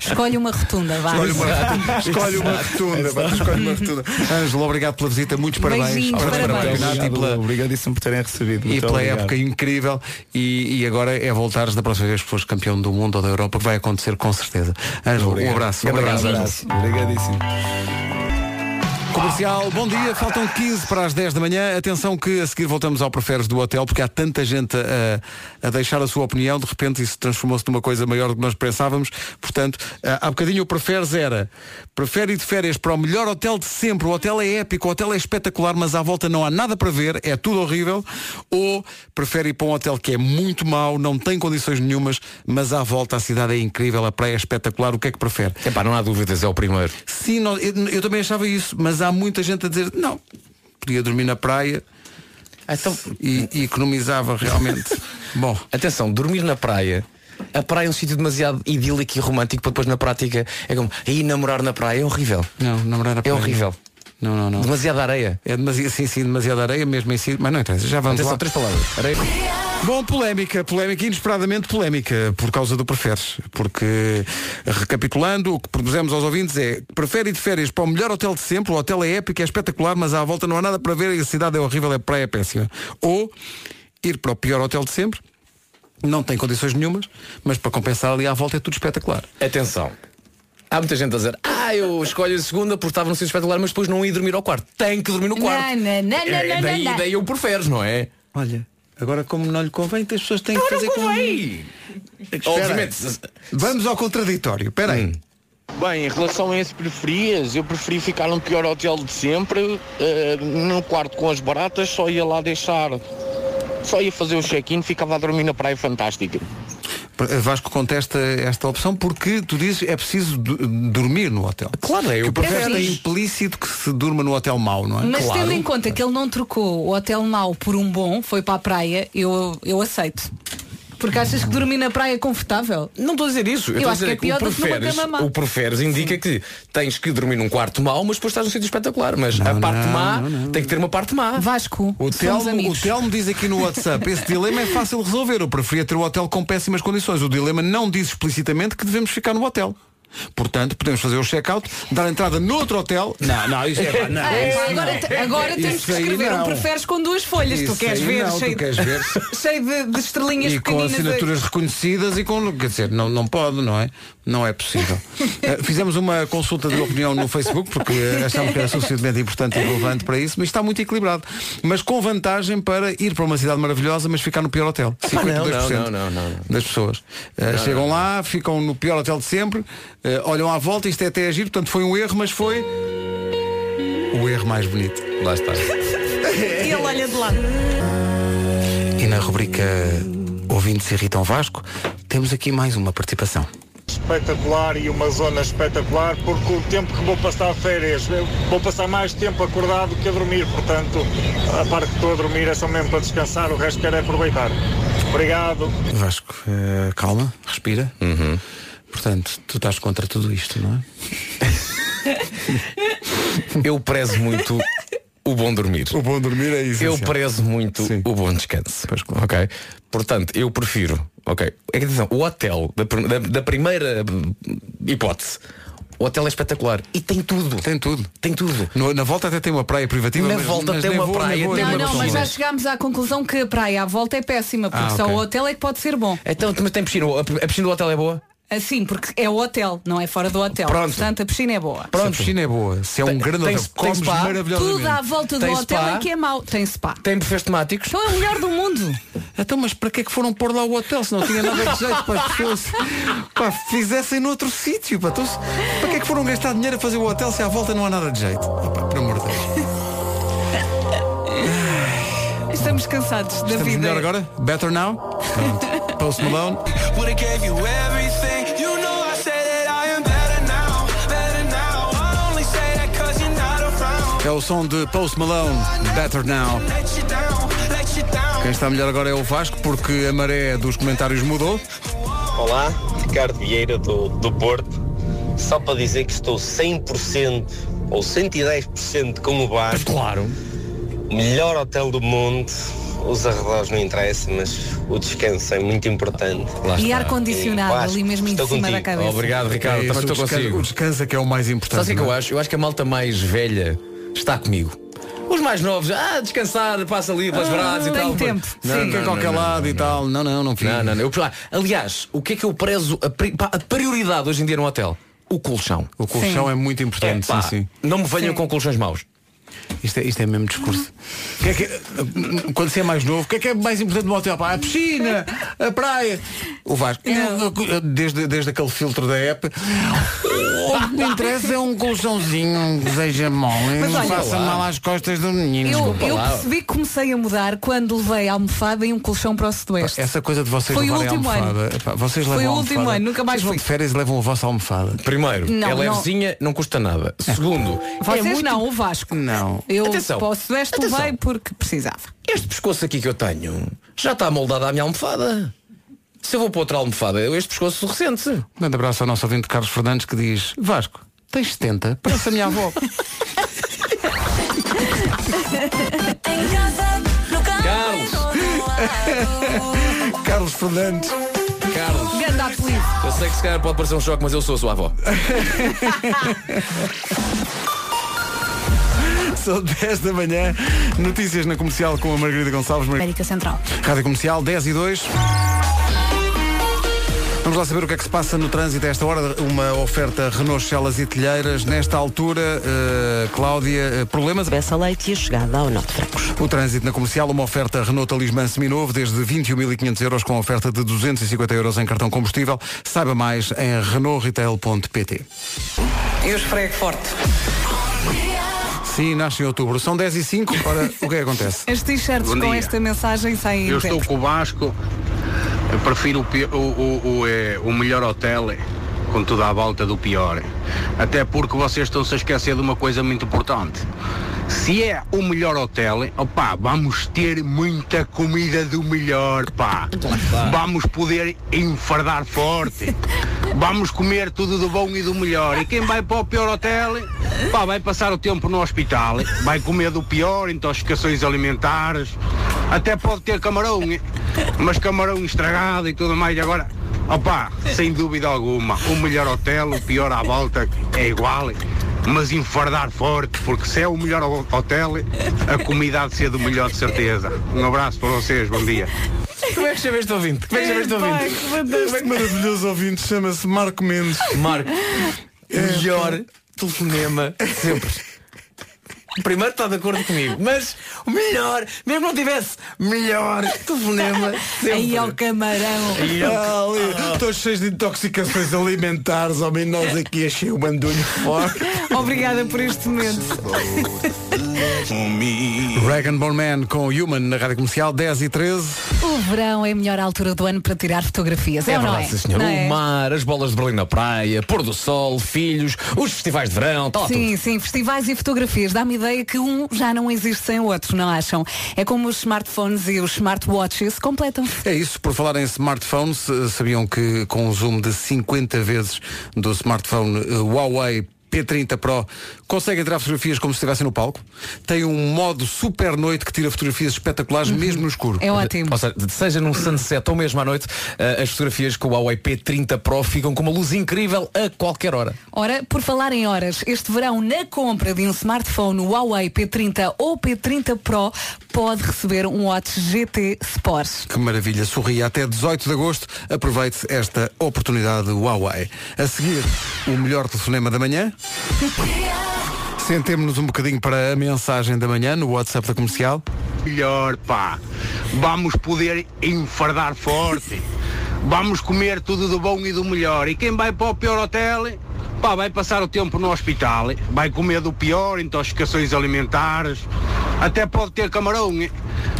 Speaker 1: Escolhe uma rotunda, vá.
Speaker 2: Escolhe uma,
Speaker 1: Exato.
Speaker 2: escolhe uma rotunda, pá, escolhe uma rotunda. Ângelo, obrigado pela visita, muitos parabéns.
Speaker 1: Beijinhos,
Speaker 2: Parabéns pelo
Speaker 1: parabéns.
Speaker 2: campeonato e pela,
Speaker 16: Obrigadíssimo por terem recebido.
Speaker 2: e
Speaker 16: Muito
Speaker 2: pela
Speaker 16: obrigado.
Speaker 2: época incrível. E, e agora é voltares da próxima vez que fores campeão do mundo ou da Europa, que vai acontecer com certeza. Ângelo, um
Speaker 16: Obrigado.
Speaker 2: abraço.
Speaker 16: Grande
Speaker 2: Obrigado,
Speaker 16: abraço.
Speaker 2: Ângelo.
Speaker 16: Obrigadíssimo.
Speaker 2: Comercial, bom dia, faltam 15 para as 10 da manhã. Atenção que a seguir voltamos ao Preferes do Hotel, porque há tanta gente a, a deixar a sua opinião, de repente isso transformou-se numa coisa maior do que nós pensávamos. Portanto, ah, há bocadinho o Preferes era prefere ir de férias para o melhor hotel de sempre. O hotel é épico, o hotel é espetacular, mas à volta não há nada para ver, é tudo horrível. Ou prefere ir para um hotel que é muito mau, não tem condições nenhumas, mas à volta a cidade é incrível, a praia é espetacular. O que é que prefere?
Speaker 15: Epá, não há dúvidas, é o primeiro.
Speaker 2: Sim, nós- eu, eu também achava isso, mas há muita gente a dizer, não, podia dormir na praia
Speaker 15: Ah, então-
Speaker 2: e, e economizava realmente. Bom.
Speaker 15: Atenção, dormir na praia. A praia é um sítio demasiado idílico e romântico para depois na prática é como aí namorar na praia é horrível.
Speaker 2: Não, namorar na praia.
Speaker 15: É horrível.
Speaker 2: Não, não, não.
Speaker 15: Demasiada areia.
Speaker 2: É demasiado, sim, sim, demasiada areia mesmo em si, mas não interessa, já vamos
Speaker 15: Atenção,
Speaker 2: lá.
Speaker 15: três palavras. Areia.
Speaker 2: Bom, polémica, polémica, inesperadamente polémica, por causa do preferes. Porque, recapitulando, o que propusemos aos ouvintes é prefere ir de férias para o melhor hotel de sempre, o hotel é épico, é espetacular, mas à volta não há nada para ver e a cidade é horrível, a praia é péssima. Ou ir para o pior hotel de sempre, não tem condições nenhumas, mas para compensar ali à volta é tudo espetacular.
Speaker 15: Atenção. Há muita gente a dizer, ah, eu escolho a segunda porque estava no sítio espetacular, mas depois não ia dormir ao quarto. Tem que dormir no quarto.
Speaker 1: Não, não, não,
Speaker 15: É,
Speaker 1: não, não,
Speaker 15: daí,
Speaker 1: não.
Speaker 15: daí eu preferes, não é?
Speaker 2: Olha, agora como não lhe convém, as pessoas têm que
Speaker 15: Agora
Speaker 2: fazer
Speaker 15: não
Speaker 2: com-
Speaker 15: convém.
Speaker 2: Espera aí.
Speaker 15: Obviamente. se-
Speaker 2: Vamos ao contraditório, espera aí.
Speaker 19: Bem, em relação a esse preferias, eu preferi ficar no pior hotel de sempre, eh, num quarto com as baratas, só ia lá deixar, só ia fazer o check-in, ficava a dormir na praia fantástica.
Speaker 2: Vasco contesta esta opção porque tu dizes é preciso do- dormir no hotel.
Speaker 15: Claro, é
Speaker 2: que
Speaker 15: eu
Speaker 2: o prefere
Speaker 1: prefiro.
Speaker 2: é implícito que se durma no hotel mau, não é?
Speaker 1: Mas tendo em conta que ele não trocou o hotel mau por um bom, foi para a praia, eu, eu aceito. Porque achas que dormir na praia é confortável?
Speaker 15: Não estou a dizer isso.
Speaker 1: Eu,
Speaker 15: estou a
Speaker 1: acho que
Speaker 15: dizer
Speaker 1: é pior do que numa cama má.
Speaker 15: o preferes indica que tens que dormir num quarto mau, mas depois estás num sítio espetacular. Mas a parte má tem que ter uma parte má.
Speaker 1: Vasco,
Speaker 2: O
Speaker 1: somos
Speaker 2: Telmo, o
Speaker 1: amigos.
Speaker 2: Telmo diz aqui no WhatsApp, esse dilema é fácil de resolver. Eu preferia ter o hotel com péssimas condições. O dilema não diz explicitamente que devemos ficar no hotel. Portanto, podemos fazer o check-out, dar entrada noutro hotel. Não, não, isso é. Não,
Speaker 1: Ah,
Speaker 2: isso é
Speaker 1: pá, agora te- agora
Speaker 2: Isso
Speaker 1: temos que
Speaker 2: aí
Speaker 1: escrever um
Speaker 2: não.
Speaker 1: preferes com duas folhas.
Speaker 2: Isso
Speaker 1: tu queres
Speaker 2: aí
Speaker 1: ver,
Speaker 2: não,
Speaker 1: cheio,
Speaker 2: tu queres ver.
Speaker 1: cheio de, de estrelinhas
Speaker 2: E com
Speaker 1: pequeninas.
Speaker 2: assinaturas reconhecidas e com. Quer dizer, não, não pode, não é? Não é possível. Eh, Fizemos uma consulta de opinião no Facebook, porque eh, achámos que era suficientemente importante e relevante para isso, mas está muito equilibrado. Mas com vantagem para ir para uma cidade maravilhosa, mas ficar no pior hotel.
Speaker 15: Epá, Ah, não,
Speaker 2: 52%
Speaker 15: não, não, não, não.
Speaker 2: das pessoas. Eh,
Speaker 15: Não,
Speaker 2: chegam lá, ficam no pior hotel de sempre, eh, olham à volta, isto é até agir, portanto foi um erro, mas foi o erro mais bonito.
Speaker 15: Lá está.
Speaker 1: E ele olha de lado.
Speaker 2: E na rubrica Ouvintes irritam Vasco, temos aqui mais uma participação.
Speaker 20: espetacular e uma zona espetacular, porque o tempo que vou passar férias, eu vou passar mais tempo acordado que a dormir, portanto, a parte que estou a dormir é só mesmo para descansar, o resto quero é aproveitar. Obrigado.
Speaker 2: Vasco, eh, calma, respira. Portanto, tu estás contra tudo isto, não é?
Speaker 15: Eu prezo muito o bom dormir. O
Speaker 2: bom dormir é isso.
Speaker 15: Eu prezo muito o bom descanso. Ok? Portanto, eu prefiro. Ok. É que atenção, o hotel, da, pr- da- da primeira hum, hipótese, o hotel é espetacular. E tem tudo.
Speaker 2: Tem tudo.
Speaker 15: Tem tudo.
Speaker 2: na volta até tem uma praia privativa.
Speaker 15: Na
Speaker 2: mas-
Speaker 15: volta
Speaker 2: mas
Speaker 15: tem
Speaker 2: nem
Speaker 15: uma
Speaker 2: vou- nem
Speaker 15: praia,
Speaker 2: vou-
Speaker 15: tem
Speaker 2: nem
Speaker 1: Não,
Speaker 2: vou
Speaker 1: não, mas já
Speaker 2: pessoas.
Speaker 1: chegámos à conclusão que a praia à volta é péssima, porque
Speaker 15: Ah,
Speaker 1: só
Speaker 15: ok.
Speaker 1: o hotel é que pode ser bom.
Speaker 15: Então, mas tem piscina. A a piscina do hotel é boa?
Speaker 1: Assim, porque é o hotel, não é fora do hotel.
Speaker 15: Pronto.
Speaker 1: Portanto, a piscina é boa.
Speaker 2: Se a piscina é boa, se é um grande
Speaker 15: tem-
Speaker 2: hotel,
Speaker 15: tem
Speaker 2: comes
Speaker 15: spa.
Speaker 2: maravilhosamente.
Speaker 1: Tudo à volta do
Speaker 2: Tem
Speaker 1: hotel
Speaker 2: spa.
Speaker 1: é que é mau. Tem spa.
Speaker 15: Tem bufês temáticos.
Speaker 1: Então é o melhor do mundo.
Speaker 2: Então, mas para que é que foram pôr lá o hotel se não tinha nada de jeito para as pessoas? Pá, fizessem noutro sítio. Pá. Então, se- para que é que foram gastar dinheiro a fazer o hotel se à volta não há nada de jeito? Ah, pá, por amor de Deus.
Speaker 1: Estamos cansados da
Speaker 2: Estamos
Speaker 1: vida.
Speaker 2: melhor agora? Better now? Pronto. Post Malone. É o som de Post Malone, Better Now. Quem está melhor agora é o Vasco, porque a maré dos comentários mudou.
Speaker 21: Olá, Ricardo Vieira do, do Porto. Só para dizer que estou 100% ou 110% com o Vasco.
Speaker 15: Claro.
Speaker 21: Melhor hotel do mundo. Os arredores não interessam, mas o descanso é muito importante.
Speaker 1: E ar-condicionado ali mesmo em cima da cabeça.
Speaker 15: Ricardo. Também
Speaker 2: É isso,
Speaker 15: estou
Speaker 2: o descanso-
Speaker 15: consigo.
Speaker 2: O descanso é que é o mais importante.
Speaker 15: Sabe o que é que
Speaker 2: não
Speaker 15: eu
Speaker 2: é?
Speaker 15: acho? Eu acho que a malta mais velha está comigo. Os mais novos, ah, descansar, passa ali pelas
Speaker 2: Ah,
Speaker 15: brades e
Speaker 2: tem
Speaker 15: tal.
Speaker 2: tempo.
Speaker 15: Não,
Speaker 2: Sim,
Speaker 15: não,
Speaker 2: que é
Speaker 15: não,
Speaker 2: qualquer
Speaker 15: não,
Speaker 2: lado e tal. Não, não, não fiz.
Speaker 15: Não, não, não. Eu, ah, aliás, o que é que eu prezo? A, pri- pá, a prioridade hoje em dia no hotel? O colchão.
Speaker 2: O colchão Sim. é muito importante,
Speaker 15: pá,
Speaker 2: sim, sim.
Speaker 15: Não me venham
Speaker 2: Sim.
Speaker 15: com colchões maus.
Speaker 2: Isto é, isto é mesmo discurso. O que é que- quando você é mais novo, o que é que é mais importante no hotel? Pá, a piscina, a praia. O Vasco, eu- desde, desde aquele filtro da app, o que me interessa é um colchãozinho, um que seja mole,
Speaker 1: Mas
Speaker 2: não
Speaker 1: olha
Speaker 2: faça
Speaker 1: lá.
Speaker 2: mal às costas do menino.
Speaker 1: Eu,
Speaker 2: Desculpa
Speaker 1: eu
Speaker 2: lá.
Speaker 1: percebi que comecei a mudar quando levei a almofada e um colchão para o sudoeste.
Speaker 2: Essa coisa de vocês
Speaker 1: Foi o
Speaker 2: levarem a
Speaker 1: último
Speaker 2: almofada.
Speaker 1: ano.
Speaker 2: Epá, vocês
Speaker 1: Foi
Speaker 2: levam
Speaker 1: o
Speaker 2: a
Speaker 1: último
Speaker 2: almofada.
Speaker 1: ano, nunca mais
Speaker 2: Vocês vão
Speaker 1: fui.
Speaker 2: de férias e levam a vossa almofada.
Speaker 15: Primeiro,
Speaker 1: Não,
Speaker 15: é
Speaker 1: não.
Speaker 15: levezinha, não custa nada. Segundo,
Speaker 1: Vocês
Speaker 15: é muito...
Speaker 1: não, o Vasco.
Speaker 15: Não.
Speaker 1: Eu
Speaker 15: Atenção.
Speaker 1: para o sudoeste
Speaker 15: Atenção.
Speaker 1: levei porque precisava.
Speaker 15: Este pescoço aqui que eu tenho já está moldado à minha almofada. Se eu vou para outra almofada, este pescoço recente.
Speaker 2: Um Grande abraço ao nosso ouvinte Carlos Fernandes que diz Vasco, tens 70, parece a minha avó. Carlos Fernandes.
Speaker 15: Carlos.
Speaker 1: Ganda apelido.
Speaker 15: Eu sei que se calhar pode parecer um choque, mas eu sou a sua avó.
Speaker 2: São 10 da manhã. Notícias na comercial com a Margarida Gonçalves. Mar-
Speaker 11: América Central.
Speaker 2: Rádio Comercial 10 e 2. Vamos lá saber o que é que se passa no trânsito a esta hora. Uma oferta Renault Celas e Telheiras. Nesta altura, eh, Cláudia, eh, problemas?
Speaker 3: Bessa Leite e a chegada ao Norte Francos.
Speaker 2: O trânsito na comercial, uma oferta Renault Talismã seminovo, desde 21.500 euros com oferta de 250 euros em cartão combustível. Saiba mais em renaultretail.pt.
Speaker 22: Eu esfrego forte.
Speaker 2: Sim, nasce em outubro. São 10 e 5. Ora, o que é que acontece?
Speaker 1: As t-shirts
Speaker 23: Bom
Speaker 1: com
Speaker 23: dia.
Speaker 1: esta mensagem saem
Speaker 23: Eu
Speaker 1: em
Speaker 23: estou
Speaker 1: vento.
Speaker 23: com o Vasco. Eu prefiro o, pi- o, o, o, eh, o melhor hotel, eh, com tudo à volta do pior. Até porque vocês estão-se a esquecer de uma coisa muito importante. Se é o melhor hotel, opá, vamos ter muita comida do melhor, pá. Vamos poder enfardar forte. Vamos comer tudo do bom e do melhor. E quem vai para o pior hotel, pá, vai passar o tempo no hospital. Vai comer do pior, intoxicações alimentares. Até pode ter camarão, mas camarão estragado e tudo mais. Agora, opá, sem dúvida alguma, o melhor hotel, o pior à volta é igual. Mas enfardar forte, porque se é o melhor ho- hotel, a comida há de ser do melhor de certeza. Um abraço para vocês, bom dia.
Speaker 15: Como é que chamas este ouvinte? Como é que chamas este ouvinte?
Speaker 2: Este maravilhoso ouvinte chama-se Marco Mendes.
Speaker 15: Marco, É, melhor telefonema de sempre. Primeiro está de acordo comigo, é. mas o melhor, mesmo não tivesse, melhor telefonema de sempre.
Speaker 1: Aí ao camarão.
Speaker 2: Ah, ali, Estou cheio de intoxicações alimentares, homem, nós aqui achei o bandulho um forte.
Speaker 1: Obrigada por este momento.
Speaker 2: Rag and Bone Man com Human na rádio comercial 10 e 13.
Speaker 1: O verão é a melhor altura do ano para tirar fotografias, é,
Speaker 15: É
Speaker 1: ou não é?
Speaker 15: verdade, sim, senhor.
Speaker 1: Não
Speaker 15: O
Speaker 1: é?
Speaker 15: mar, as bolas de Berlim na praia, pôr do sol, filhos, os festivais de verão, está lá tudo.
Speaker 1: Sim, sim, festivais e fotografias. Dá-me ideia que um já não existe sem o outro, não acham? É como os smartphones e os smartwatches completam.
Speaker 2: É isso, por falar em smartphones, eh, sabiam que com um zoom de 50 vezes do smartphone eh, Huawei P30 Pro conseguem tirar fotografias como se estivessem no palco. Tem um modo super noite que tira fotografias espetaculares mesmo no escuro.
Speaker 1: É ótimo.
Speaker 15: Ou seja, seja num sunset ou mesmo à noite, eh, as fotografias com o Huawei P30 Pro ficam com uma luz incrível a qualquer hora.
Speaker 1: Ora, por falar em horas, este verão na compra de um smartphone Huawei P30 ou P30 Pro pode receber um Watch GT Sport.
Speaker 2: Que maravilha, sorria até 18 de agosto. Aproveite esta oportunidade Huawei. A seguir, o melhor telefonema da manhã. Sentemos-nos um bocadinho para a mensagem da manhã no WhatsApp da comercial.
Speaker 23: Melhor, pá. Vamos poder enfardar forte. Vamos comer tudo do bom e do melhor. E quem vai para o pior hotel, pá, vai passar o tempo no hospital. Vai comer do pior, intoxicações alimentares. Até pode ter camarão, eh?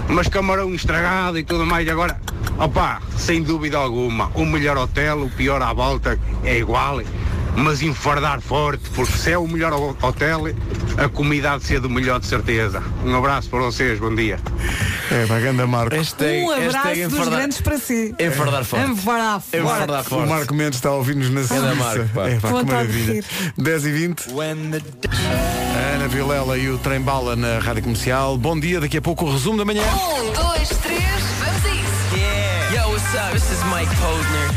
Speaker 23: mas camarão estragado e tudo mais. Agora, opá, sem dúvida alguma, o melhor hotel, o pior à volta é igual. Mas enfardar forte, porque se é o melhor ho- hotel, a comida há de ser do melhor de certeza. Um abraço para vocês, bom dia.
Speaker 2: É, vai ganda Marco.
Speaker 1: um abraço dos grandes para si.
Speaker 15: É verdade forte.
Speaker 1: Enfardar forte.
Speaker 2: O Marco Mendes está a ouvir-nos na Suíça.
Speaker 15: Marco, pá.
Speaker 2: É, pá,
Speaker 1: Vou
Speaker 2: que
Speaker 1: até
Speaker 2: maravilha.
Speaker 1: ouvir.
Speaker 2: 10 e 20. A Ana Vilela e o Trem Bala na Rádio Comercial. Bom dia, daqui a pouco o resumo da manhã.
Speaker 5: Um, dois, três, vamos a isso. Yeah. Yo, what's up? This is Mike Posner.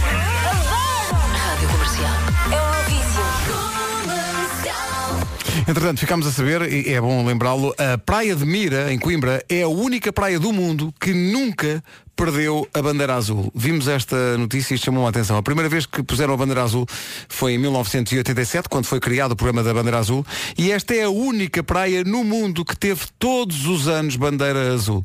Speaker 5: Rádio Comercial. É um vício.
Speaker 2: Entretanto, ficámos a saber, e é bom lembrá-lo, a Praia de Mira, em Coimbra, é a única praia do mundo que nunca perdeu a bandeira azul. Vimos esta notícia e isto chamou a atenção. A primeira vez que puseram a bandeira azul foi em 1987, quando foi criado o programa da bandeira azul, e esta é a única praia no mundo que teve todos os anos bandeira azul.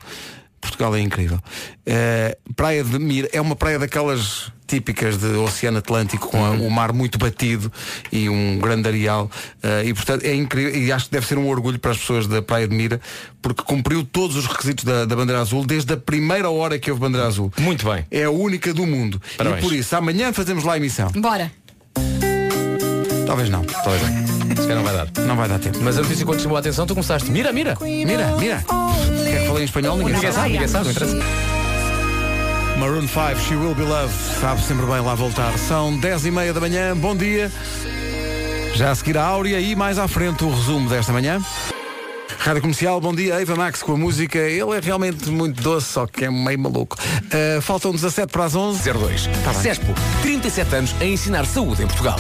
Speaker 2: Portugal é incrível. Eh, praia de Mira é uma praia daquelas típicas de Oceano Atlântico, com a-
Speaker 15: Uhum.
Speaker 2: o mar muito batido e um grande areal. Eh, e portanto é incrível, e acho que deve ser um orgulho para as pessoas da Praia de Mira, porque cumpriu todos os requisitos da, da bandeira azul desde a primeira hora que houve bandeira azul.
Speaker 15: Muito bem.
Speaker 2: É a única do mundo. E
Speaker 15: Parabéns.
Speaker 2: por isso, amanhã fazemos lá a emissão.
Speaker 1: Bora.
Speaker 2: Talvez não.
Speaker 15: Talvez bem. Se calhar não vai dar.
Speaker 2: Não vai dar tempo.
Speaker 15: Mas a notícia quando chamou a atenção, tu começaste. Mira, mira.
Speaker 2: Mira, mira. Quer que falei em espanhol? Ninguém,
Speaker 15: Ninguém sabe, ninguém sabe, não interessa.
Speaker 2: Maroon 5, She Will Be Loved. Sabe sempre bem lá voltar. São 10 e meia da manhã. Bom dia. Já a seguir a Áurea e mais à frente o resumo desta manhã. Rádio Comercial, bom dia. Eva Max com a música. Ele é realmente muito doce, só que é meio maluco. Uh, faltam 17 para as 11.
Speaker 15: 02.
Speaker 2: Tá bem.
Speaker 15: CESPO, 37 anos a ensinar saúde em Portugal.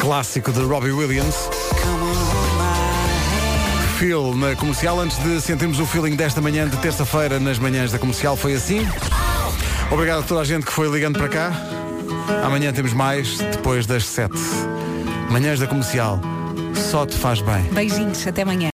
Speaker 2: Clássico de Robbie Williams. Feel na comercial. Antes de sentirmos o feeling desta manhã de terça-feira nas manhãs da comercial, foi assim. Obrigado a toda a gente que foi ligando para cá. Amanhã temos mais, depois das 7. Manhãs da comercial. Só te faz bem.
Speaker 1: Beijinhos, até amanhã.